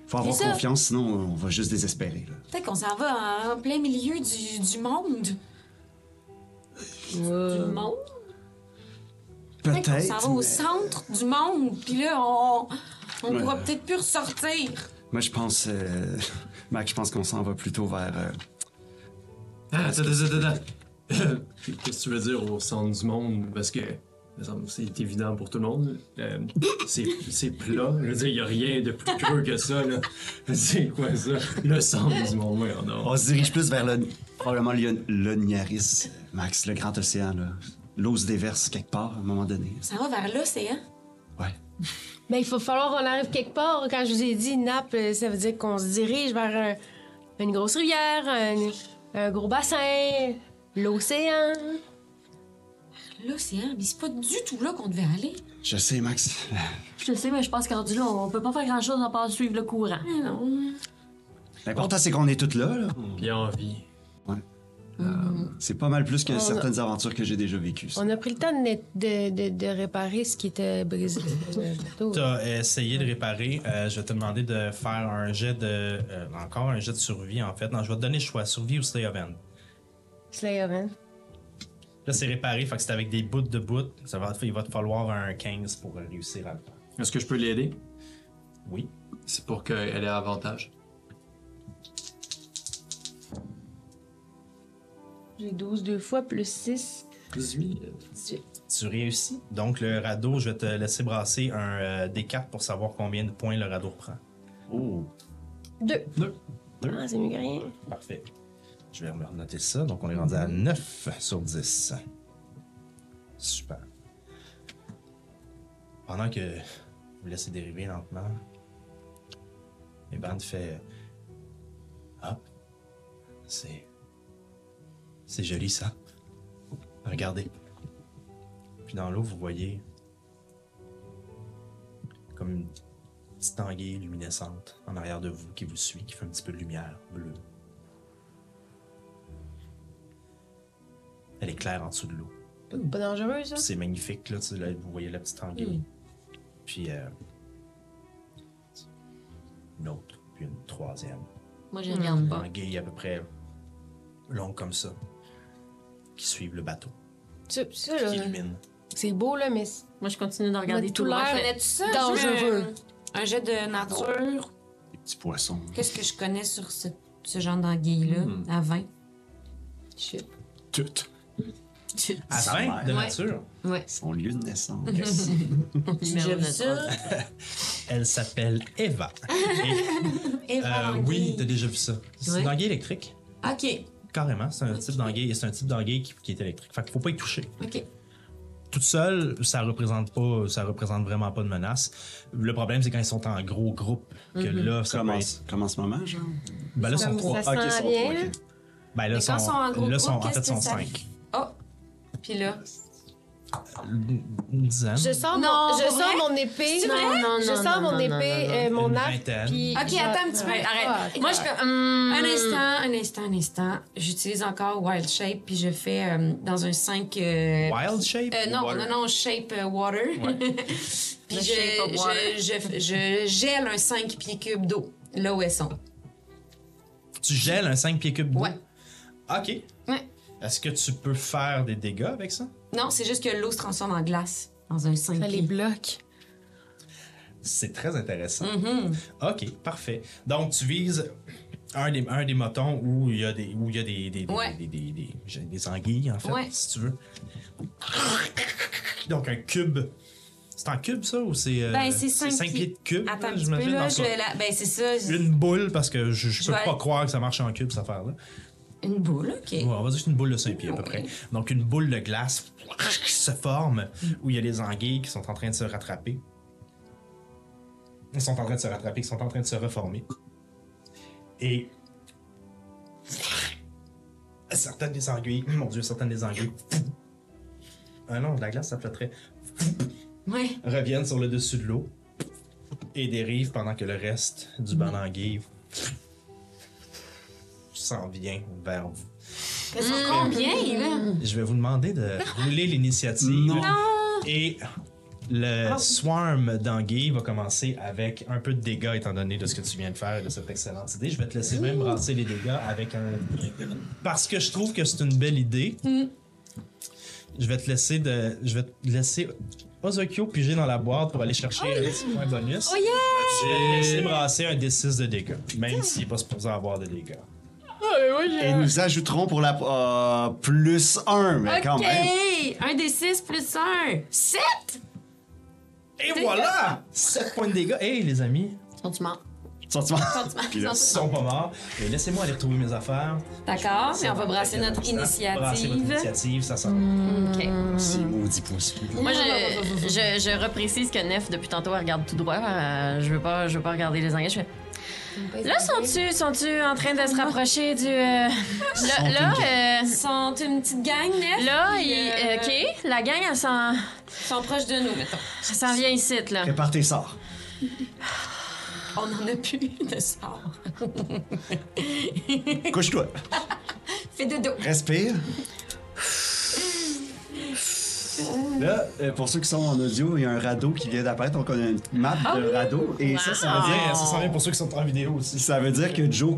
[SPEAKER 3] Faut avoir
[SPEAKER 4] C'est ça.
[SPEAKER 3] confiance, sinon on va juste désespérer. là.
[SPEAKER 4] Peut-être qu'on s'en va en plein milieu du, du monde.
[SPEAKER 1] Euh,
[SPEAKER 4] Euh, Du monde? Peut-être qu'on
[SPEAKER 3] Peut-être.
[SPEAKER 4] s'en va au
[SPEAKER 3] mais-
[SPEAKER 4] centre du monde, puis là, on, on
[SPEAKER 3] Ouais.
[SPEAKER 4] pourra peut-être plus ressortir.
[SPEAKER 3] Moi, je pense. euh, *laughs* Mac, je pense qu'on s'en va plutôt vers. euh,
[SPEAKER 5] Ah, attends, attends, attends, attends. *laughs* Qu'est-ce que tu veux dire au centre du monde? Parce que me semble, c'est évident pour tout le monde. Euh, c'est c'est plat. Je veux dire, il n'y a rien de plus creux que ça. là. *laughs* C'est quoi ça? Le centre du monde, oui, on a.
[SPEAKER 3] On se dirige plus vers le. Probablement le, le Niaris, Max, le grand océan, là. L'eau se déverse quelque part à un moment donné.
[SPEAKER 4] On s'en va vers l'océan.
[SPEAKER 3] Ouais.
[SPEAKER 6] Mais Ben, il faut falloir qu'on arrive quelque part. Quand je vous ai dit nappe, euh, ça veut dire qu'on se dirige vers un- une grosse rivière, un, un gros bassin, l'océan.
[SPEAKER 4] L'océan, mais c'est pas du tout là qu'on devait aller.
[SPEAKER 3] Je sais, Max.
[SPEAKER 1] Je sais, mais je pense qu'en du là, on peut pas faire grand-chose à part suivre le courant.
[SPEAKER 4] Ah non.
[SPEAKER 3] L'important, c'est qu'on est toutes là, là.
[SPEAKER 5] Bien envie.
[SPEAKER 3] C'est pas mal plus que
[SPEAKER 6] Mm-hmm. On a-
[SPEAKER 3] certaines aventures que j'ai déjà vécues. ça.
[SPEAKER 6] On a pris le temps de, net- de, de- de réparer ce qui était brisé. euh, le bateau.
[SPEAKER 2] T'as essayé de réparer. euh, je vais te demander de faire un jet de. euh, encore un jet de survie, en fait. Non, je vais te donner le choix survie ou Slay of Hand.
[SPEAKER 6] Slayer, hein?
[SPEAKER 2] Là, c'est réparé, fait que c'est avec des bouts de bouts. Ça va, il va te falloir un 15 pour réussir à le faire.
[SPEAKER 5] Est-ce que je peux l'aider?
[SPEAKER 2] Oui.
[SPEAKER 5] C'est pour qu'elle ait avantage.
[SPEAKER 6] J'ai 12 deux fois, plus 6.
[SPEAKER 5] 18.
[SPEAKER 2] Tu réussis. Donc, le radeau, je vais te laisser brasser un euh, D4 pour savoir combien de points le radeau prend.
[SPEAKER 5] Oh.
[SPEAKER 6] 2.
[SPEAKER 5] Deux.
[SPEAKER 6] Ah, c'est mieux que rien.
[SPEAKER 2] Parfait. Je vais noter ça. Donc, on est rendu à 9 sur 10. Super. Pendant que vous laissez dériver lentement, Eban fait Hop. C'est. C'est joli ça. Regardez. Puis dans l'eau, vous voyez comme une petite anguille luminescente en arrière de vous qui vous suit, qui fait un petit peu de lumière bleue. Elle est claire en dessous de l'eau.
[SPEAKER 6] Pas dangereux, ça?
[SPEAKER 2] Puis C'est magnifique, là, tu sais, là, vous voyez la petite anguille. Puis euh, une autre, puis une troisième.
[SPEAKER 1] Moi, je regarde
[SPEAKER 2] Une
[SPEAKER 1] pas.
[SPEAKER 2] anguille à peu près longue comme ça, qui suivent le bateau,
[SPEAKER 6] Ça, ça, là,
[SPEAKER 2] qui illumine.
[SPEAKER 6] c'est beau, là, mais c'est
[SPEAKER 1] Moi, je continue de regarder
[SPEAKER 6] Mais
[SPEAKER 1] tout
[SPEAKER 6] tout
[SPEAKER 1] l'air.
[SPEAKER 6] l'air-
[SPEAKER 1] Je fais-
[SPEAKER 4] Connais-tu Ah, ça?
[SPEAKER 6] dangereux.
[SPEAKER 4] Un, un jet de nature.
[SPEAKER 3] Des petits poissons.
[SPEAKER 4] Qu'est-ce que je connais sur ce, ce genre d'anguille-là,
[SPEAKER 2] Hmm.
[SPEAKER 4] à 20?
[SPEAKER 6] Shit.
[SPEAKER 3] Toutes.
[SPEAKER 2] À
[SPEAKER 3] Ça
[SPEAKER 2] 20 de
[SPEAKER 3] merde.
[SPEAKER 2] nature,
[SPEAKER 3] Son lieu de
[SPEAKER 6] *laughs*
[SPEAKER 3] naissance.
[SPEAKER 1] Numéro
[SPEAKER 4] J'ai vu
[SPEAKER 1] de
[SPEAKER 4] ça.
[SPEAKER 2] elle s'appelle Eva. Et,
[SPEAKER 4] Et
[SPEAKER 2] euh,
[SPEAKER 4] voilà,
[SPEAKER 2] oui, t'as
[SPEAKER 4] anguille.
[SPEAKER 2] déjà vu ça. C'est une
[SPEAKER 4] Ouais.
[SPEAKER 2] anguille électrique.
[SPEAKER 4] OK,
[SPEAKER 2] Carrément, c'est un type d'anguille, c'est un type d'anguille qui, qui est électrique. Fait qu'il faut pas y toucher.
[SPEAKER 4] OK.
[SPEAKER 2] Toute seule, ça représente pas, ça représente vraiment pas de menace. Le problème, c'est quand ils sont en gros groupe, que
[SPEAKER 4] Mm-hmm.
[SPEAKER 2] là, ça
[SPEAKER 3] Comme
[SPEAKER 2] peut
[SPEAKER 3] en,
[SPEAKER 2] être-
[SPEAKER 3] comme en ce moment, genre.
[SPEAKER 2] Ben là, ils sont
[SPEAKER 6] Comme
[SPEAKER 2] trois.
[SPEAKER 6] Ça
[SPEAKER 3] Ok, ils
[SPEAKER 6] sent
[SPEAKER 3] sont
[SPEAKER 6] bien.
[SPEAKER 3] trois, ok.
[SPEAKER 2] Ben là,
[SPEAKER 4] Mais quand
[SPEAKER 2] sont,
[SPEAKER 4] ils sont en gros
[SPEAKER 2] là,
[SPEAKER 4] groupe, oh,
[SPEAKER 2] sont, en fait,
[SPEAKER 4] qu'est-ce
[SPEAKER 2] sont
[SPEAKER 4] que ça Oh,
[SPEAKER 2] cinq.
[SPEAKER 4] Puis là,
[SPEAKER 2] Une une dizaine.
[SPEAKER 6] Je sors,
[SPEAKER 4] Non,
[SPEAKER 6] mon, je
[SPEAKER 4] pour
[SPEAKER 6] sors
[SPEAKER 4] vrai?
[SPEAKER 6] mon épée.
[SPEAKER 1] C'est vrai?
[SPEAKER 6] Non, non, je
[SPEAKER 1] non,
[SPEAKER 6] sors
[SPEAKER 1] non,
[SPEAKER 6] mon
[SPEAKER 1] non,
[SPEAKER 6] épée,
[SPEAKER 1] non, non.
[SPEAKER 6] euh, mon
[SPEAKER 2] Une
[SPEAKER 6] arc.
[SPEAKER 2] vingtaine.
[SPEAKER 6] Puis
[SPEAKER 4] OK,
[SPEAKER 6] je-
[SPEAKER 4] attends un petit peu.
[SPEAKER 6] Ouais,
[SPEAKER 4] Arrête.
[SPEAKER 6] fuck.
[SPEAKER 4] Moi,
[SPEAKER 1] Ah,
[SPEAKER 4] je suis comme,
[SPEAKER 1] Hmm.
[SPEAKER 4] hum, un instant, un instant, un instant. J'utilise encore Wild Shape, puis je fais euh, dans un 5. euh,
[SPEAKER 2] Wild shape?
[SPEAKER 4] euh, non,
[SPEAKER 2] Water?
[SPEAKER 4] non, non, shape euh, water. *laughs*
[SPEAKER 1] Le
[SPEAKER 4] puis je,
[SPEAKER 1] shape of water.
[SPEAKER 4] je, je, je gèle un 5 pieds cubes d'eau, là où elles sont.
[SPEAKER 2] Tu gèles un 5 pieds cubes d'eau?
[SPEAKER 4] Ouais.
[SPEAKER 2] Ok.
[SPEAKER 4] Ouais.
[SPEAKER 2] Est-ce que tu peux faire des dégâts avec ça?
[SPEAKER 4] Non, c'est juste que l'eau se transforme en glace dans un 5
[SPEAKER 6] Ça les
[SPEAKER 4] pieds.
[SPEAKER 6] bloque.
[SPEAKER 2] C'est très intéressant.
[SPEAKER 4] Mm-hmm.
[SPEAKER 2] Ok, parfait. Donc, tu vises un des, un des motons où il y a des, où il y a des, des, des-
[SPEAKER 4] Ouais.
[SPEAKER 2] des, des- des- j'ai des anguilles, en fait,
[SPEAKER 4] Ouais.
[SPEAKER 2] si tu veux. Donc, un cube. C'est en cube, ça, ou c'est. euh,
[SPEAKER 4] Ben, c'est cinq
[SPEAKER 2] cinq
[SPEAKER 4] pieds.
[SPEAKER 2] pieds de cube,
[SPEAKER 4] Attends
[SPEAKER 2] là,
[SPEAKER 4] un petit peu,
[SPEAKER 2] j'imagine,
[SPEAKER 4] là.
[SPEAKER 2] dans
[SPEAKER 4] Je,
[SPEAKER 2] ça.
[SPEAKER 4] la... Ben, c'est ça. je-
[SPEAKER 2] Une boule, parce que je, je
[SPEAKER 4] Je
[SPEAKER 2] peux
[SPEAKER 4] vais-
[SPEAKER 2] pas croire que ça marche en cube, cette affaire-là.
[SPEAKER 4] Une boule, OK.
[SPEAKER 2] Ouais, on va dire que c'est une boule de 5 pieds à peu près. Donc une boule de glace qui se forme où il y a des anguilles qui sont en train de se rattraper. Ils sont en train de se rattraper, ils sont en train de se reformer. Et certaines des anguilles, *coughs* mon dieu, certaines des anguilles. *coughs* Ah non, de la glace, ça flotterait. *coughs*
[SPEAKER 4] Ouais.
[SPEAKER 2] Reviennent sur le dessus de l'eau et dérivent pendant que le reste du banc d'anguille s'en vient vers vous.
[SPEAKER 7] Elles sont combien, là?
[SPEAKER 2] Je vais vous demander
[SPEAKER 4] *laughs*
[SPEAKER 2] de rouler l'initiative. Et le
[SPEAKER 4] Ah.
[SPEAKER 2] swarm d'anguille va commencer avec un peu de dégâts, étant donné de ce que tu viens de faire et de cette excellente idée. Je vais te laisser
[SPEAKER 4] Mm.
[SPEAKER 2] même brasser les dégâts avec un. Parce que je trouve que c'est une belle idée.
[SPEAKER 4] Mm.
[SPEAKER 2] Je vais te laisser de. Je vais te laisser. Ozokyo piger dans la boîte pour aller chercher un petit point bonus.
[SPEAKER 4] Oh yeah!
[SPEAKER 2] J'ai laissé brasser un D6 de dégâts, même s'il n'est pas supposé avoir de dégâts.
[SPEAKER 3] Et nous ajouterons pour la euh, plus 1, mais quand
[SPEAKER 4] OK!
[SPEAKER 3] même.
[SPEAKER 4] Un des six plus un. Sept!
[SPEAKER 2] Et voilà! 7 points de dégâts. Hey, les amis,
[SPEAKER 1] tu morts?
[SPEAKER 3] Sentiment. Puis là,
[SPEAKER 2] ils sont pas morts. Et Euh, laissez-moi aller retrouver mes affaires.
[SPEAKER 4] D'accord, Ah, mais on va
[SPEAKER 2] Ça
[SPEAKER 4] brasser
[SPEAKER 2] être
[SPEAKER 4] notre
[SPEAKER 2] un instant. Brasser votre
[SPEAKER 4] initiative. Hmm.
[SPEAKER 2] initiative, ça sent.
[SPEAKER 4] OK.
[SPEAKER 1] Hmm.
[SPEAKER 3] c'est maudit possible.
[SPEAKER 1] Moi,
[SPEAKER 4] *laughs*
[SPEAKER 1] je, je, je reprécise que Nef, depuis tantôt, elle regarde tout droit. Euh, je, veux pas, je veux pas regarder les anglais. Je fais, Là, sont-tu sont en train de se rapprocher du. euh, Là, là, euh,
[SPEAKER 4] Ils sont une petite gang, Nef.
[SPEAKER 1] là,
[SPEAKER 4] puis,
[SPEAKER 1] il-
[SPEAKER 4] euh,
[SPEAKER 1] OK, la gang, elle s'en
[SPEAKER 4] Ils sont proches de nous, mettons.
[SPEAKER 1] elle s'en vient ici, là.
[SPEAKER 3] Prépare tes sorts.
[SPEAKER 4] On en a plus *laughs* de sort.
[SPEAKER 3] Couche-toi.
[SPEAKER 4] Fais dodo.
[SPEAKER 3] Respire. Là, euh, pour ceux qui sont en audio, il y a un radeau qui vient d'apparaître. Donc, on a une map
[SPEAKER 6] Oh,
[SPEAKER 3] de radeau. Et ça, ça veut, dire,
[SPEAKER 2] Eh, Ça sent bien pour ceux qui sont en vidéo aussi.
[SPEAKER 3] ça veut dire que Joe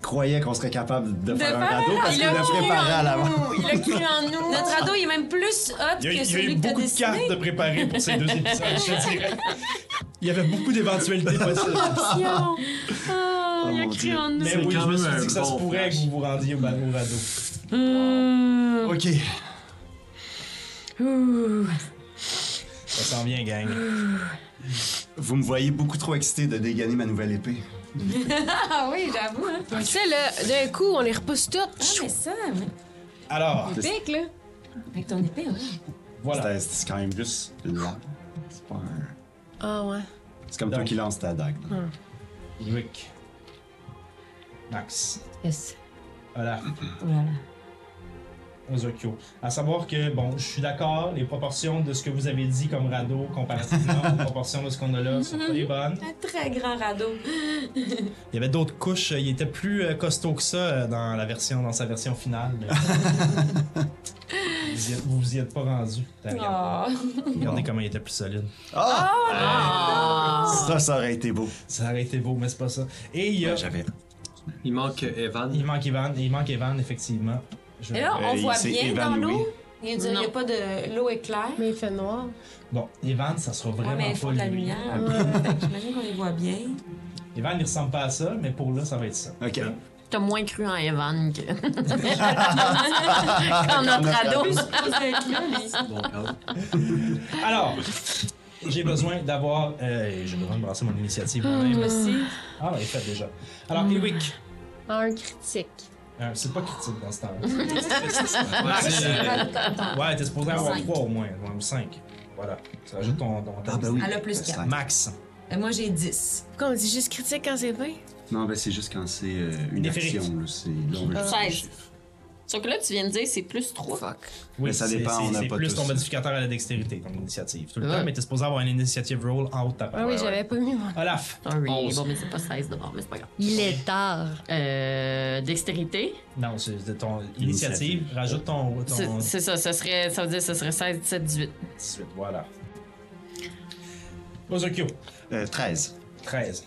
[SPEAKER 3] croyait qu'on serait capable de, faire un
[SPEAKER 4] faire
[SPEAKER 3] radeau
[SPEAKER 4] un
[SPEAKER 3] parce qu'il
[SPEAKER 4] radeau.
[SPEAKER 3] l'a préparé à l'avant.
[SPEAKER 4] *laughs*
[SPEAKER 1] Il a cru en nous.
[SPEAKER 4] Notre radeau, il est même plus hot
[SPEAKER 2] Il y a,
[SPEAKER 4] que
[SPEAKER 2] il y a eu
[SPEAKER 4] celui que t'as
[SPEAKER 2] beaucoup de
[SPEAKER 4] dessiné.
[SPEAKER 2] cartes de préparer pour
[SPEAKER 4] *laughs*
[SPEAKER 2] ces deux épisodes, je te dirais. Il y avait beaucoup d'éventualités possibles.
[SPEAKER 4] Attention. Ah,
[SPEAKER 3] Oh,
[SPEAKER 4] il a
[SPEAKER 3] mon
[SPEAKER 4] cru
[SPEAKER 3] Dieu.
[SPEAKER 4] en nous.
[SPEAKER 2] Mais
[SPEAKER 5] C'est
[SPEAKER 2] oui, je
[SPEAKER 5] quand
[SPEAKER 2] me suis
[SPEAKER 5] même
[SPEAKER 2] dit que
[SPEAKER 5] un
[SPEAKER 2] ça se
[SPEAKER 5] bon
[SPEAKER 2] pourrait
[SPEAKER 5] flash.
[SPEAKER 2] que vous vous rendiez au ba- au radeau.
[SPEAKER 3] *laughs* OK.
[SPEAKER 2] Ça s'en vient, gang.
[SPEAKER 3] Vous me voyez beaucoup trop excité de dégainer ma nouvelle épée.
[SPEAKER 4] Ah oui, j'avoue. hein.
[SPEAKER 6] Tu sais, là, d'un coup, on les repousse toutes. Ah,
[SPEAKER 4] Ah, mais ça, mais-
[SPEAKER 2] Alors,
[SPEAKER 6] Pique, là.
[SPEAKER 4] avec ton épée, ouais.
[SPEAKER 2] voilà.
[SPEAKER 3] C'était- C'est quand même juste une lame. C'est pas un-
[SPEAKER 6] Ah, ouais.
[SPEAKER 3] C'est comme toi
[SPEAKER 2] Donc.
[SPEAKER 3] qui lance ta dague. là.
[SPEAKER 2] Rick. Max.
[SPEAKER 7] Yes.
[SPEAKER 2] Voilà.
[SPEAKER 7] Voilà.
[SPEAKER 2] Ozokyo. À savoir que, bon, je suis d'accord, les proportions de ce que vous avez dit comme radeau
[SPEAKER 4] *laughs*
[SPEAKER 2] comparativement aux proportions de ce qu'on a là sont pas les bonnes.
[SPEAKER 4] Un très grand radeau.
[SPEAKER 2] Il y avait d'autres couches, il était plus euh, costaud que ça euh, dans, la version, dans sa version finale. mais- vous, y êtes, vous y êtes pas rendu. Regardez,
[SPEAKER 4] Oh.
[SPEAKER 2] regardez comment il était plus solide.
[SPEAKER 3] Ah!
[SPEAKER 4] Ah.
[SPEAKER 3] Ça, ça aurait été beau.
[SPEAKER 2] Ça aurait été beau, mais c'est pas ça. Et il y a.
[SPEAKER 3] J'avais.
[SPEAKER 5] Il manque euh, Evan.
[SPEAKER 2] il manque Evan, il manque Evan, effectivement. Je-
[SPEAKER 4] Et là, on
[SPEAKER 3] Euh, il
[SPEAKER 4] voit
[SPEAKER 3] s'est
[SPEAKER 4] bien dans
[SPEAKER 3] évanoui.
[SPEAKER 4] l'eau. Il n'y a
[SPEAKER 1] Non.
[SPEAKER 4] pas de. L'eau est claire.
[SPEAKER 6] Mais il fait noir.
[SPEAKER 2] Bon, Evan, ça sera
[SPEAKER 4] Ouais,
[SPEAKER 2] vraiment
[SPEAKER 4] mais ils font
[SPEAKER 2] pas
[SPEAKER 4] de la
[SPEAKER 2] lui. Ah.
[SPEAKER 4] lumière. Fait que J'imagine qu'on les voit *laughs* bien.
[SPEAKER 2] Evan, il ressemble pas à ça, mais pour là, ça va être ça.
[SPEAKER 3] OK.
[SPEAKER 1] T'as moins cru en Evan *laughs* que.
[SPEAKER 3] Quand
[SPEAKER 1] Quand notre radeau.
[SPEAKER 2] Alors, j'ai besoin d'avoir. euh, j'ai besoin de brasser mon initiative moi-même. Merci. Ah, ouais, fait déjà. Alors, Ewick.
[SPEAKER 6] Ah, Un critique.
[SPEAKER 2] Euh, c'est pas critique dans ce temps
[SPEAKER 1] *laughs*
[SPEAKER 2] ouais, t'es supposé avoir
[SPEAKER 4] Cinq.
[SPEAKER 2] 3 au moins, ou 5. Voilà. Ça ajoute ton. ton- ton-
[SPEAKER 3] Ah, ben oui.
[SPEAKER 4] Elle a plus quatre.
[SPEAKER 3] Cinq.
[SPEAKER 2] Max.
[SPEAKER 4] Et moi, j'ai 10.
[SPEAKER 6] Pourquoi on dit juste critique quand c'est vrai?
[SPEAKER 3] Non, ben c'est juste quand c'est euh, une
[SPEAKER 2] Déférique.
[SPEAKER 3] action. Là, c'est, là,
[SPEAKER 4] Euh,
[SPEAKER 3] on veut juste
[SPEAKER 1] Seize.
[SPEAKER 3] le chiffre.
[SPEAKER 1] Sauf que là, tu viens de dire c'est plus 3.
[SPEAKER 2] Oui,
[SPEAKER 3] Mais ça
[SPEAKER 2] c'est-
[SPEAKER 3] dépend,
[SPEAKER 2] c'est-
[SPEAKER 3] on a
[SPEAKER 2] C'est
[SPEAKER 3] pas
[SPEAKER 2] plus
[SPEAKER 3] tous.
[SPEAKER 2] ton modificateur à la dextérité, ton initiative. Tout le
[SPEAKER 1] Ouais.
[SPEAKER 2] temps, mais t'es supposé avoir une initiative roll en haut de ta
[SPEAKER 6] Ah
[SPEAKER 2] page.
[SPEAKER 6] oui, j'avais pas mis
[SPEAKER 1] Ah
[SPEAKER 6] moi.
[SPEAKER 2] Olaf.
[SPEAKER 1] Sorry.
[SPEAKER 5] Onze.
[SPEAKER 1] Bon, mais c'est pas 16 de bord, mais c'est pas grave.
[SPEAKER 7] Il est tard.
[SPEAKER 1] Euh, dextérité.
[SPEAKER 2] Non, c'est de ton
[SPEAKER 3] Initiative.
[SPEAKER 2] initiative. Rajoute ton.
[SPEAKER 1] C'est
[SPEAKER 2] ton
[SPEAKER 1] c'est ça, ça serait, ça veut dire ça serait 16, 17, 18.
[SPEAKER 2] 18, voilà. Ozokyo.
[SPEAKER 3] Euh, 13.
[SPEAKER 2] 13.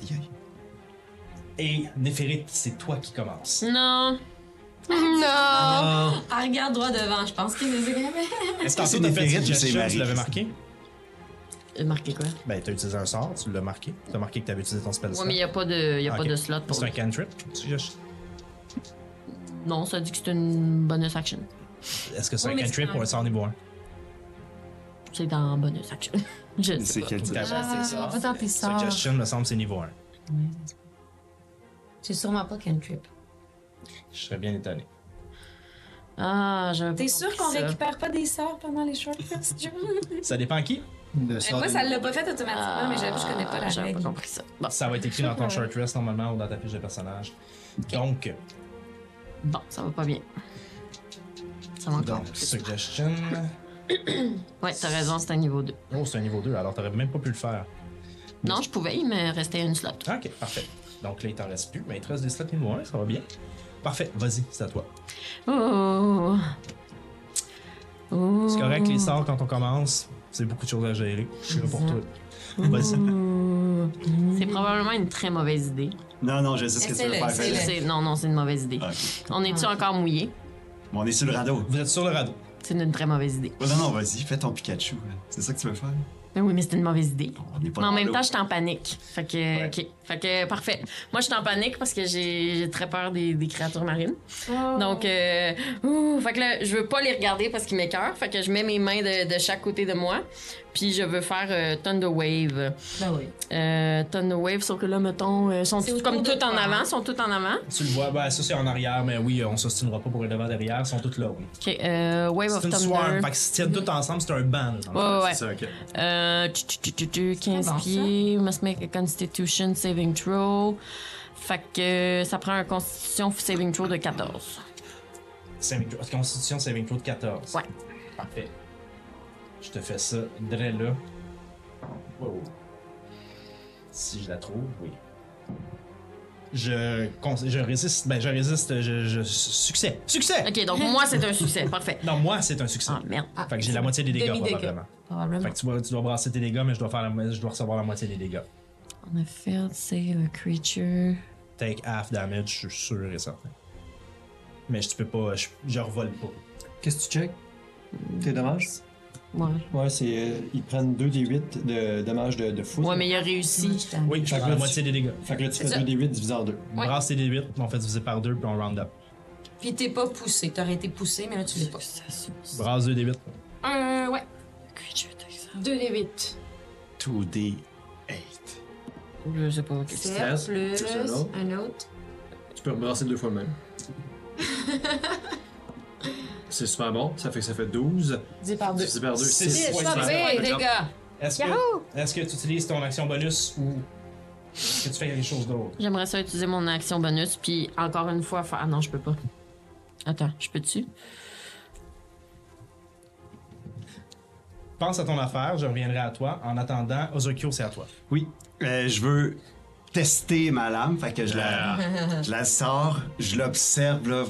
[SPEAKER 3] Aïe,
[SPEAKER 2] Et Néphérite, c'est toi qui commences.
[SPEAKER 1] Non.
[SPEAKER 4] *laughs* Ah, regarde droit devant, je pense qu'il les a
[SPEAKER 3] aïe. Est-ce que
[SPEAKER 2] Tantôt, t'as fait
[SPEAKER 3] c'est Néphérite ou
[SPEAKER 2] suggestion,
[SPEAKER 3] c'est Marie?
[SPEAKER 2] Tu l'avais marqué?
[SPEAKER 1] Euh, Marquez quoi?
[SPEAKER 2] Ben, t'as utilisé un sort, tu l'as marqué. T'as marqué que t'avais utilisé ton spell
[SPEAKER 1] Ouais,
[SPEAKER 2] slot.
[SPEAKER 1] mais il n'y a, pas de, y a
[SPEAKER 2] Ok.
[SPEAKER 1] pas de slot pour.
[SPEAKER 2] C'est un cantrip. Suggestion.
[SPEAKER 1] Non, ça dit que c'est une bonus action.
[SPEAKER 2] Est-ce que c'est
[SPEAKER 4] Oui,
[SPEAKER 2] un
[SPEAKER 4] mais
[SPEAKER 2] cantrip
[SPEAKER 4] c'est un-
[SPEAKER 2] ou un sort niveau 1?
[SPEAKER 1] C'est dans bonus action. *laughs* Je sais
[SPEAKER 3] C'est
[SPEAKER 1] pas.
[SPEAKER 3] quel type?
[SPEAKER 7] on va tenter ça.
[SPEAKER 2] Suggestion, me semble, c'est niveau 1.
[SPEAKER 7] C'est sûrement pas cantrip.
[SPEAKER 2] Je serais bien étonné.
[SPEAKER 1] Ah, j'avais pas
[SPEAKER 4] T'es sûr qu'on
[SPEAKER 1] compris ça.
[SPEAKER 4] récupère pas des sorts pendant les *laughs* short rests, Joe?
[SPEAKER 2] Ça dépend qui.
[SPEAKER 4] Euh, Moi, ça l'a pas fait automatiquement,
[SPEAKER 1] Ah,
[SPEAKER 4] mais j'avoue, je connais pas la
[SPEAKER 1] J'avais pas
[SPEAKER 4] règle.
[SPEAKER 1] compris ça. Bon,
[SPEAKER 2] Ça va être écrit dans ton short rest normalement ou dans ta fiche de personnage. Donc,
[SPEAKER 1] bon ça va pas bien. Ça va encore.
[SPEAKER 2] donc suggestion.
[SPEAKER 1] Ouais, t'as raison, c'est un niveau 2.
[SPEAKER 2] Oh, c'est un niveau 2, alors t'aurais même pas pu le faire.
[SPEAKER 1] Non, je pouvais, il me restait une slot.
[SPEAKER 2] Ok, parfait. Donc là, il t'en reste plus, mais il te reste des slots niveau 1, ça va bien. Parfait, vas-y, c'est à toi.
[SPEAKER 1] Oh. Oh.
[SPEAKER 2] C'est correct, les sorts, quand on commence, c'est beaucoup de choses à gérer. Je suis là pour toi. Vas-y.
[SPEAKER 1] *laughs* C'est probablement une très mauvaise idée.
[SPEAKER 3] Non, non, je sais ce que tu veux faire.
[SPEAKER 4] Essaie-le, essaie-le.
[SPEAKER 3] fais-le.
[SPEAKER 1] C'est- Non, non, c'est une mauvaise idée.
[SPEAKER 3] Ah, Ok.
[SPEAKER 1] On est-tu encore mouillé?
[SPEAKER 3] Bon, on est sur le radeau.
[SPEAKER 2] Vous êtes sur le radeau.
[SPEAKER 1] C'est une très mauvaise idée.
[SPEAKER 3] Oh, non, non, vas-y, fais ton Pikachu. là. C'est ça que tu veux faire?
[SPEAKER 1] Mais oui, mais c'est une mauvaise idée.
[SPEAKER 3] On n'est pas
[SPEAKER 1] Mais en
[SPEAKER 3] dans
[SPEAKER 1] même
[SPEAKER 3] l'eau.
[SPEAKER 1] temps, j'étais en panique. Fait que,
[SPEAKER 3] Ouais.
[SPEAKER 1] ok. Fait que, parfait. Moi, j'étais en panique parce que j'ai j'ai très peur des, des créatures marines.
[SPEAKER 7] Oh.
[SPEAKER 1] Donc, euh, ouh, fait que là, je veux pas les regarder parce qu'ils m'écœurent. Fait que je mets mes mains de, de chaque côté de moi. Puis je veux faire euh, Thunder Wave.
[SPEAKER 7] Ben oui.
[SPEAKER 1] Euh, Thunder Wave, sauf que là, mettons, euh, sont
[SPEAKER 7] C'est
[SPEAKER 1] tous
[SPEAKER 7] autour
[SPEAKER 1] comme
[SPEAKER 7] de
[SPEAKER 1] tout en
[SPEAKER 7] toi,
[SPEAKER 1] avant.
[SPEAKER 7] hein?
[SPEAKER 1] sont tout en avant.
[SPEAKER 2] Tu le vois, ben, ça c'est en arrière, mais oui, on s'ostinera pas pour le devant derrière, ils sont tous là. oui.
[SPEAKER 1] Ok, euh, Wave of
[SPEAKER 2] C'est une
[SPEAKER 1] Thunder.
[SPEAKER 2] swarm, fait qu'ils se tiennent tous ensemble, c'est un banc. là, dans
[SPEAKER 1] Mm-hmm.
[SPEAKER 2] le
[SPEAKER 1] Ouais,
[SPEAKER 2] fond.
[SPEAKER 1] ouais, ouais.
[SPEAKER 5] C'est ça, ok.
[SPEAKER 1] Euh, tu- tu- tu- tu- tu, 15
[SPEAKER 7] bon, ça.
[SPEAKER 1] pieds, must make a constitution saving throw. Fait que ça prend un constitution saving throw de 14.
[SPEAKER 2] Saving throw- Constitution saving throw de 14.
[SPEAKER 1] Ouais.
[SPEAKER 2] Parfait. Je te fais ça, dre là. Wow. Si je la trouve, oui. Je, con- je résiste, ben je résiste, je, je- succès, succès!
[SPEAKER 1] Ok, *laughs* donc moi c'est un succès, parfait.
[SPEAKER 2] Non, moi c'est un succès.
[SPEAKER 1] Ah merde.
[SPEAKER 2] fait que j'ai la moitié des dégâts
[SPEAKER 7] demi-dégâts.
[SPEAKER 2] probablement.
[SPEAKER 7] Probablement.
[SPEAKER 2] Fait que tu, vas- tu dois brasser tes dégâts, mais je dois, faire la mo- je dois recevoir la moitié des dégâts.
[SPEAKER 1] On a failed save a creature.
[SPEAKER 2] Take half damage, je suis sûr et certain. Mais je- tu peux pas, je, je revole pas.
[SPEAKER 5] Qu'est-ce que tu check? Tes dommages?
[SPEAKER 1] Ouais.
[SPEAKER 5] Ouais, c'est. euh, ils prennent 2 des 8 de dommages de, de foot.
[SPEAKER 1] Ouais, mais il a réussi.
[SPEAKER 2] Oui, je
[SPEAKER 5] Fait que
[SPEAKER 2] prends
[SPEAKER 5] là,
[SPEAKER 2] la
[SPEAKER 5] tu-
[SPEAKER 2] moitié des dégâts.
[SPEAKER 5] Fait que là, tu fais
[SPEAKER 7] ça.
[SPEAKER 5] 2 des 8 divisé en 2.
[SPEAKER 2] On brasse tes D8, on fait diviser par deux, puis on round up.
[SPEAKER 4] Puis t'es pas poussé. T'aurais été poussé, mais là, tu l'es pas.
[SPEAKER 2] Brasse 2 D8.
[SPEAKER 7] Euh, ouais.
[SPEAKER 1] Creature takes
[SPEAKER 6] 2 des 8.
[SPEAKER 3] 2D.
[SPEAKER 1] a- Je sais pas. ok.
[SPEAKER 5] stress,
[SPEAKER 7] Sept plus
[SPEAKER 5] c'est ça, non?
[SPEAKER 7] un autre.
[SPEAKER 5] Tu peux rebrasser deux fois le *laughs* même. c'est super bon, ça fait que ça fait 12.
[SPEAKER 6] Divisé par 2.
[SPEAKER 5] C'est par 2.
[SPEAKER 2] Six. Six,
[SPEAKER 7] Pas
[SPEAKER 2] Ouais,
[SPEAKER 7] pire,
[SPEAKER 2] c'est
[SPEAKER 7] les gars.
[SPEAKER 2] Est-ce que, est-ce que tu utilises ton action bonus ou est-ce que tu fais quelque chose d'autre?
[SPEAKER 1] J'aimerais ça utiliser mon action bonus, puis encore une fois faire. Ah non, je peux pas. Attends, je peux-tu?
[SPEAKER 2] Pense à ton affaire, je reviendrai à toi. En attendant, Ozokyo, c'est à toi.
[SPEAKER 3] Oui. Euh, je veux tester ma lame, fait que je
[SPEAKER 1] Ah.
[SPEAKER 3] la, je la sors, je l'observe, là.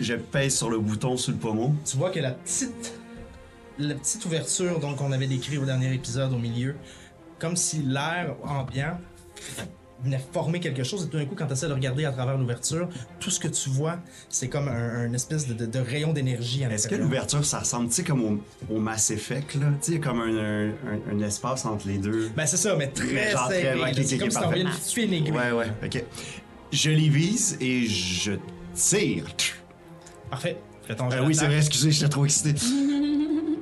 [SPEAKER 3] Je pèse sur le bouton sous le pommeau.
[SPEAKER 2] Tu vois que la petite, la petite ouverture donc, qu'on avait décrite au dernier épisode au milieu, comme si l'air ambiant venait former quelque chose, et tout d'un coup, quand tu essaies de regarder à travers l'ouverture, tout ce que tu vois, c'est comme un, un espèce de, de- de rayon d'énergie à
[SPEAKER 3] Est-ce que
[SPEAKER 2] l'intérieur.
[SPEAKER 3] l'ouverture, ça ressemble, tu sais, comme au, au Mass Effect, là? Tu sais, comme un, un, un- un espace entre les deux.
[SPEAKER 2] Ben c'est ça, mais très
[SPEAKER 3] Mais genre très-
[SPEAKER 2] serré.
[SPEAKER 3] ouais,
[SPEAKER 2] là.
[SPEAKER 3] ok,
[SPEAKER 2] c'est
[SPEAKER 3] ok,
[SPEAKER 2] comme si t'en
[SPEAKER 3] parfait.
[SPEAKER 2] viens de tuer une aiguille.
[SPEAKER 3] ouais, ouais, ok. Je les vise et je tire.
[SPEAKER 2] Parfait. Fais ton
[SPEAKER 3] Euh,
[SPEAKER 2] jet
[SPEAKER 3] oui, c'est
[SPEAKER 2] d'attaque.
[SPEAKER 3] vrai, excusez, j'étais
[SPEAKER 1] *laughs*
[SPEAKER 3] trop excité.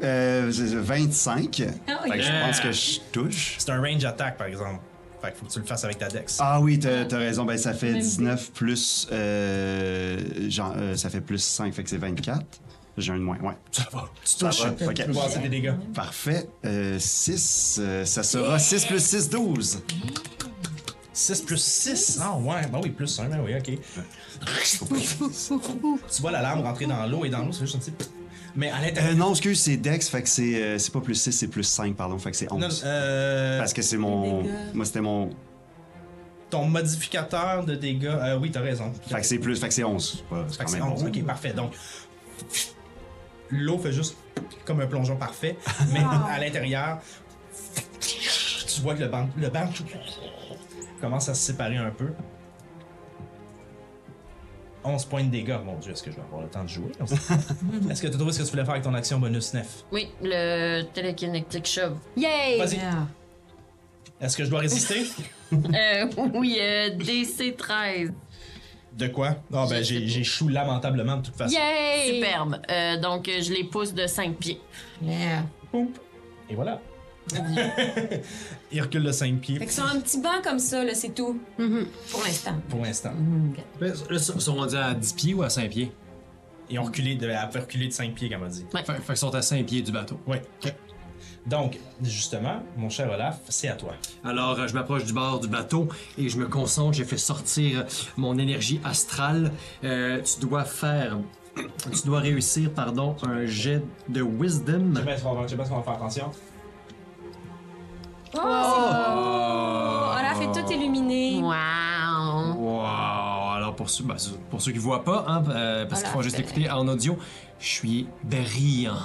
[SPEAKER 3] Euh, c'est- c'est 25.
[SPEAKER 1] Ah
[SPEAKER 3] Fait que je
[SPEAKER 5] yeah.
[SPEAKER 3] pense que je touche.
[SPEAKER 2] C'est un range attack, par exemple. Fait qu'il faut que tu le fasses avec ta dex.
[SPEAKER 3] Ah oui, t'as t'as raison. Ben, ça fait 19 plus. euh, genre, euh, ça fait plus 5, fait que c'est 24. J'ai un de moins, ouais.
[SPEAKER 2] Ça va. Tu
[SPEAKER 3] Ça
[SPEAKER 2] touches.
[SPEAKER 3] va, ok.
[SPEAKER 2] Tu peux brasser des dégâts.
[SPEAKER 3] Parfait. 6, ça sera 6 plus 6, 12.
[SPEAKER 2] 6 plus 6. Ah ouais, bah oui, plus 1, ben oui, ok. tu vois la lame rentrer dans l'eau et dans l'eau, c'est juste un petit. pfff. Mais à
[SPEAKER 3] Euh,
[SPEAKER 2] l'intérieur.
[SPEAKER 3] non, excuse, c'est Dex, fait que c'est euh, c'est pas plus 6, c'est plus 5, pardon, fait que c'est 11.
[SPEAKER 2] Non, euh,
[SPEAKER 3] Parce que c'est mon. Moi, c'était mon.
[SPEAKER 2] ton modificateur de dégâts. Euh, oui, t'as raison.
[SPEAKER 3] Fait que c'est plus, fait que c'est 11. Ouais, c'est
[SPEAKER 2] Fait que
[SPEAKER 3] quand
[SPEAKER 2] c'est
[SPEAKER 3] même
[SPEAKER 2] onze.
[SPEAKER 3] bon.
[SPEAKER 2] Ok, parfait. Donc, l'eau fait juste comme un plongeon parfait, mais à l'intérieur, tu vois que le banc, le banc commence à se séparer un peu. 11 points de dégâts. Mon Dieu, est-ce que je vais avoir le temps de
[SPEAKER 3] *laughs*
[SPEAKER 2] jouer? est-ce que tu trouves ce que tu voulais faire avec ton action bonus 9?
[SPEAKER 1] Oui, le télékinétique shove.
[SPEAKER 6] Yay!
[SPEAKER 2] Vas-y.
[SPEAKER 4] euh.
[SPEAKER 2] Est-ce que je dois résister?
[SPEAKER 1] euh, *laughs* oui, euh, DC 13.
[SPEAKER 2] De quoi? Ah, ben, j'ai j'ai chou lamentablement de toute façon.
[SPEAKER 6] Yay!
[SPEAKER 1] Superbe. Euh, donc, euh, je les pousse de 5 pieds.
[SPEAKER 4] Yeah.
[SPEAKER 2] Et voilà. *laughs* Il recule de 5 pieds
[SPEAKER 4] Fait qu'ils sont un petit banc comme ça, là, c'est tout.
[SPEAKER 7] Mm-hmm.
[SPEAKER 4] Pour l'instant.
[SPEAKER 2] pour l'instant.
[SPEAKER 5] Mais
[SPEAKER 3] Ben,
[SPEAKER 5] là, ils sont rendus à 10 pieds ou à 5 pieds?
[SPEAKER 2] Ils ont reculé de, elle fait reculer de 5 pieds, comme on dit.
[SPEAKER 5] Fait, fait qu'ils sont à 5 pieds du bateau.
[SPEAKER 2] Oui. Donc, justement, mon cher Olaf, c'est à toi.
[SPEAKER 5] Alors, euh, je m'approche du bord du bateau et je me concentre. J'ai fait sortir mon énergie astrale. Euh, tu dois faire. *coughs* Tu dois réussir, pardon, un jet de wisdom.
[SPEAKER 2] Je sais pas si on va, je sais pas si on va faire attention.
[SPEAKER 4] Oh, Olaf est tout illuminé.
[SPEAKER 1] Wow.
[SPEAKER 5] Wow! Alors, pour pour, ceux, ben, pour ceux qui voient pas, hein, euh, parce qu'ils font juste écouter en audio, je suis brillant.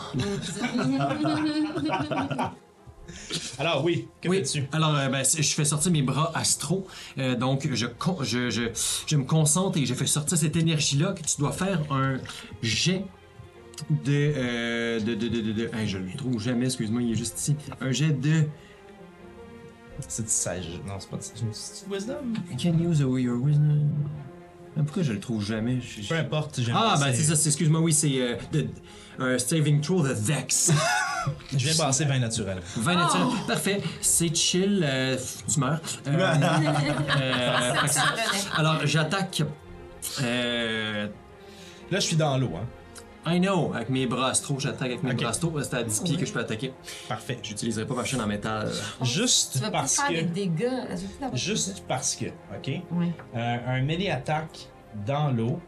[SPEAKER 2] Alors oui, que fais-tu?
[SPEAKER 5] Alors, euh, ben, c'est- je fais sortir mes bras astro. Euh, donc, je, con- je, je, je me concentre et je fais sortir cette énergie-là que tu dois faire un jet de. euh, de, de, de, de, de- hein, je ne le trouve jamais, excuse-moi, il est juste ici. Un jet de.
[SPEAKER 2] C'est du sage. Non, c'est pas du sage. C'est du wisdom.
[SPEAKER 5] Can you use a way your wisdom? Mais Pourquoi je le trouve jamais? Je- je-
[SPEAKER 2] Peu importe, j'aime
[SPEAKER 5] Ah,
[SPEAKER 2] passer-
[SPEAKER 5] ben c'est ça, c'est- excuse-moi, oui, c'est euh, de- un saving throw de Vex.
[SPEAKER 2] Je viens passer vin naturel.
[SPEAKER 5] 20 naturel. Parfait, c'est chill, euh, f- tu meurs. Euh, euh, fait que ça- alors, j'attaque. euh,
[SPEAKER 2] Là, je suis dans l'eau, hein.
[SPEAKER 5] I know, avec mes bras astro, j'attaque avec mes
[SPEAKER 2] Ok.
[SPEAKER 5] bras astro, c'est à 10 pieds que je peux attaquer.
[SPEAKER 2] Parfait.
[SPEAKER 5] J'utiliserai pas ma chaîne en métal.
[SPEAKER 2] Juste
[SPEAKER 7] Tu vas pas
[SPEAKER 2] parce
[SPEAKER 7] faire
[SPEAKER 2] que.
[SPEAKER 7] des dégâts. là, tu vas pas avoir des
[SPEAKER 2] Juste parce que, ok? Euh, un melee attaque dans l'eau.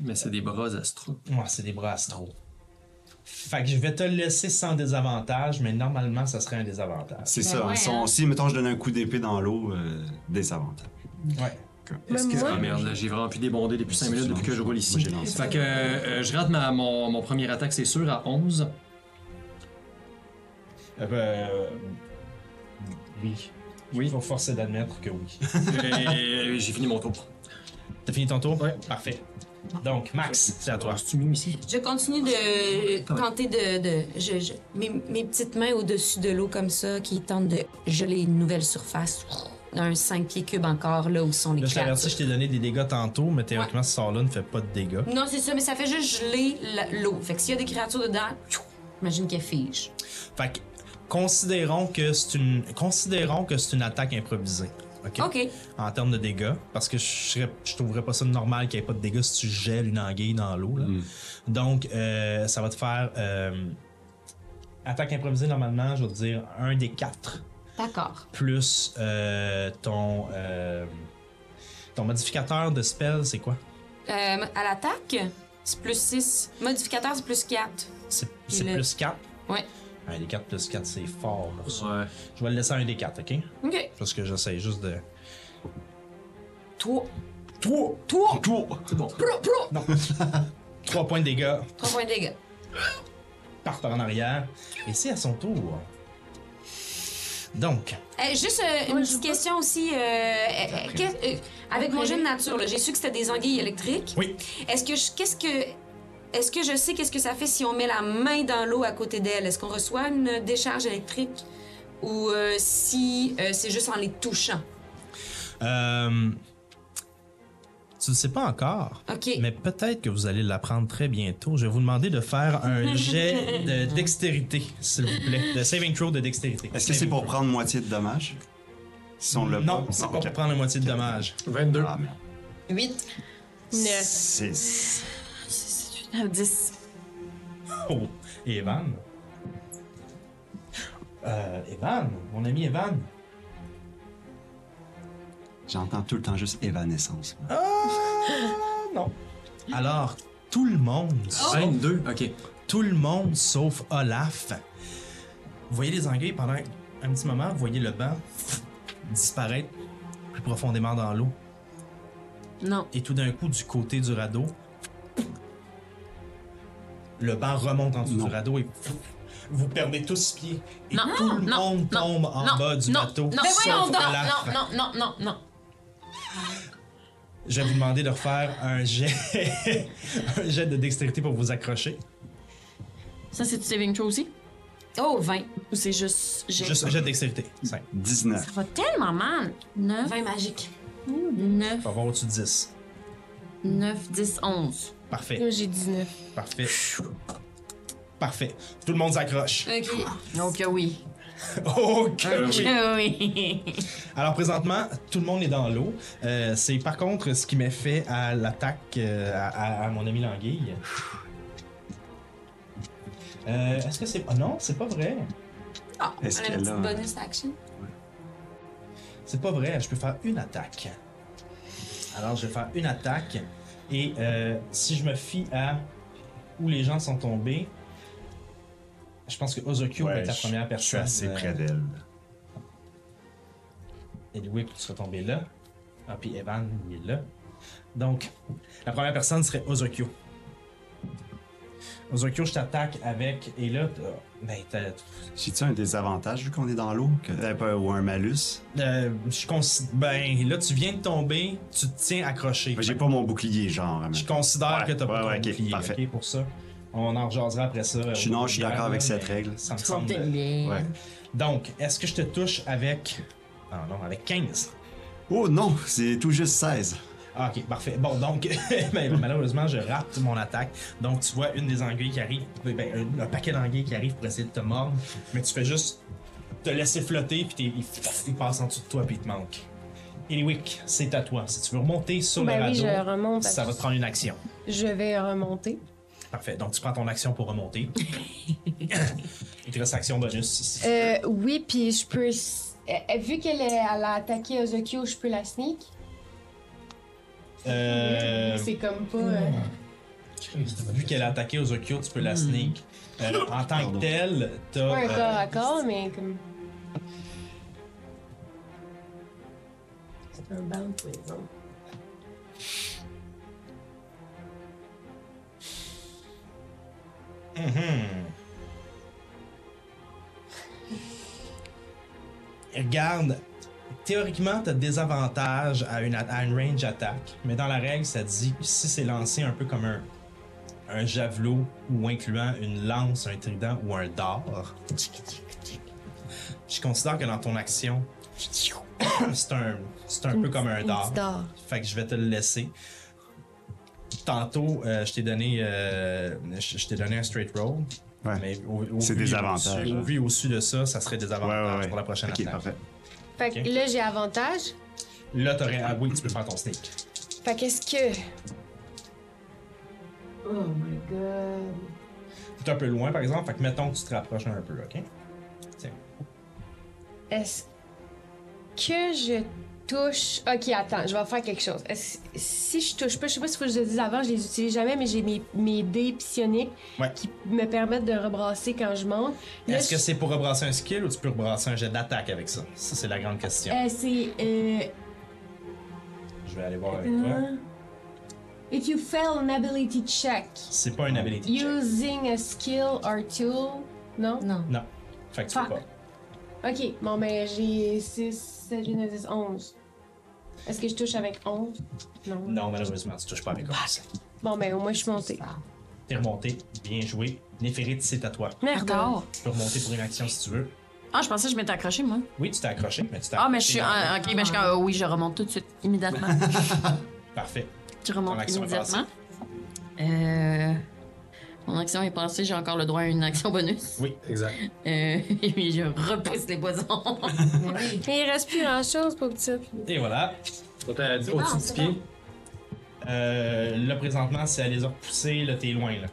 [SPEAKER 5] Mais c'est des bras astro.
[SPEAKER 2] Moi, c'est des bras astro. Fait que je vais te laisser sans désavantage, mais normalement, ça serait un désavantage.
[SPEAKER 3] C'est ça.
[SPEAKER 7] ouais,
[SPEAKER 3] Si,
[SPEAKER 7] hein.
[SPEAKER 3] si, mettons, je donne un coup d'épée dans l'eau, euh, désavantage.
[SPEAKER 2] Ouais.
[SPEAKER 6] Même moi,
[SPEAKER 5] Ah merde, là, j'ai vraiment pu débonder depuis 5 minutes depuis que je roule ici.
[SPEAKER 3] Moi, j'ai lancé.
[SPEAKER 5] Fait que euh, je rate ma, mon, mon premier attaque, c'est sûr, à 11.
[SPEAKER 2] Euh, euh, oui.
[SPEAKER 5] Oui.
[SPEAKER 2] Il faut forcer d'admettre que oui.
[SPEAKER 5] Et j'ai fini mon tour.
[SPEAKER 2] T'as fini ton tour? Ouais. Parfait. Donc, Max, c'est à toi.
[SPEAKER 5] tu mimes ici?
[SPEAKER 4] Je continue de euh, tenter de. de- je- je- mes, mes petites mains au-dessus de l'eau comme ça qui tentent de geler une nouvelle surface. Un 5 pieds cubes encore là où sont les
[SPEAKER 2] Là, je
[SPEAKER 4] crêpes.
[SPEAKER 2] t'avertis, je t'ai donné des dégâts tantôt, mais théoriquement, ce sort-là ne fait pas de dégâts.
[SPEAKER 4] Non, c'est ça, mais ça fait juste geler la- l'eau. Fait que s'il y a des créatures dedans, pfiou, imagine qu'elles figent.
[SPEAKER 2] Fait que, considérons que c'est une, considérons que c'est une attaque improvisée. OK?
[SPEAKER 4] OK.
[SPEAKER 2] En termes de dégâts, parce que je, serais- je trouverais pas ça normal qu'il n'y ait pas de dégâts si tu gèles une anguille dans l'eau. là. Donc, euh, ça va te faire. euh, attaque improvisée, normalement, je vais te dire un des quatre
[SPEAKER 4] D'accord.
[SPEAKER 2] plus euh, ton. euh, ton modificateur de spell, c'est quoi?
[SPEAKER 4] Euh, à l'attaque, c'est plus 6. Modificateur, c'est plus 4.
[SPEAKER 2] C'est c'est
[SPEAKER 4] Le-
[SPEAKER 2] plus 4?
[SPEAKER 4] Ouais.
[SPEAKER 2] Un des 4 plus 4, c'est fort pour ça.
[SPEAKER 5] Ouais.
[SPEAKER 2] Je vais le laisser à un des 4, ok?
[SPEAKER 4] OK.
[SPEAKER 2] Parce que j'essaie juste de.
[SPEAKER 4] Trois.
[SPEAKER 2] 3!
[SPEAKER 4] Trois.
[SPEAKER 2] 3 points de dégâts,
[SPEAKER 4] Trois points de dégâts.
[SPEAKER 2] part en arrière. Et c'est à son tour. Donc,
[SPEAKER 4] Euh, juste euh, une petite question aussi. euh, euh, qu'est- euh, avec mon jeu de nature, là, j'ai su que c'était des anguilles électriques.
[SPEAKER 2] oui,
[SPEAKER 4] Est-ce que je, qu'est-ce que est-ce que je sais qu'est-ce que ça fait si on met la main dans l'eau à côté d'elle Est-ce qu'on reçoit une décharge électrique ou euh, si euh, c'est juste en les touchant
[SPEAKER 2] euh, tu ne sais pas encore,
[SPEAKER 4] Ok.
[SPEAKER 2] mais peut-être que vous allez l'apprendre très bientôt. Je vais vous demander de faire
[SPEAKER 4] *laughs*
[SPEAKER 2] un jet de dextérité, s'il vous plaît. De saving throw de dextérité.
[SPEAKER 3] Est-ce que c'est pour prendre moitié de dommage? Si on l'a
[SPEAKER 2] Non,
[SPEAKER 3] pas?
[SPEAKER 2] c'est pas
[SPEAKER 3] Ah, ok.
[SPEAKER 2] pour prendre la moitié de dommage.
[SPEAKER 5] 22.
[SPEAKER 3] Ah, merde.
[SPEAKER 7] 8.
[SPEAKER 6] neuf.
[SPEAKER 3] Six.
[SPEAKER 1] 10.
[SPEAKER 2] Oh, et Evan? Euh, Evan, mon ami Evan.
[SPEAKER 3] J'entends tout le temps juste évanescence.
[SPEAKER 2] Ah. Non. Alors, tout le monde,
[SPEAKER 5] 22, ok.
[SPEAKER 2] tout le monde sauf Olaf. Vous voyez les anguilles pendant un petit moment, vous voyez le banc disparaître plus profondément dans l'eau.
[SPEAKER 1] Non.
[SPEAKER 2] Et tout d'un coup, du côté du radeau, le banc remonte en dessous
[SPEAKER 3] Non.
[SPEAKER 2] du radeau et vous perdez tous pied. Et
[SPEAKER 1] Non,
[SPEAKER 2] tout le
[SPEAKER 1] non,
[SPEAKER 2] monde
[SPEAKER 1] non,
[SPEAKER 2] tombe en
[SPEAKER 1] non,
[SPEAKER 2] bas du
[SPEAKER 1] non,
[SPEAKER 2] bateau.
[SPEAKER 1] Non,
[SPEAKER 2] sauf
[SPEAKER 1] non,
[SPEAKER 2] Olaf.
[SPEAKER 1] non, non, non, non, non.
[SPEAKER 2] Je vais vous demander de refaire un jet, *laughs* un jet de dextérité pour vous accrocher.
[SPEAKER 1] Ça, c'est du saving throw aussi?
[SPEAKER 4] Oh 20.
[SPEAKER 1] Ou c'est juste... j'ai-
[SPEAKER 2] Juste un jet de dextérité. Cinq.
[SPEAKER 3] 19.
[SPEAKER 1] Ça va tellement mal.
[SPEAKER 7] Hein?
[SPEAKER 1] 9,
[SPEAKER 4] 20 magique.
[SPEAKER 1] 9,
[SPEAKER 2] Faut avoir au-dessus de 10.
[SPEAKER 1] 9, 10, 11.
[SPEAKER 2] Parfait,
[SPEAKER 6] Moi, j'ai 19.
[SPEAKER 2] parfait. Parfait. Tout le monde s'accroche. *laughs*
[SPEAKER 4] OK.
[SPEAKER 1] Donc euh, oui.
[SPEAKER 2] OK.
[SPEAKER 1] Ah, *laughs* oui.
[SPEAKER 2] Alors présentement, tout le monde est dans l'eau. Euh, c'est par contre ce qui m'a fait à l'attaque euh, à, à- à mon ami Languille. Euh, Est-ce que c'est... Ah non, c'est pas vrai.
[SPEAKER 4] Ah, on a une
[SPEAKER 3] Est-ce qu'elle
[SPEAKER 4] petite
[SPEAKER 3] a un-
[SPEAKER 4] bonus action.
[SPEAKER 2] C'est pas vrai, je peux faire une attaque. Alors, je vais faire une attaque. Et euh, si je me fie à où les gens sont tombés, je pense que Ozokyo va
[SPEAKER 3] Ouais,
[SPEAKER 2] être la
[SPEAKER 3] je-
[SPEAKER 2] première
[SPEAKER 3] Je suis
[SPEAKER 2] personne.
[SPEAKER 3] assez
[SPEAKER 2] euh,
[SPEAKER 3] près d'elle.
[SPEAKER 2] Edwick, tu seras tombé là. Ah, puis Evan, il est là. Donc, la première personne serait Ozokyo. Ozokyo, je t'attaque avec. Et là, t'as- ben, t'as-
[SPEAKER 3] J'ai-tu un désavantage vu qu'on est dans l'eau? Que- euh, pas- Ou un malus?
[SPEAKER 2] euh, je consi- Ben, là, tu viens de tomber, tu te tiens accroché.
[SPEAKER 3] Ben, J'ai pas mon bouclier, genre. mais-
[SPEAKER 2] Je considère
[SPEAKER 3] Ouais,
[SPEAKER 2] que t'as pas
[SPEAKER 3] ouais,
[SPEAKER 2] ton
[SPEAKER 3] ouais, ok,
[SPEAKER 2] bouclier,
[SPEAKER 3] parfait.
[SPEAKER 2] ok, pour ça. On en rejasera après ça. euh,
[SPEAKER 3] Je suis- non, je suis d'accord avec
[SPEAKER 2] mais
[SPEAKER 3] cette règle.
[SPEAKER 2] Ça me semble.
[SPEAKER 1] Ouais.
[SPEAKER 3] Ouais.
[SPEAKER 2] Donc, est-ce que je te touche avec. Ah non, avec 15.
[SPEAKER 3] Oh non, c'est tout juste 16.
[SPEAKER 2] Ah, ok, parfait. Bon, donc, *laughs* ben, malheureusement, je rate mon attaque. Donc, tu vois une des anguilles qui arrive, ben, un- un, paquet d'anguilles qui arrive pour essayer de te mordre, mais tu fais juste te laisser flotter, puis t'es- il, il passe en dessous de toi, puis il te manque. Eliwick, c'est à toi. Si tu veux remonter sur le
[SPEAKER 6] Ben oui,
[SPEAKER 2] radeau,
[SPEAKER 6] je remonte.
[SPEAKER 2] ça va te prendre une action.
[SPEAKER 6] Je vais remonter.
[SPEAKER 2] Parfait. Donc, tu prends ton action pour remonter. il te reste action bonus ici.
[SPEAKER 6] Euh, oui, puis je peux. s- euh, Vu qu'elle est- elle a attaqué Ozokyo, je peux la sneak.
[SPEAKER 2] Euh,
[SPEAKER 6] C'est comme pas. euh,
[SPEAKER 2] vu qu'elle a attaqué Ozokyo, tu peux la sneak. Euh, en tant que telle, t'as.
[SPEAKER 6] pas un
[SPEAKER 2] euh,
[SPEAKER 6] corps à corps, mais comme. C'est un bound, par exemple.
[SPEAKER 2] Regarde, théoriquement, t'as des avantages à une, à une range attaque, mais dans la règle, ça dit que si c'est lancé un peu comme un, un javelot ou incluant une lance, un trident ou un dard, je considère que dans ton action, *coughs* c'est un, c'est un peu comme un dard.
[SPEAKER 6] dard.
[SPEAKER 2] Fait que je vais te le laisser. Tantôt, euh, je t'ai donné, euh, je, je t'ai donné un straight roll.
[SPEAKER 3] Ouais.
[SPEAKER 2] Mais au, au
[SPEAKER 3] C'est
[SPEAKER 2] vu et
[SPEAKER 3] des
[SPEAKER 2] au
[SPEAKER 3] avantages,
[SPEAKER 2] dessus- Au
[SPEAKER 3] hein.
[SPEAKER 2] vu et au-dessus de ça, ça serait des avantages Ah, pour la prochaine
[SPEAKER 3] ok,
[SPEAKER 2] attaque.
[SPEAKER 3] parfait.
[SPEAKER 6] Fait que
[SPEAKER 2] Ok.
[SPEAKER 6] là, j'ai avantage.
[SPEAKER 2] Là, t'aurais. Ah oui, tu peux faire ton sneak.
[SPEAKER 6] Fait qu'est-ce que.
[SPEAKER 2] T'es un peu loin, par exemple. Fait que mettons que tu te rapproches un peu, ok? Tiens.
[SPEAKER 6] Est-ce que je touche. Ok, attends, je vais faire quelque chose. Est-ce- Si je touche pas, je sais pas si faut que je le dise avant, je les utilise jamais, mais j'ai mes, mes dés psioniques
[SPEAKER 2] Ouais.
[SPEAKER 6] qui me permettent de rebrasser quand je monte. Là,
[SPEAKER 2] Est-ce que
[SPEAKER 6] je-
[SPEAKER 2] c'est pour rebrasser un skill ou tu peux rebrasser un jet d'attaque avec ça? Ça, c'est la grande question.
[SPEAKER 8] Euh, c'est. euh,
[SPEAKER 6] Euh,
[SPEAKER 2] Je vais aller voir avec toi.
[SPEAKER 8] non. If you fail an ability check
[SPEAKER 2] C'est pas une ability check.
[SPEAKER 6] Using a skill or tool. Non?
[SPEAKER 4] Non.
[SPEAKER 2] Non. Fait que tu peux
[SPEAKER 6] Fuck.
[SPEAKER 2] pas.
[SPEAKER 6] Ok, bon ben j'ai 6, 7, 8, 9, 10, 11. Est-ce que je touche avec 11? Non.
[SPEAKER 2] Non, malheureusement, tu touches pas avec ça.
[SPEAKER 6] Bon ben au moins je suis montée.
[SPEAKER 2] T'es remonté. Bien joué. Néphérite, c'est à toi.
[SPEAKER 6] Merde.
[SPEAKER 1] D'accord.
[SPEAKER 2] Tu peux remonter pour une action si tu veux.
[SPEAKER 1] Ah, je pensais que je m'étais accroché, moi.
[SPEAKER 2] Oui, tu t'es accroché, mais tu t'es
[SPEAKER 1] Ah, mais je
[SPEAKER 2] accroché
[SPEAKER 1] suis.
[SPEAKER 2] dans-
[SPEAKER 1] ah, ok, mais je suis. ah, oui, je remonte tout de suite, immédiatement.
[SPEAKER 2] Parfait.
[SPEAKER 1] je
[SPEAKER 2] Ton
[SPEAKER 1] remonte
[SPEAKER 2] action est
[SPEAKER 1] immédiatement. Euh, Mon action est passée, j'ai encore le droit à une action bonus.
[SPEAKER 2] Oui.
[SPEAKER 5] Exact.
[SPEAKER 1] Euh, *laughs* et puis je repousse les poisons. *laughs*
[SPEAKER 6] Mais il reste plus grand chose pour petit.
[SPEAKER 2] Et voilà.
[SPEAKER 5] Donc, t'as dit
[SPEAKER 1] Ah,
[SPEAKER 5] au-dessus du pied.
[SPEAKER 2] Euh, là, présentement, si elle les a repoussés, là, t'es loin, là.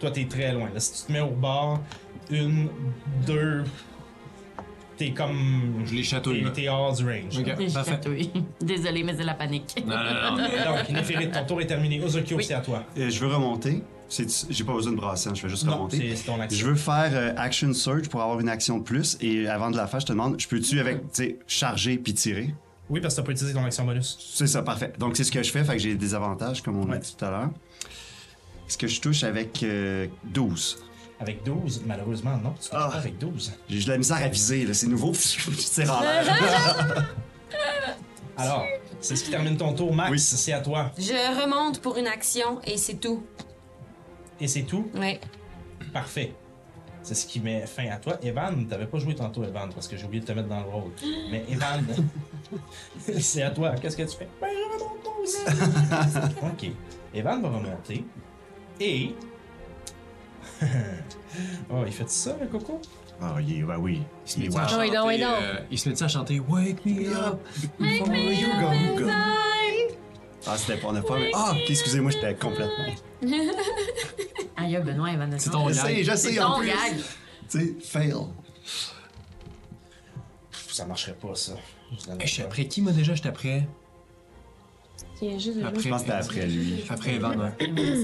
[SPEAKER 2] Toi, t'es très loin. Là, si tu te mets au bord, une, deux, t'es comme.
[SPEAKER 5] Je les chatouille,
[SPEAKER 2] T'es
[SPEAKER 5] là.
[SPEAKER 2] t'es hors du range.
[SPEAKER 5] Ok,
[SPEAKER 2] là.
[SPEAKER 1] J'ai
[SPEAKER 5] parfait.
[SPEAKER 1] chatouillé. Désolée, mais c'est la panique.
[SPEAKER 5] Non, non,
[SPEAKER 2] *laughs*
[SPEAKER 5] non.
[SPEAKER 2] Donc, Néphérite, ton tour est terminé. Ozokyo,
[SPEAKER 1] Oui.
[SPEAKER 2] c'est à toi.
[SPEAKER 3] Euh, je veux remonter. C'est- J'ai pas besoin de brasser, hein, je vais juste
[SPEAKER 2] Non,
[SPEAKER 3] remonter.
[SPEAKER 2] c'est c'est ton action.
[SPEAKER 3] Je veux faire euh, action surge pour avoir une action de plus. Et avant de la faire, je te demande, je peux-tu avec, tu sais, charger puis tirer?
[SPEAKER 2] Oui, parce que t'as pas utilisé ton action bonus.
[SPEAKER 3] C'est ça, parfait. Donc c'est ce que je fais, fait que j'ai des avantages, comme on
[SPEAKER 2] Ouais.
[SPEAKER 3] a dit tout à l'heure. Est-ce que je touche avec euh, 12?
[SPEAKER 2] Avec 12, malheureusement, non. Tu touches
[SPEAKER 3] Ah.
[SPEAKER 2] pas avec 12.
[SPEAKER 3] J'ai de la misère à viser, là, c'est nouveau, *laughs* je tire en l'air.
[SPEAKER 2] *laughs* Alors, c'est ce qui termine ton tour, Max.
[SPEAKER 3] Oui.
[SPEAKER 2] C'est à toi.
[SPEAKER 4] Je remonte pour une action et c'est tout.
[SPEAKER 2] Et c'est tout.
[SPEAKER 4] Ouais.
[SPEAKER 2] Parfait. C'est ce qui met fin à toi. Evan, t'avais pas joué tantôt, Evan, parce que j'ai oublié de te mettre dans le rôle. Mais Evan, *laughs* c'est à toi. Qu'est-ce que tu fais? Ben, je remonte moi aussi. ok. Evan va remonter. Et. *laughs* oh, il fait ça, le coco?
[SPEAKER 3] Ah oui, bah oui.
[SPEAKER 5] Il se met à
[SPEAKER 6] Ah oui, non, oui,
[SPEAKER 5] chanter,
[SPEAKER 6] non.
[SPEAKER 5] euh, il se met à chanter Wake me up.
[SPEAKER 3] Oh, you go, go. Ah, c'était pas, on a pas. Ah, ok, excusez-moi, j'étais complètement.
[SPEAKER 1] Aïe, Benoît et Vanessa.
[SPEAKER 5] C'est ton
[SPEAKER 3] Je
[SPEAKER 5] gag.
[SPEAKER 3] sais, je
[SPEAKER 1] C'est
[SPEAKER 3] sais, en
[SPEAKER 1] ton
[SPEAKER 3] plus.
[SPEAKER 1] gag.
[SPEAKER 3] Tu sais, fail.
[SPEAKER 2] Ça marcherait pas, ça. Je donne
[SPEAKER 5] Hey, Je suis
[SPEAKER 2] pas.
[SPEAKER 5] après qui, moi, déjà? J'étais après...
[SPEAKER 6] Tiens, juste
[SPEAKER 2] euh.
[SPEAKER 6] de jouer.
[SPEAKER 5] Après...
[SPEAKER 3] Je pense que c'était après lui.
[SPEAKER 5] Après Evan, ouais.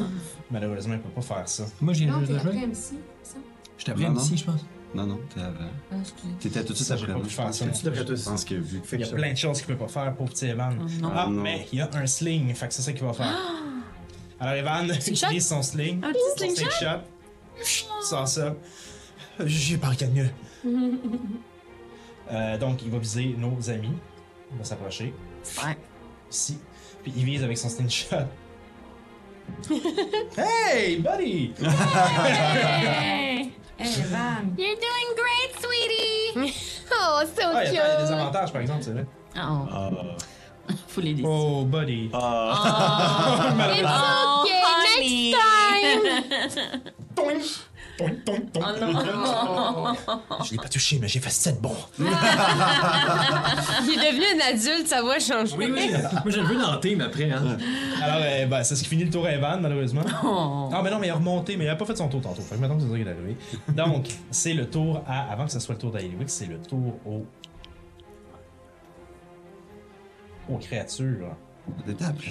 [SPEAKER 2] Malheureusement, il peut pas faire ça.
[SPEAKER 5] Moi, j'ai
[SPEAKER 8] Non,
[SPEAKER 5] juste
[SPEAKER 8] t'es
[SPEAKER 5] de
[SPEAKER 8] après
[SPEAKER 5] jouer.
[SPEAKER 8] MC, ça?
[SPEAKER 5] J'étais après
[SPEAKER 3] Non, non.
[SPEAKER 5] MC, je pense.
[SPEAKER 3] Non, non, t'es avant. T'étais tout de suite
[SPEAKER 2] Ça, j'ai
[SPEAKER 3] après
[SPEAKER 2] pas
[SPEAKER 3] moi.
[SPEAKER 2] pu
[SPEAKER 3] Je
[SPEAKER 2] faire
[SPEAKER 3] pense
[SPEAKER 2] ça.
[SPEAKER 3] que-
[SPEAKER 5] Tu devrais tout
[SPEAKER 3] Je pense que vu
[SPEAKER 5] Fait
[SPEAKER 2] Il y
[SPEAKER 5] que
[SPEAKER 2] a
[SPEAKER 5] ça-
[SPEAKER 2] plein de choses qu'il peut pas faire, pauvre petit Evan. ah,
[SPEAKER 3] non.
[SPEAKER 2] mais il y a un sling, fait que c'est ça qu'il va faire. *gasps* Alors Evan utilise son sling. Un petit slingshot. Sans ça. J'ai pas rien de *laughs* mieux. Euh, donc, il va viser nos amis. Il va s'approcher.
[SPEAKER 1] Ouais.
[SPEAKER 2] Ici. Puis il vise avec son *laughs* slingshot. hey, buddy!
[SPEAKER 7] You're doing great, sweetie!
[SPEAKER 6] *laughs* Oh, c'est
[SPEAKER 2] Ah, il y a il y a des
[SPEAKER 6] ok.
[SPEAKER 2] avantages, par exemple, c'est vrai.
[SPEAKER 1] Ah,
[SPEAKER 3] Ah.
[SPEAKER 1] faut les laisser.
[SPEAKER 2] Oh, buddy.
[SPEAKER 3] Ah.
[SPEAKER 7] Oh,
[SPEAKER 6] Ok,
[SPEAKER 1] Oh,
[SPEAKER 6] next
[SPEAKER 7] *laughs*
[SPEAKER 6] time!
[SPEAKER 2] Toing! Toing, toing, toing. Je l'ai pas touché, mais j'ai fait 7 bons.
[SPEAKER 6] Il est devenu un adulte, sa voix change.
[SPEAKER 5] Oui, oui. Moi, je le veux dans le team après. Hein.
[SPEAKER 2] Alors, euh, ben, c'est ce qui finit le tour à Evan, *laughs* malheureusement. Ah, mais non, mais il a remonté, mais il a pas fait son tour tantôt. Fait que maintenant, c'est ça qu'il est arrivé. *laughs* Donc, c'est le tour à. Avant que ce soit le tour d'Ailiwick, c'est le tour au. aux créatures.
[SPEAKER 3] T'étais après.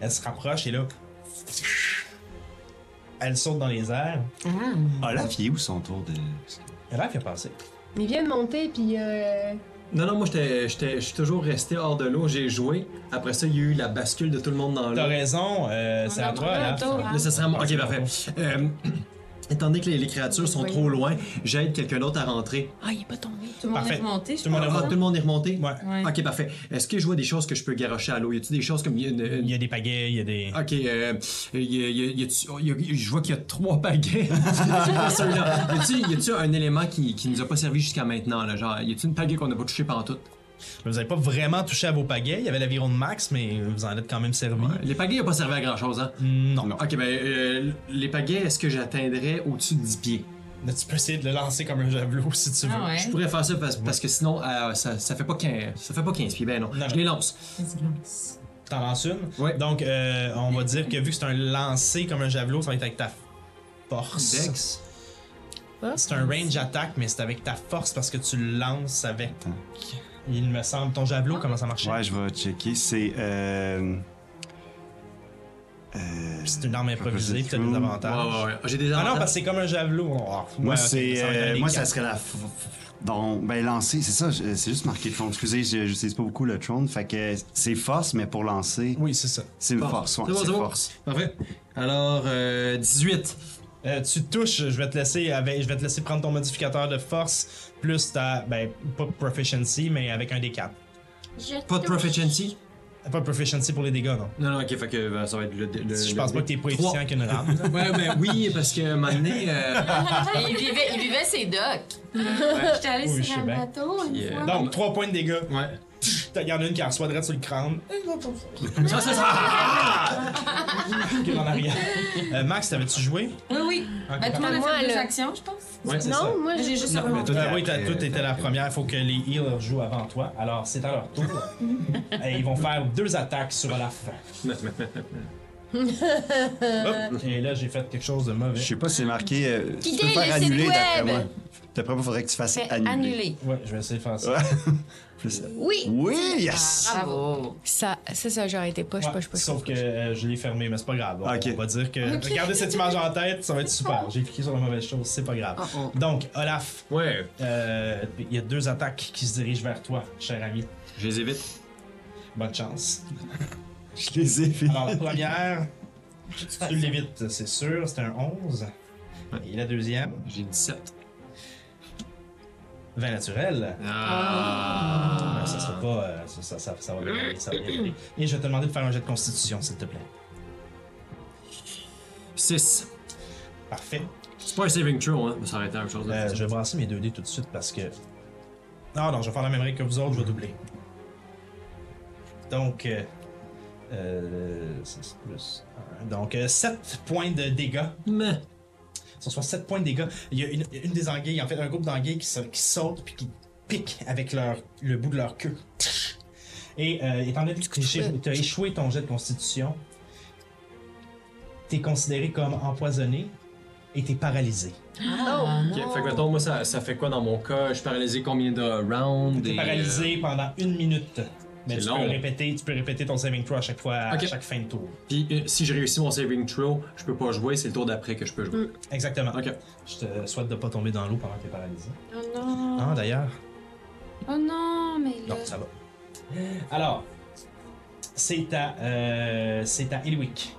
[SPEAKER 2] Elle se rapproche et là. Elle saute dans les airs.
[SPEAKER 3] Olaf, il est Ah, où son tour de.
[SPEAKER 2] Et là, qu'elle a passé.
[SPEAKER 6] Il vient de monter, puis. euh,
[SPEAKER 5] Non, non, moi, j'étais- j'étais- je suis toujours resté hors de l'eau. J'ai joué. Après ça, il y a eu la bascule de tout le monde dans
[SPEAKER 2] T'as
[SPEAKER 5] l'eau.
[SPEAKER 2] raison, euh, c'est à toi, là.
[SPEAKER 5] Là, ça serait à moi. Ok, parfait. Euh, *clears throat* étant donné que les, les créatures sont trop loin, j'aide quelqu'un d'autre à rentrer.
[SPEAKER 1] Ah, il est pas tombé.
[SPEAKER 7] Tout le monde
[SPEAKER 2] Parfait.
[SPEAKER 7] est remonté, je
[SPEAKER 2] Tout le monde
[SPEAKER 5] Ah,
[SPEAKER 2] est remonté.
[SPEAKER 5] tout le monde est remonté?
[SPEAKER 2] Ouais.
[SPEAKER 7] Ouais.
[SPEAKER 5] Ok, parfait. Est-ce que je vois des choses que je peux garrocher à l'eau? Y a-t-il des choses comme. y a une-
[SPEAKER 2] Il y a des pagaies, il y a des.
[SPEAKER 5] Ok, euh, y a- y a- y a-tu- oh, y a- y a- je vois qu'il y a trois pagaies. *laughs* C'est pas ceux-là. y a-tu- y a-tu un élément qui, qui nous a pas servi jusqu'à maintenant? Là? Genre, y a-tu une pagaie qu'on n'a pas touchée pendant tout?
[SPEAKER 2] Vous avez pas vraiment touché à vos pagaies. Il y avait l'aviron de Max, mais vous en êtes quand même servi.
[SPEAKER 5] Les pagaies n'ont pas servi à grand-chose, hein?
[SPEAKER 2] Non.
[SPEAKER 3] Non.
[SPEAKER 5] Ok, ben, euh, les pagaies, est-ce que j'atteindrais au-dessus de 10 pieds?
[SPEAKER 2] Mais tu peux essayer de le lancer comme un javelot *laughs* si tu veux.
[SPEAKER 7] Ah ouais.
[SPEAKER 5] Je pourrais faire ça parce, parce que sinon, euh, ça, ça fait pas 15, ça fait pas 15 pieds. Ben non,
[SPEAKER 2] Non.
[SPEAKER 5] je les lance.
[SPEAKER 2] T'en lances une.
[SPEAKER 5] Ouais.
[SPEAKER 2] Donc, euh, on va dire que vu que c'est un lancer comme un javelot, ça va être avec ta force. Ah.
[SPEAKER 5] Dex.
[SPEAKER 2] C'est un range attack, mais c'est avec ta force parce que tu le lances avec. Il me semble. Ton javelot, comment ça marchait
[SPEAKER 3] Ouais, je vais checker. C'est. Euh... Euh...
[SPEAKER 2] C'est une arme improvisée, puis t'as des
[SPEAKER 3] Ouais,
[SPEAKER 5] Ouais,
[SPEAKER 2] avantages.
[SPEAKER 5] ouais, ouais. J'ai des
[SPEAKER 2] Ah non,
[SPEAKER 5] avantages.
[SPEAKER 2] parce que c'est comme un javelot. Ah,
[SPEAKER 3] Moi,
[SPEAKER 2] ouais, ok,
[SPEAKER 3] c'est.
[SPEAKER 2] ça va
[SPEAKER 3] euh,
[SPEAKER 2] donner
[SPEAKER 3] moi,
[SPEAKER 2] quatre.
[SPEAKER 3] ça serait la. f- f- Donc, ben, lancer, c'est ça, je- c'est juste marqué Tron. Excusez, je- j'utilise pas beaucoup le Tron. Fait que c'est force, mais pour lancer,
[SPEAKER 2] Oui, c'est ça.
[SPEAKER 3] c'est une
[SPEAKER 5] Bon,
[SPEAKER 3] force. ouais,
[SPEAKER 5] c'est bon,
[SPEAKER 3] c'est
[SPEAKER 5] c'est bon.
[SPEAKER 3] force.
[SPEAKER 5] Parfait. Alors, euh, 18.
[SPEAKER 2] Euh, tu touches, je vais te laisser avec, je vais te laisser prendre ton modificateur de force plus ta ben pas proficiency mais avec un des quatre.
[SPEAKER 5] Pas de proficiency?
[SPEAKER 2] Pas proficiency pour les dégâts non.
[SPEAKER 5] Non, non, ok, fait que ben, ça va être le. le-
[SPEAKER 2] je
[SPEAKER 5] le-
[SPEAKER 2] pense pas que t'es plus efficient qu'une rame.
[SPEAKER 5] *laughs*
[SPEAKER 2] là.
[SPEAKER 5] Ouais, ben oui, parce que un moment donné, euh,
[SPEAKER 1] Et Ah, il vivait, il vivait ses docks.
[SPEAKER 7] J'étais allée
[SPEAKER 2] Oui, je
[SPEAKER 7] sur
[SPEAKER 2] sais
[SPEAKER 7] un
[SPEAKER 2] bien.
[SPEAKER 7] bateau une
[SPEAKER 5] Yeah.
[SPEAKER 7] fois.
[SPEAKER 2] Donc 3 points de dégâts.
[SPEAKER 5] euh, Ouais.
[SPEAKER 2] T'as gardé une qui reçoit droit sur le crâne. *laughs*
[SPEAKER 5] Ça, ça, ça.
[SPEAKER 2] qui est en arrière. Euh, Max, t'avais-tu joué?
[SPEAKER 7] Oui, oui.
[SPEAKER 2] Ok,
[SPEAKER 7] Ben, tout le monde
[SPEAKER 6] Moi,
[SPEAKER 7] a fait deux
[SPEAKER 6] le-
[SPEAKER 7] actions, je pense.
[SPEAKER 5] Ouais, c'est ça.
[SPEAKER 6] Non, moi,
[SPEAKER 7] J'ai
[SPEAKER 6] j'ai
[SPEAKER 7] juste
[SPEAKER 5] Non, mais
[SPEAKER 7] remonté.
[SPEAKER 5] toi,
[SPEAKER 2] Ah
[SPEAKER 3] Euh,
[SPEAKER 5] t'es
[SPEAKER 2] oui, t'as-
[SPEAKER 5] après,
[SPEAKER 2] tout était la
[SPEAKER 5] t'es-
[SPEAKER 2] première. Faut que les healers jouent avant toi. Alors, c'est à leur tour. Et ils vont faire deux attaques sur Olaf. Hop, Et là, j'ai fait quelque chose de mauvais.
[SPEAKER 3] Je sais pas si c'est marqué. Euh, tu peux
[SPEAKER 6] Quittez le
[SPEAKER 3] faire
[SPEAKER 6] site
[SPEAKER 3] annuler d'après
[SPEAKER 6] web.
[SPEAKER 3] moi. D'après moi, faudrait que tu fasses annuler.
[SPEAKER 2] Ouais, je vais essayer de faire ça.
[SPEAKER 3] Ouais.
[SPEAKER 6] Oui!
[SPEAKER 3] oui,
[SPEAKER 1] Ah.
[SPEAKER 3] yes!
[SPEAKER 1] Bravo.
[SPEAKER 6] Ça, ça, ça j'aurais été poche,
[SPEAKER 2] Ouais,
[SPEAKER 6] poche, poche.
[SPEAKER 2] sauf que euh, je l'ai fermé, mais c'est pas grave. On-
[SPEAKER 3] Ok.
[SPEAKER 2] On va dire que. Regardez cette image en tête, ça va être super. J'ai cliqué sur la mauvaise chose, c'est pas grave. Donc, Olaf,
[SPEAKER 5] Ouais,
[SPEAKER 2] euh, il y a deux attaques qui se dirigent vers toi, cher ami.
[SPEAKER 5] je les évite.
[SPEAKER 2] Bonne chance.
[SPEAKER 3] Je les ai fait.
[SPEAKER 2] Alors, la première, tu l'évites, c'est sûr, c'est un 11. Et la deuxième,
[SPEAKER 5] J'ai 17.
[SPEAKER 2] 20 naturel.
[SPEAKER 5] Ah.
[SPEAKER 2] Ah, ça sera pas. euh, ça, ça, ça- ça va bien aller, ça va bien aller. Et je vais te demander de faire un jet de constitution, s'il te plaît.
[SPEAKER 5] 6.
[SPEAKER 2] Parfait.
[SPEAKER 5] C'est pas un saving throw, hein. Ça aurait été la même chose. là.
[SPEAKER 2] Euh, je vais brasser mes 2D tout de suite parce que. Ah, Non, non, je vais faire la même règle que vous autres, je vais doubler. Donc. Euh, euh, c'est plus un. Donc, 7 points de dégâts.
[SPEAKER 5] Mais.
[SPEAKER 2] Ça soit 7 points de dégâts. Il y a une, une des anguilles, en fait, un groupe d'anguilles qui, sa- qui saute puis qui pique avec leur, le bout de leur queue. Et euh, étant donné que tu as échoué ton jet de constitution, t'es considéré comme empoisonné et t'es paralysé.
[SPEAKER 5] Ok, Fait que mettons, moi, ça, ça fait quoi dans mon cas? Je suis paralysé combien de rounds? euh,
[SPEAKER 2] T'es
[SPEAKER 5] et,
[SPEAKER 2] paralysé pendant une minute. Mais
[SPEAKER 5] C'est
[SPEAKER 2] tu
[SPEAKER 5] long.
[SPEAKER 2] peux, répéter, tu peux répéter ton saving throw à chaque fois, à
[SPEAKER 5] Ok.
[SPEAKER 2] chaque fin de tour.
[SPEAKER 5] Puis euh, si je réussis mon saving throw, je peux pas jouer, c'est le tour d'après que je peux jouer.
[SPEAKER 2] Exactement.
[SPEAKER 5] Ok.
[SPEAKER 2] Je te souhaite de pas tomber dans l'eau pendant que t'es paralysé.
[SPEAKER 7] Oh non.
[SPEAKER 2] Ah, d'ailleurs.
[SPEAKER 7] Oh non, mais là.
[SPEAKER 2] Non, ça va. Alors, c'est à, euh, c'est à Eliwick.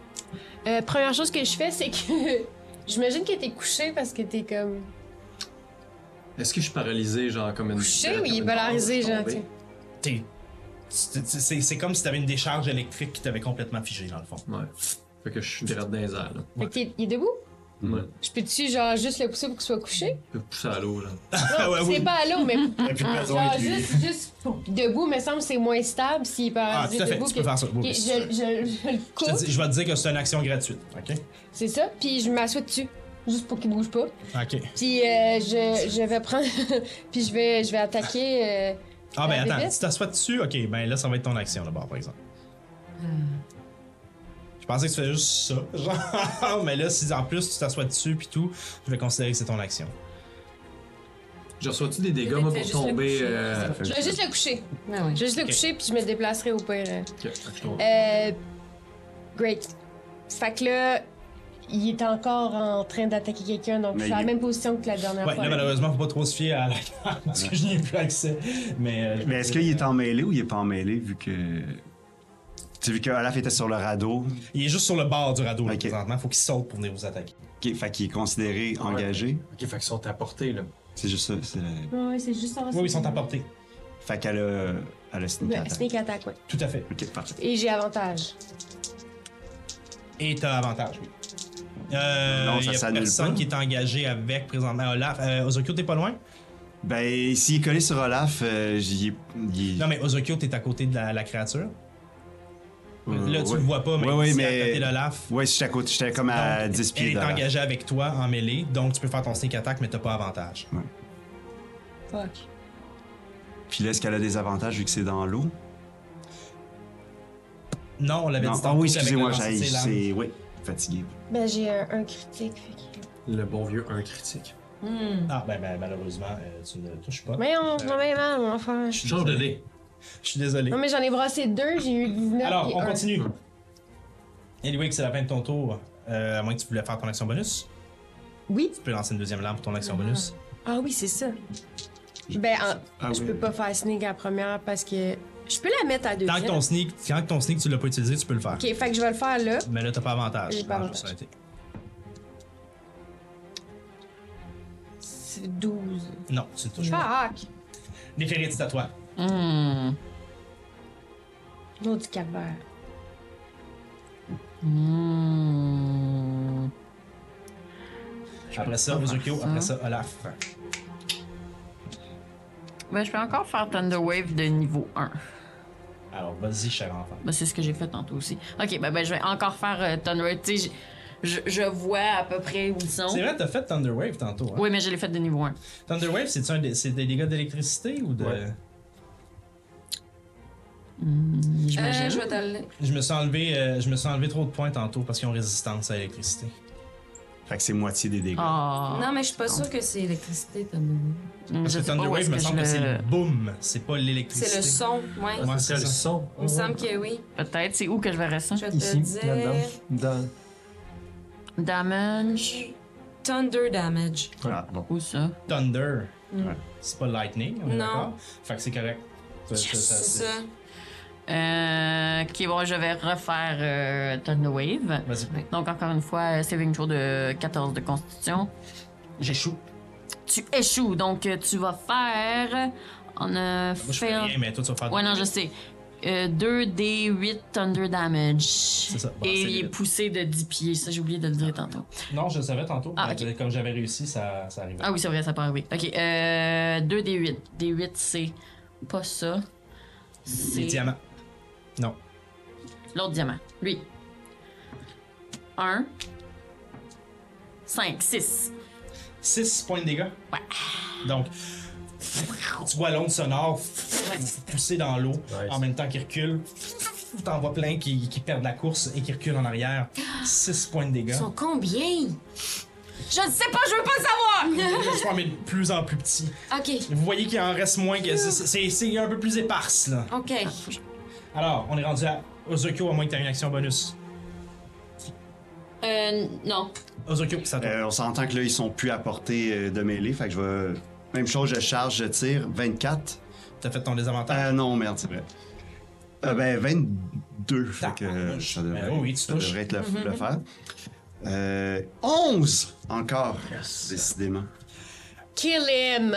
[SPEAKER 6] Euh, première chose que je fais, c'est que. *laughs* J'imagine que t'es couché parce que t'es comme.
[SPEAKER 5] Est-ce que je suis paralysé, genre comme une.
[SPEAKER 6] Couché
[SPEAKER 5] comme
[SPEAKER 6] ou il est
[SPEAKER 5] une barre, je
[SPEAKER 6] polarisé,
[SPEAKER 5] suis
[SPEAKER 6] genre,
[SPEAKER 5] tombé?
[SPEAKER 6] tu sais?
[SPEAKER 2] T'es- c'est- C'est c'est comme si t'avais une décharge électrique qui t'avait complètement figé, dans le fond.
[SPEAKER 5] Ouais. Fait que je suis direct dans les airs, là.
[SPEAKER 6] Fait qu'il est- il est debout?
[SPEAKER 5] Ouais.
[SPEAKER 6] Je peux-tu, genre, juste le pousser pour qu'il soit couché?
[SPEAKER 5] Je peux pousser à l'eau, là.
[SPEAKER 6] Non,
[SPEAKER 2] *laughs* ouais,
[SPEAKER 6] c'est
[SPEAKER 2] oui.
[SPEAKER 6] pas à l'eau, mais.
[SPEAKER 2] T'as plus besoin
[SPEAKER 6] genre,
[SPEAKER 2] de lui.
[SPEAKER 6] juste, juste pour- debout, me semble, c'est moins stable s'il est
[SPEAKER 2] Ah,
[SPEAKER 6] paralysé
[SPEAKER 2] tout à fait,
[SPEAKER 6] debout.
[SPEAKER 2] tu
[SPEAKER 6] que-
[SPEAKER 2] peux faire ça. Oui,
[SPEAKER 6] Ok,
[SPEAKER 2] oui,
[SPEAKER 6] je,
[SPEAKER 2] si tu veux.
[SPEAKER 6] je- je le
[SPEAKER 2] Je
[SPEAKER 6] coupe,
[SPEAKER 2] te dis- je vais te dire que c'est une action gratuite. OK?
[SPEAKER 6] c'est ça, puis je m'assois dessus, juste pour qu'il bouge pas.
[SPEAKER 2] OK.
[SPEAKER 6] Puis euh, je, je vais prendre. *laughs* puis je vais, je vais attaquer. euh,
[SPEAKER 2] Ah, ben
[SPEAKER 6] La
[SPEAKER 2] attends,
[SPEAKER 6] bébête?
[SPEAKER 2] tu t'assois dessus. OK, ben là, ça va être ton action d'abord, par exemple. Je pensais que tu faisais juste ça. *laughs* Genre, mais là, si en plus tu t'assois dessus puis tout, je vais considérer que c'est ton action.
[SPEAKER 5] Je reçois-tu des dégâts, moi,
[SPEAKER 4] Fais
[SPEAKER 5] pour
[SPEAKER 4] juste le
[SPEAKER 5] tomber.
[SPEAKER 4] coucher.
[SPEAKER 5] euh,
[SPEAKER 6] Je vais juste le coucher.
[SPEAKER 4] Ben
[SPEAKER 7] Ah ouais.
[SPEAKER 6] Je vais juste le coucher, puis je me déplacerai au pire. euh.
[SPEAKER 5] ok, fait que je tombe.
[SPEAKER 6] Euh. Great. Fait que là, il est encore en train d'attaquer quelqu'un, donc
[SPEAKER 3] Mais
[SPEAKER 6] je suis à la
[SPEAKER 3] il-
[SPEAKER 6] même position que la dernière
[SPEAKER 2] Ouais,
[SPEAKER 6] fois.
[SPEAKER 2] là, malheureusement, faut pas trop se fier à la *laughs* carte parce que je n'ai plus accès. Mais, euh, je
[SPEAKER 3] Mais est-ce
[SPEAKER 2] vais-
[SPEAKER 3] qu'il est emmêlé ou il est pas emmêlé vu que. Tu as vu qu'Olaf était sur le radeau,
[SPEAKER 2] Il est juste sur le bord du radeau, là,
[SPEAKER 3] Ok.
[SPEAKER 2] présentement. Faut qu'il saute pour venir vous attaquer.
[SPEAKER 3] qui- fait qu'il est considéré engagé.
[SPEAKER 5] Ok, fait qu'ils sont à portée, là.
[SPEAKER 3] C'est juste ça. c'est-
[SPEAKER 8] Ouais, ouais, c'est juste en
[SPEAKER 2] Oui, oui, ils sont à portée.
[SPEAKER 3] Fait qu'elle a, elle a sneak
[SPEAKER 6] Ouais,
[SPEAKER 3] attack.
[SPEAKER 6] sneak attack, ouais.
[SPEAKER 2] Tout à fait.
[SPEAKER 3] Ok, parfait.
[SPEAKER 6] Et j'ai avantage.
[SPEAKER 2] Et t'as avantage, oui. Euh,
[SPEAKER 3] Non, ça
[SPEAKER 2] il y a
[SPEAKER 3] s'annule
[SPEAKER 2] personne
[SPEAKER 3] pas.
[SPEAKER 2] qui est engagé avec présentement Olaf. Euh, Ozokyo, t'es pas loin?
[SPEAKER 3] Ben, s'il est collé sur Olaf, euh, j'y ai. j'y ai-
[SPEAKER 2] Non, mais Ozokyo, t'es à côté de la, la créature.
[SPEAKER 3] euh,
[SPEAKER 2] Là, tu
[SPEAKER 3] ouais.
[SPEAKER 2] le vois pas, mais
[SPEAKER 3] Ouais, ouais,
[SPEAKER 2] c'est à
[SPEAKER 3] mais-
[SPEAKER 2] côté d'Olaf.
[SPEAKER 3] Ouais, si j'étais à côté, j'étais comme à
[SPEAKER 2] Donc,
[SPEAKER 3] 10
[SPEAKER 2] elle
[SPEAKER 3] pieds
[SPEAKER 2] est
[SPEAKER 3] d'Olaf.
[SPEAKER 2] engagée avec toi en mêlée, donc tu peux faire ton sneak attack, mais t'as pas avantage.
[SPEAKER 6] Fuck.
[SPEAKER 3] Puis là, est-ce qu'elle a des avantages vu que c'est dans l'eau?
[SPEAKER 2] Non, on l'avait
[SPEAKER 3] Non.
[SPEAKER 2] dit
[SPEAKER 3] Ah
[SPEAKER 2] tantôt,
[SPEAKER 3] oui,
[SPEAKER 2] avec
[SPEAKER 3] excusez-moi,
[SPEAKER 2] la
[SPEAKER 3] j'ai.
[SPEAKER 2] lancée, l'arme.
[SPEAKER 3] C'est. Oui, fatigué.
[SPEAKER 6] Ben, j'ai un, un critique. fait que-
[SPEAKER 5] Le bon vieux 1 critique.
[SPEAKER 2] Ah, ben, ben, malheureusement, euh, tu ne touches pas.
[SPEAKER 6] Mais on, non, mais man, mon enfant.
[SPEAKER 5] Je change de dé.
[SPEAKER 2] Je suis désolé.
[SPEAKER 6] Non, mais j'en ai brassé deux, j'ai eu 19
[SPEAKER 2] Alors,
[SPEAKER 6] et
[SPEAKER 2] on
[SPEAKER 6] un.
[SPEAKER 2] continue. Anyway, que c'est la fin de ton tour. Euh, à moins que tu voulais faire ton action bonus.
[SPEAKER 6] Oui.
[SPEAKER 2] Tu peux lancer une deuxième lame pour ton action bonus.
[SPEAKER 6] Ah oui, c'est ça. Ben, en-
[SPEAKER 3] Ah
[SPEAKER 6] je
[SPEAKER 3] oui.
[SPEAKER 6] peux pas faire sneak à la première parce que. Je peux la mettre à deux.
[SPEAKER 2] Tant que ton sneak, quand que ton sneak, tu l'as pas utilisé, tu peux le faire.
[SPEAKER 6] Ok, fait que je vais le faire là.
[SPEAKER 2] Mais là, t'as pas avantage.
[SPEAKER 6] J'ai pas
[SPEAKER 2] Ah,
[SPEAKER 6] avantage.
[SPEAKER 2] je sais.
[SPEAKER 6] C'est 12.
[SPEAKER 2] Non, tu le touches pas.
[SPEAKER 6] Fuck!
[SPEAKER 2] Les ferrites, c'est à toi.
[SPEAKER 6] Non, du calvaire.
[SPEAKER 2] Après ça, Ozokyo,
[SPEAKER 1] ça.
[SPEAKER 2] après ça,
[SPEAKER 6] Ah.
[SPEAKER 2] Olaf.
[SPEAKER 1] Ben, je peux encore faire Thunder Wave de niveau 1.
[SPEAKER 2] Alors, vas-y, cher enfant.
[SPEAKER 1] Ben, c'est ce que j'ai fait tantôt aussi. Ok, ben, ben je vais encore faire euh, Thunder Wave. Tu sais, je, je- je vois à peu près où ils sont.
[SPEAKER 2] C'est vrai, t'as fait Thunder Wave tantôt. Hein?
[SPEAKER 1] Oui, mais je l'ai fait de niveau 1.
[SPEAKER 2] Thunder Wave, c'est un des, c'est des dégâts d'électricité ou de.
[SPEAKER 5] Ouais.
[SPEAKER 1] J'imagine.
[SPEAKER 7] Euh, je vais te
[SPEAKER 2] Je me suis enlevé, euh, je me suis enlevé trop de points tantôt parce qu'ils ont résistance à l'électricité.
[SPEAKER 3] Fait que c'est moitié des dégâts.
[SPEAKER 1] Ah.
[SPEAKER 7] Non, mais je suis pas sûre que c'est électricité, Thunder Wave.
[SPEAKER 1] Hum,
[SPEAKER 2] Parce
[SPEAKER 1] je
[SPEAKER 2] que
[SPEAKER 1] sais pas
[SPEAKER 2] Thunder
[SPEAKER 1] où
[SPEAKER 2] Wave,
[SPEAKER 1] est-ce
[SPEAKER 2] me
[SPEAKER 1] que je
[SPEAKER 2] semble que c'est
[SPEAKER 1] le...
[SPEAKER 2] le boom, c'est pas
[SPEAKER 7] C'est
[SPEAKER 2] l'électricité.
[SPEAKER 7] le son, ouais.
[SPEAKER 2] Ouais, c'est
[SPEAKER 5] C'est le
[SPEAKER 2] ça.
[SPEAKER 5] son.
[SPEAKER 7] Il me semble que oui.
[SPEAKER 1] Peut-être, c'est où que je verrais ça?
[SPEAKER 7] Je vais te
[SPEAKER 5] Ici, là-dedans.
[SPEAKER 7] dire.
[SPEAKER 5] Dans-
[SPEAKER 1] Damage.
[SPEAKER 7] Thunder damage.
[SPEAKER 3] Ah, bon.
[SPEAKER 1] Où ça?
[SPEAKER 2] Thunder. C'est pas lightning, on est
[SPEAKER 7] Mm. Non.
[SPEAKER 2] d'accord? Fait que c'est correct. Ça- ça- ça-
[SPEAKER 7] C'est ça.
[SPEAKER 1] Euh, ok, bon, je vais refaire euh, Thunder Wave.
[SPEAKER 2] Vas-y.
[SPEAKER 1] Donc, encore une fois, euh, saving throw de 14 de constitution.
[SPEAKER 2] J'échoue.
[SPEAKER 1] Tu échoues, donc euh, tu vas faire. On a
[SPEAKER 2] Moi, je fais rien,
[SPEAKER 1] fait.
[SPEAKER 2] mais toi, tu vas faire.
[SPEAKER 1] Ouais, non, je sais. Euh, 2d8 thunder damage. C'est
[SPEAKER 2] ça. Bon,
[SPEAKER 1] Et
[SPEAKER 2] c'est
[SPEAKER 1] il est
[SPEAKER 2] le-
[SPEAKER 1] poussé de 10 pieds. Ça, j'ai oublié de le dire tantôt.
[SPEAKER 2] Non, je le savais tantôt.
[SPEAKER 1] Ah,
[SPEAKER 2] mais Comme j'avais réussi, ça, ça arrivait.
[SPEAKER 1] Ah oui, c'est vrai, ça peut arriver. Ok, euh, 2d8. D8, c'est pas ça.
[SPEAKER 2] Les
[SPEAKER 1] C'est
[SPEAKER 2] diamants. Non.
[SPEAKER 1] l'autre diamant. Lui. 1, 5, 6.
[SPEAKER 2] 6 points de dégâts. Donc, tu vois l'onde sonore pousser dans l'eau en même temps qu'il recule. T'en vois plein qui, qui perdent la course et qui reculent en arrière. 6 points de dégâts.
[SPEAKER 7] Ah. Ils sont combien?
[SPEAKER 1] Je ne sais pas, je veux pas le savoir!
[SPEAKER 2] Ils sont mais de plus en plus petits.
[SPEAKER 7] Ok,
[SPEAKER 2] Vous voyez qu'il en reste moins que. c'est- C'est c'est un peu plus éparse, là.
[SPEAKER 7] ok.
[SPEAKER 2] Alors, on est rendu à Ozokyo, à moins que tu aies une action bonus.
[SPEAKER 4] Euh, non.
[SPEAKER 2] Ozokyo, ça tombe.
[SPEAKER 3] Euh, on s'entend que là, ils sont plus à portée euh, de mêlée. Fait que je vais. Même chose, je charge, je tire. 24.
[SPEAKER 2] T'as fait ton désavantage.
[SPEAKER 3] Ah non, merde, c'est vrai. Euh, ben, 22. Fait que euh, ça devrait,
[SPEAKER 2] Ben oui, tu
[SPEAKER 3] ça
[SPEAKER 2] touches.
[SPEAKER 3] devrait être le,
[SPEAKER 4] Mm-hmm.
[SPEAKER 3] le faire. Euh, 11 encore, décidément.
[SPEAKER 6] Kill him!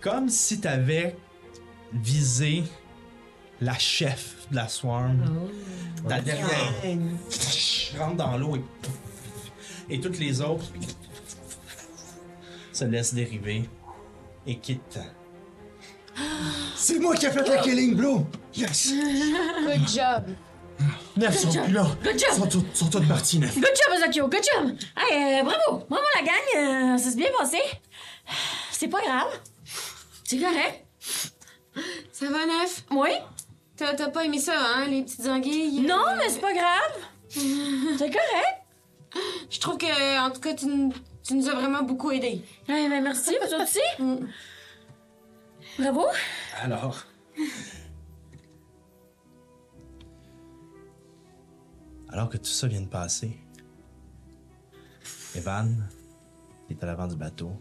[SPEAKER 2] Comme si t'avais visé la chef de la swarm.
[SPEAKER 4] Oh.
[SPEAKER 2] Ta dernière *laughs* rentre dans l'eau et... et toutes les autres se laissent dériver et quittent.
[SPEAKER 3] C'est moi qui ai fait la killing blow!
[SPEAKER 5] Yes!
[SPEAKER 6] Good job!
[SPEAKER 5] Neuf sont plus là!
[SPEAKER 4] Good job.
[SPEAKER 5] Sont toutes- sont toutes parties, neuf.
[SPEAKER 4] Good job, Ozokyo, good job! Hey, euh, bravo! Bravo, la gang! euh, ça s'est bien passé. C'est pas grave. C'est correct.
[SPEAKER 7] Ça va, Neuf?
[SPEAKER 4] Oui?
[SPEAKER 7] T'as t'as pas aimé ça, hein, les petites anguilles?
[SPEAKER 4] Non, mais c'est pas grave. C'est correct.
[SPEAKER 7] Je trouve que, en tout cas, tu, n- tu nous as vraiment beaucoup aidés.
[SPEAKER 4] Eh ben, merci, vous autres aussi. Bravo.
[SPEAKER 2] Alors. Alors que tout ça vient de passer, Evan, qui est à l'avant du bateau,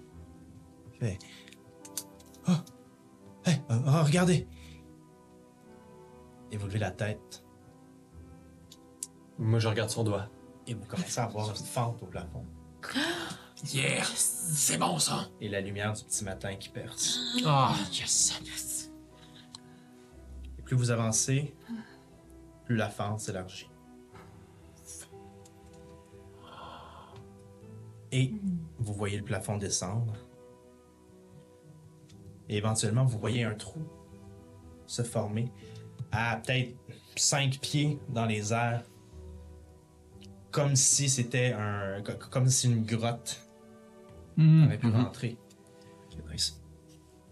[SPEAKER 2] fait Oh! Hey, oh, oh, regardez! Et vous levez la tête
[SPEAKER 5] Moi, je regarde son doigt.
[SPEAKER 2] et vous commencez à voir une fente au plafond
[SPEAKER 5] Yeah! C'est bon, ça!
[SPEAKER 2] et la lumière du petit matin qui perce.
[SPEAKER 5] Ah, yes!
[SPEAKER 2] Et plus vous avancez, plus la fente s'élargit. Et vous voyez le plafond descendre. Et éventuellement, vous voyez un trou se former à peut-être 5 pieds dans les airs. Comme si c'était un. co- Comme si une grotte avait pu rentrer.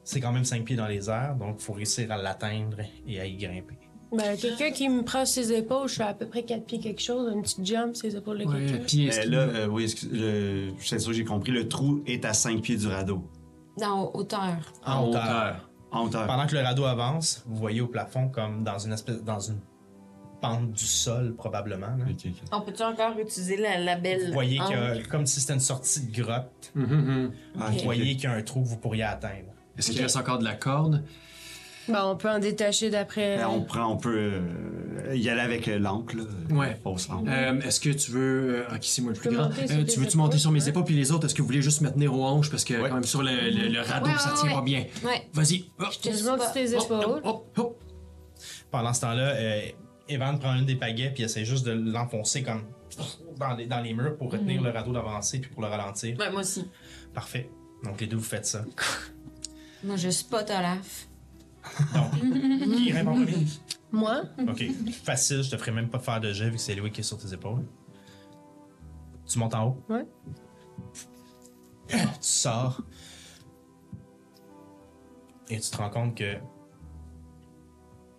[SPEAKER 2] C'est quand même 5 pieds dans les airs, donc il faut réussir à l'atteindre et à y grimper.
[SPEAKER 6] Ben, quelqu'un qui me prend ses épaules, je suis à peu près 4 pieds quelque chose, une petite jump, ses épaules de quelqu'un.
[SPEAKER 5] Puis
[SPEAKER 3] Euh,
[SPEAKER 5] est-ce
[SPEAKER 3] là, euh, oui, excuse- le- je suis sûr que j'ai compris. Le trou est à 5 pieds du radeau.
[SPEAKER 4] Dans hauteur.
[SPEAKER 5] en hauteur.
[SPEAKER 3] En hauteur.
[SPEAKER 2] Pendant que le radeau avance, vous voyez au plafond comme dans une espèce dans une pente du sol probablement. là.
[SPEAKER 3] Ok, ok.
[SPEAKER 4] Ah,
[SPEAKER 1] On peut-tu encore utiliser la, la belle.
[SPEAKER 2] Vous voyez
[SPEAKER 1] hanche?
[SPEAKER 2] qu'il y a- comme si c'était une sortie de grotte.
[SPEAKER 5] hum,
[SPEAKER 3] Ah,
[SPEAKER 2] Vous
[SPEAKER 3] ok, ok.
[SPEAKER 2] voyez qu'il y a un trou que vous pourriez atteindre.
[SPEAKER 5] Est-ce qu'il reste encore de la corde?
[SPEAKER 6] Ben, on peut en détacher d'après.
[SPEAKER 3] Ben, on prend, on peut euh, y aller avec euh, l'encre, là.
[SPEAKER 5] Ouais.
[SPEAKER 3] Fausse encre.
[SPEAKER 5] Euh, est-ce que tu veux. euh, ok, c'est moi le plus
[SPEAKER 6] peux
[SPEAKER 5] grand.
[SPEAKER 6] monter
[SPEAKER 5] Euh,
[SPEAKER 6] sur tes
[SPEAKER 5] tu veux-tu
[SPEAKER 6] épaules,
[SPEAKER 5] monter sur mes
[SPEAKER 6] ouais.
[SPEAKER 5] épaules, puis les autres, est-ce que vous voulez juste me tenir aux hanches? Parce que, quand même, sur le, le- le radeau,
[SPEAKER 7] Ouais,
[SPEAKER 5] ça
[SPEAKER 7] ouais,
[SPEAKER 5] tient
[SPEAKER 7] ouais.
[SPEAKER 5] pas bien.
[SPEAKER 7] Ouais.
[SPEAKER 5] Vas-y. Oh, Hop,
[SPEAKER 6] Je te montre tes
[SPEAKER 5] hop,
[SPEAKER 6] épaules.
[SPEAKER 5] hop, hop, hop.
[SPEAKER 2] Pendant ce temps-là, euh, Evan prend une des pagaies puis essaie juste de l'enfoncer comme dans les, dans les murs pour retenir le radeau d'avancer puis pour le ralentir.
[SPEAKER 1] Ouais, moi aussi.
[SPEAKER 2] Parfait. Donc les deux vous faites ça.
[SPEAKER 4] Moi, je spot Olaf.
[SPEAKER 2] Donc qui grimpe en premier
[SPEAKER 6] Moi?
[SPEAKER 2] *laughs* Ok, facile, je te ferai même pas faire de jet vu que c'est Louis qui est sur tes épaules. Tu montes en haut?
[SPEAKER 6] Ouais.
[SPEAKER 2] *clears throat* Tu sors. Et tu te rends compte que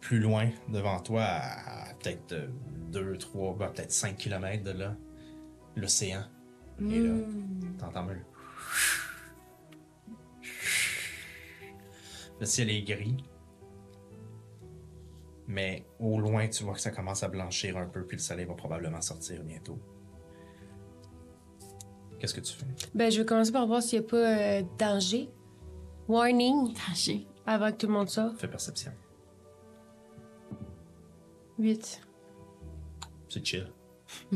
[SPEAKER 2] plus loin devant toi, à peut-être euh, 2, 3, ben, peut-être 5 km de là, l'océan est là. T'entends mieux. Le ciel est gris. Mais au loin, tu vois que ça commence à blanchir un peu, puis le soleil va probablement sortir bientôt. Qu'est-ce que tu fais?
[SPEAKER 6] Ben, je vais commencer par voir s'il n'y a pas euh, danger. Warning, avant que tout le monde sorte.
[SPEAKER 2] Fais perception.
[SPEAKER 6] 8.
[SPEAKER 2] C'est chill.
[SPEAKER 5] Oh,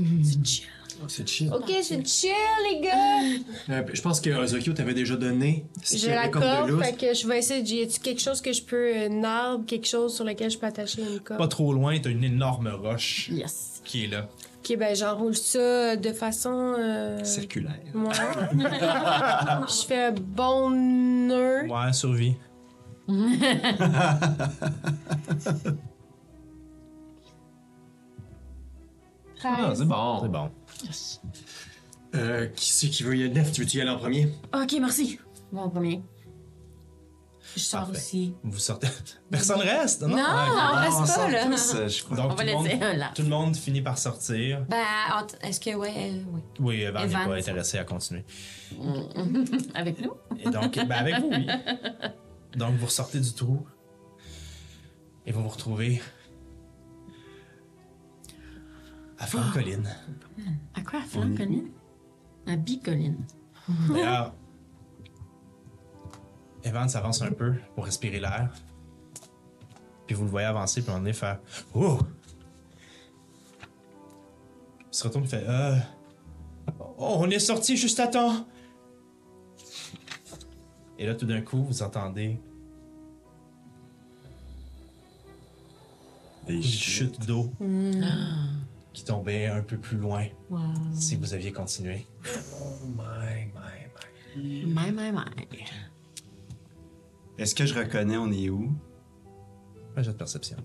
[SPEAKER 5] c'est chill.
[SPEAKER 6] Ok,
[SPEAKER 4] Ah,
[SPEAKER 6] c'est chill, les gars!
[SPEAKER 5] Euh, je pense que Ozokyo t'avait déjà donné. ce qu'il
[SPEAKER 6] J'ai
[SPEAKER 5] y
[SPEAKER 6] la
[SPEAKER 5] avait comme de
[SPEAKER 6] corde,
[SPEAKER 5] lousse.
[SPEAKER 6] fait que je vais essayer. de- Y a-tu quelque chose que je peux. Un arbre, quelque chose sur lequel je peux attacher une corde?
[SPEAKER 2] Pas trop loin, t'as une énorme roche
[SPEAKER 1] Yes.
[SPEAKER 2] qui est là.
[SPEAKER 6] Ok, ben, j'enroule ça de façon. euh,
[SPEAKER 3] Circulaire.
[SPEAKER 6] Moi. *laughs* je fais un bon nœud.
[SPEAKER 2] Ouais, survie.
[SPEAKER 5] Ah, c'est bon.
[SPEAKER 2] C'est bon.
[SPEAKER 5] Euh, qui c'est qui veut y aller? Nef, tu veux-tu y aller en premier?
[SPEAKER 1] Ok, merci. Moi en premier.
[SPEAKER 4] Je sors
[SPEAKER 2] Parfait.
[SPEAKER 4] aussi.
[SPEAKER 2] Vous sortez. *laughs* Personne reste, non?
[SPEAKER 4] Non,
[SPEAKER 2] Ouais,
[SPEAKER 4] on
[SPEAKER 3] Ah, on
[SPEAKER 4] reste pas,
[SPEAKER 3] sort
[SPEAKER 4] là.
[SPEAKER 3] tous, euh, je crois.
[SPEAKER 2] Donc,
[SPEAKER 1] On va
[SPEAKER 2] tout, le
[SPEAKER 1] laisser
[SPEAKER 2] monde,
[SPEAKER 1] un là.
[SPEAKER 2] tout le monde finit par sortir.
[SPEAKER 4] Ben, en- est-ce que, ouais, euh, oui.
[SPEAKER 2] Oui, Evan n'est
[SPEAKER 4] Evan,
[SPEAKER 2] pas
[SPEAKER 4] ça.
[SPEAKER 2] intéressé à continuer.
[SPEAKER 1] Avec nous?
[SPEAKER 2] Et donc, ben avec vous, oui. Donc, vous ressortez du trou et vous vous retrouvez À Francoline.
[SPEAKER 1] À quoi, à Flancoline? À Bicoline.
[SPEAKER 2] D'ailleurs, Evan s'avance un peu pour respirer l'air. Puis vous le voyez avancer, puis à un moment donné faire Oh! Il se retourne et fait Euh. Oh, on est sorti juste à temps! Et là, tout d'un coup, vous entendez
[SPEAKER 9] Des
[SPEAKER 2] une chute d'eau qui tombait un peu plus loin si vous aviez continué.
[SPEAKER 5] My, my,
[SPEAKER 1] My,
[SPEAKER 5] my.
[SPEAKER 1] my, my.
[SPEAKER 3] Est-ce que je reconnais on est où?
[SPEAKER 2] Un jet de perception.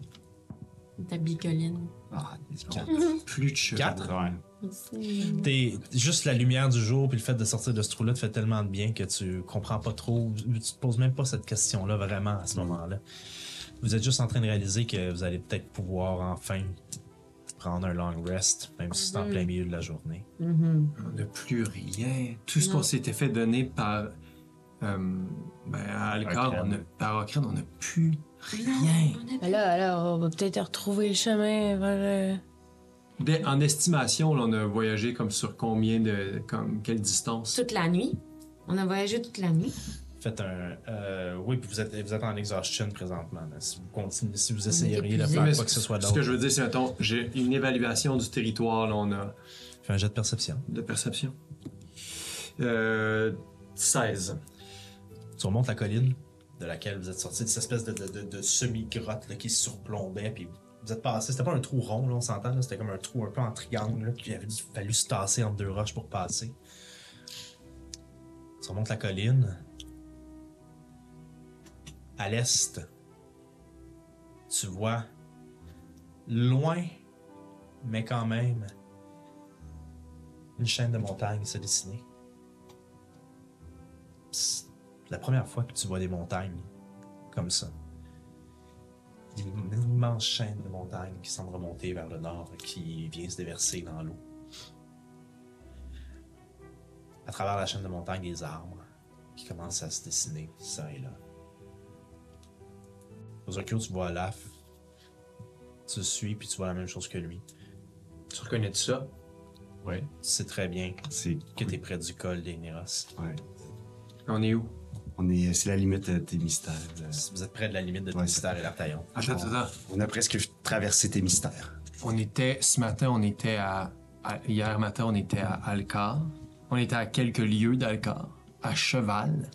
[SPEAKER 1] Ta bicoline.
[SPEAKER 3] Ah, c'est quatre.
[SPEAKER 5] Plus de cheveux.
[SPEAKER 2] 4.
[SPEAKER 3] Ouais.
[SPEAKER 2] T'es juste la lumière du jour puis le fait de sortir de ce trou-là te fait tellement de bien que tu comprends pas trop, tu te poses même pas cette question-là vraiment à ce moment-là. Vous êtes juste en train de réaliser que vous allez peut-être pouvoir enfin prendre un long rest, même si c'est en plein milieu de la journée.
[SPEAKER 5] On n'a plus rien. Tout ce qu'on s'était fait donner par. euh, ben, à Alcor,
[SPEAKER 9] Ocrane.
[SPEAKER 5] on a- par Ocrane, on n'a plus rien.
[SPEAKER 6] Ben là, alors, on va peut-être retrouver le chemin vers. euh,
[SPEAKER 5] Dès- en estimation, là, on a voyagé comme sur combien de. Comme, quelle distance
[SPEAKER 4] Toute la nuit. On a voyagé toute la nuit.
[SPEAKER 2] Faites un. euh, oui, puis vous êtes, vous êtes en exhaustion présentement. là. Si vous continuez, si vous
[SPEAKER 4] est
[SPEAKER 2] essayeriez de
[SPEAKER 4] épuisé.
[SPEAKER 2] faire
[SPEAKER 5] Mais
[SPEAKER 2] quoi que ce soit
[SPEAKER 5] Ce
[SPEAKER 2] d'autre,
[SPEAKER 5] que je veux dire, c'est, mettons, j'ai une évaluation du territoire, là, on a.
[SPEAKER 2] fais un jet de perception.
[SPEAKER 5] de perception. Euh, 16.
[SPEAKER 2] Tu remontes la colline de laquelle vous êtes sorti, de cette espèce de, de- de- de semi-grotte là, qui surplombait, puis vous êtes passé. C'était pas un trou rond, là, on s'entend, là, c'était comme un trou un peu en triangle, là, puis il avait dû- fallu se tasser entre deux roches pour passer. Tu remontes la colline. À l'est, tu vois loin, mais quand même, une chaîne de montagnes se dessiner. Psst la première fois que tu vois des montagnes comme ça. Des- Une immense chaîne de montagnes qui semble remonter vers le nord, qui vient se déverser dans l'eau. À travers la chaîne de montagnes, des arbres qui commencent à se dessiner, ça et là. Aux recul, tu vois Olaf. Tu le suis, puis tu vois la même chose que lui.
[SPEAKER 5] Tu reconnais ça?
[SPEAKER 9] Ouais.
[SPEAKER 2] Tu sais très bien
[SPEAKER 3] C'est.
[SPEAKER 2] que t'es près du col des Néros.
[SPEAKER 3] Ouais.
[SPEAKER 5] On est où?
[SPEAKER 3] On est. C'est la limite de tes mystères. euh.
[SPEAKER 2] Vous êtes près de la limite de
[SPEAKER 3] Ouais,
[SPEAKER 2] Mystère et l'Artaillon.
[SPEAKER 5] Attends, attends, attends.
[SPEAKER 3] On a presque traversé tes mystères.
[SPEAKER 5] On était, ce matin, on était à, à- Hier matin, on était à Alcar. On était à quelques lieues d'Alcar, à cheval.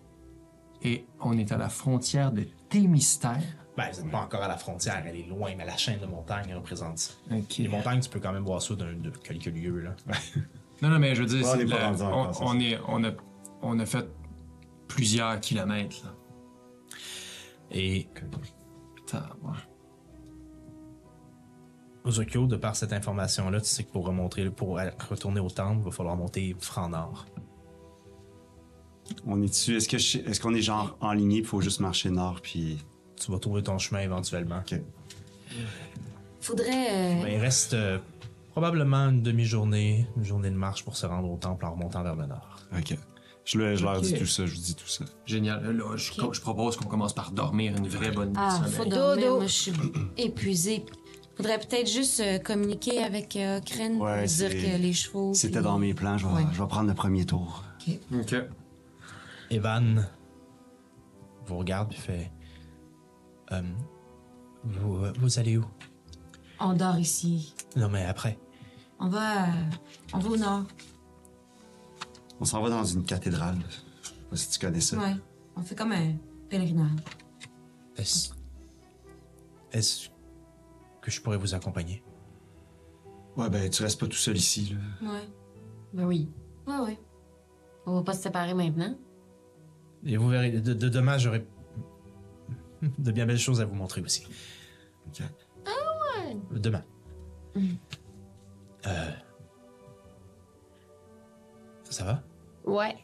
[SPEAKER 5] Et on est à la frontière de Témistère.
[SPEAKER 2] Ben, vous n'êtes pas encore à la frontière, elle est loin, mais la chaîne de montagnes elle représente ça.
[SPEAKER 5] Ok.
[SPEAKER 2] Les montagnes, tu peux quand même voir ça d'un- de quelques lieux, là.
[SPEAKER 5] Non, non, mais je veux dire,
[SPEAKER 3] Ouais, on
[SPEAKER 5] c'est
[SPEAKER 3] est pas
[SPEAKER 5] le-
[SPEAKER 3] rendu encore,
[SPEAKER 5] on-
[SPEAKER 3] ça.
[SPEAKER 5] on est- on a, on a fait plusieurs kilomètres. Là.
[SPEAKER 2] Et
[SPEAKER 5] Putain, ouais.
[SPEAKER 2] Ozokyo, de par cette information-là, tu sais que pour remonter, pour retourner au temple, il va falloir monter franc nord.
[SPEAKER 3] On est dessus. Est-ce que je- est-ce qu'on est genre en ligne, il faut juste marcher nord, puis.
[SPEAKER 2] Tu vas trouver ton chemin éventuellement.
[SPEAKER 3] Ok.
[SPEAKER 4] Faudrait. euh,
[SPEAKER 2] Ben, il reste euh, probablement une demi-journée, une journée de marche pour se rendre au temple en remontant vers le nord.
[SPEAKER 3] Ok. Je, le- je leur
[SPEAKER 5] Ok.
[SPEAKER 3] dis tout ça, je dis tout ça.
[SPEAKER 5] Génial. Là, je, je propose qu'on commence par dormir une vraie bonne nuit de
[SPEAKER 4] Ah,
[SPEAKER 5] sommeil.
[SPEAKER 4] faut dormir.
[SPEAKER 6] Dodo.
[SPEAKER 4] Moi, je suis épuisée. Faudrait peut-être juste euh, communiquer avec euh, Ocrane pour
[SPEAKER 3] Ouais,
[SPEAKER 4] lui dire
[SPEAKER 3] c'est-
[SPEAKER 4] que les chevaux.
[SPEAKER 3] C'était
[SPEAKER 4] puis-
[SPEAKER 3] dans mes plans, je vais,
[SPEAKER 4] Ouais.
[SPEAKER 3] je vais prendre le premier tour.
[SPEAKER 5] Ok.
[SPEAKER 2] Evan vous regarde puis fait Euh, vous, vous allez où?
[SPEAKER 4] On dort ici.
[SPEAKER 2] Non, mais après.
[SPEAKER 4] On va. euh, on va au nord.
[SPEAKER 3] On s'en va dans une cathédrale. Je sais pas si tu connais ça.
[SPEAKER 4] Ouais. On fait comme un pèlerinage.
[SPEAKER 2] Est-ce est-ce que je pourrais vous accompagner?
[SPEAKER 3] Ouais, ben tu restes pas tout seul ici. Là.
[SPEAKER 4] Ouais.
[SPEAKER 1] Ben oui.
[SPEAKER 4] Ouais, ouais.
[SPEAKER 1] On va pas se séparer maintenant.
[SPEAKER 2] Et vous verrez, de, de demain, j'aurai de bien belles choses à vous montrer aussi.
[SPEAKER 3] Ok.
[SPEAKER 2] Demain. Euh, ça va?
[SPEAKER 6] Ouais.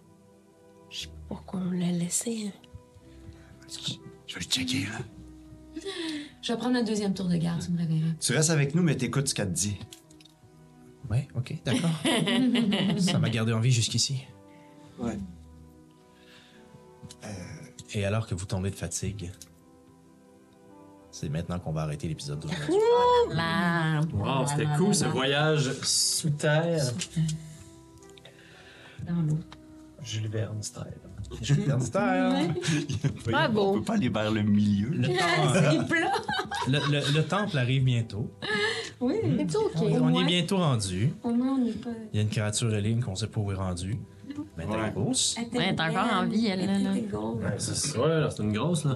[SPEAKER 6] Je sais pas pourquoi on l'a laissé. hein.
[SPEAKER 3] Je vais le checker. là.
[SPEAKER 4] Je vais prendre un deuxième tour de garde, tu me réveilleras.
[SPEAKER 3] Tu restes avec nous, mais t'écoutes ce qu'elle te dit.
[SPEAKER 2] Ouais, ok, d'accord. ça m'a gardé en vie jusqu'ici.
[SPEAKER 3] Ouais.
[SPEAKER 2] Euh, Et alors que vous tombez de fatigue, C'est maintenant qu'on va arrêter l'épisode d'aujourd'hui.
[SPEAKER 5] Wow, c'était cool ce voyage sous terre.
[SPEAKER 7] Dans l'eau.
[SPEAKER 5] Jules Verne style.
[SPEAKER 2] Style. *laughs*
[SPEAKER 6] Bravo.
[SPEAKER 4] Oh.
[SPEAKER 3] On peut pas aller vers le milieu. là.
[SPEAKER 2] Le, temps- Ah, le- le- le temple arrive bientôt.
[SPEAKER 7] Oui.
[SPEAKER 6] C'est ok.
[SPEAKER 2] On y est bientôt rendu.
[SPEAKER 7] Au moins, on n'est pas.
[SPEAKER 2] Il y a une créature éline qu'on sait pas où est rendue. Ben, Mais elle est
[SPEAKER 3] Ouais.
[SPEAKER 2] grosse.
[SPEAKER 1] Ouais, t'as encore envie, elle, là, là.
[SPEAKER 5] Ouais, c'est ça, là, c'est une grosse, là.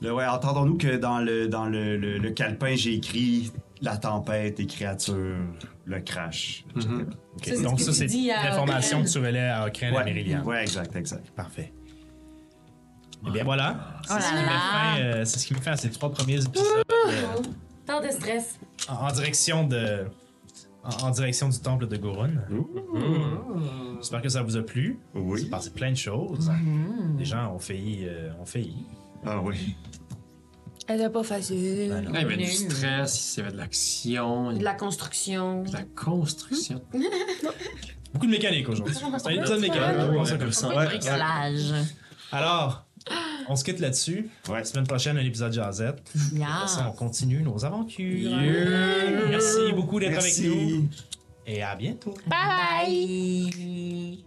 [SPEAKER 3] Là, ouais, entendons-nous que dans le, dans le, le- le calepin, j'ai écrit la tempête, les créatures, le crash. etc.
[SPEAKER 2] Ok,
[SPEAKER 7] c'est ce
[SPEAKER 2] Donc,
[SPEAKER 7] que
[SPEAKER 2] ça,
[SPEAKER 7] tu
[SPEAKER 2] c'est
[SPEAKER 7] dis à
[SPEAKER 2] l'information que tu relais à Ocrane et
[SPEAKER 3] Ouais,
[SPEAKER 2] Mériliane.
[SPEAKER 3] ouais, exact, exact.
[SPEAKER 2] Parfait. Eh bien, voilà. C'est
[SPEAKER 1] Oh
[SPEAKER 2] ce, qui
[SPEAKER 1] là
[SPEAKER 2] met
[SPEAKER 1] là.
[SPEAKER 2] fin, euh, c'est ce qui met fin à ces trois premiers épisodes euh,
[SPEAKER 1] Tant de stress.
[SPEAKER 2] en, en direction de. En, en direction du temple de Gorun. J'espère que ça vous a plu. Il s'est
[SPEAKER 3] Oui.
[SPEAKER 2] passé plein de choses.
[SPEAKER 7] Mm.
[SPEAKER 1] Mm-hmm.
[SPEAKER 2] Les gens ont failli. euh, ont failli.
[SPEAKER 3] Ah oui.
[SPEAKER 6] Elle n'est pas facile.
[SPEAKER 2] Ben non.
[SPEAKER 5] Ouais, il y avait du stress, il y avait de l'action, il y
[SPEAKER 6] De la
[SPEAKER 5] avait
[SPEAKER 6] construction.
[SPEAKER 5] de la construction.
[SPEAKER 2] Beaucoup de mécanique aujourd'hui. C'est un épisode mécanique. on va voir ça comme ça.
[SPEAKER 3] Ouais.
[SPEAKER 1] Bricolage.
[SPEAKER 2] Alors, on se quitte là-dessus.
[SPEAKER 3] Ouais.
[SPEAKER 2] La semaine prochaine, un épisode Jazette.
[SPEAKER 1] Yeah.
[SPEAKER 2] Ça, on continue nos aventures.
[SPEAKER 5] Yeah.
[SPEAKER 2] Merci beaucoup d'être avec
[SPEAKER 3] Merci.
[SPEAKER 2] nous. Et à bientôt.
[SPEAKER 1] Bye.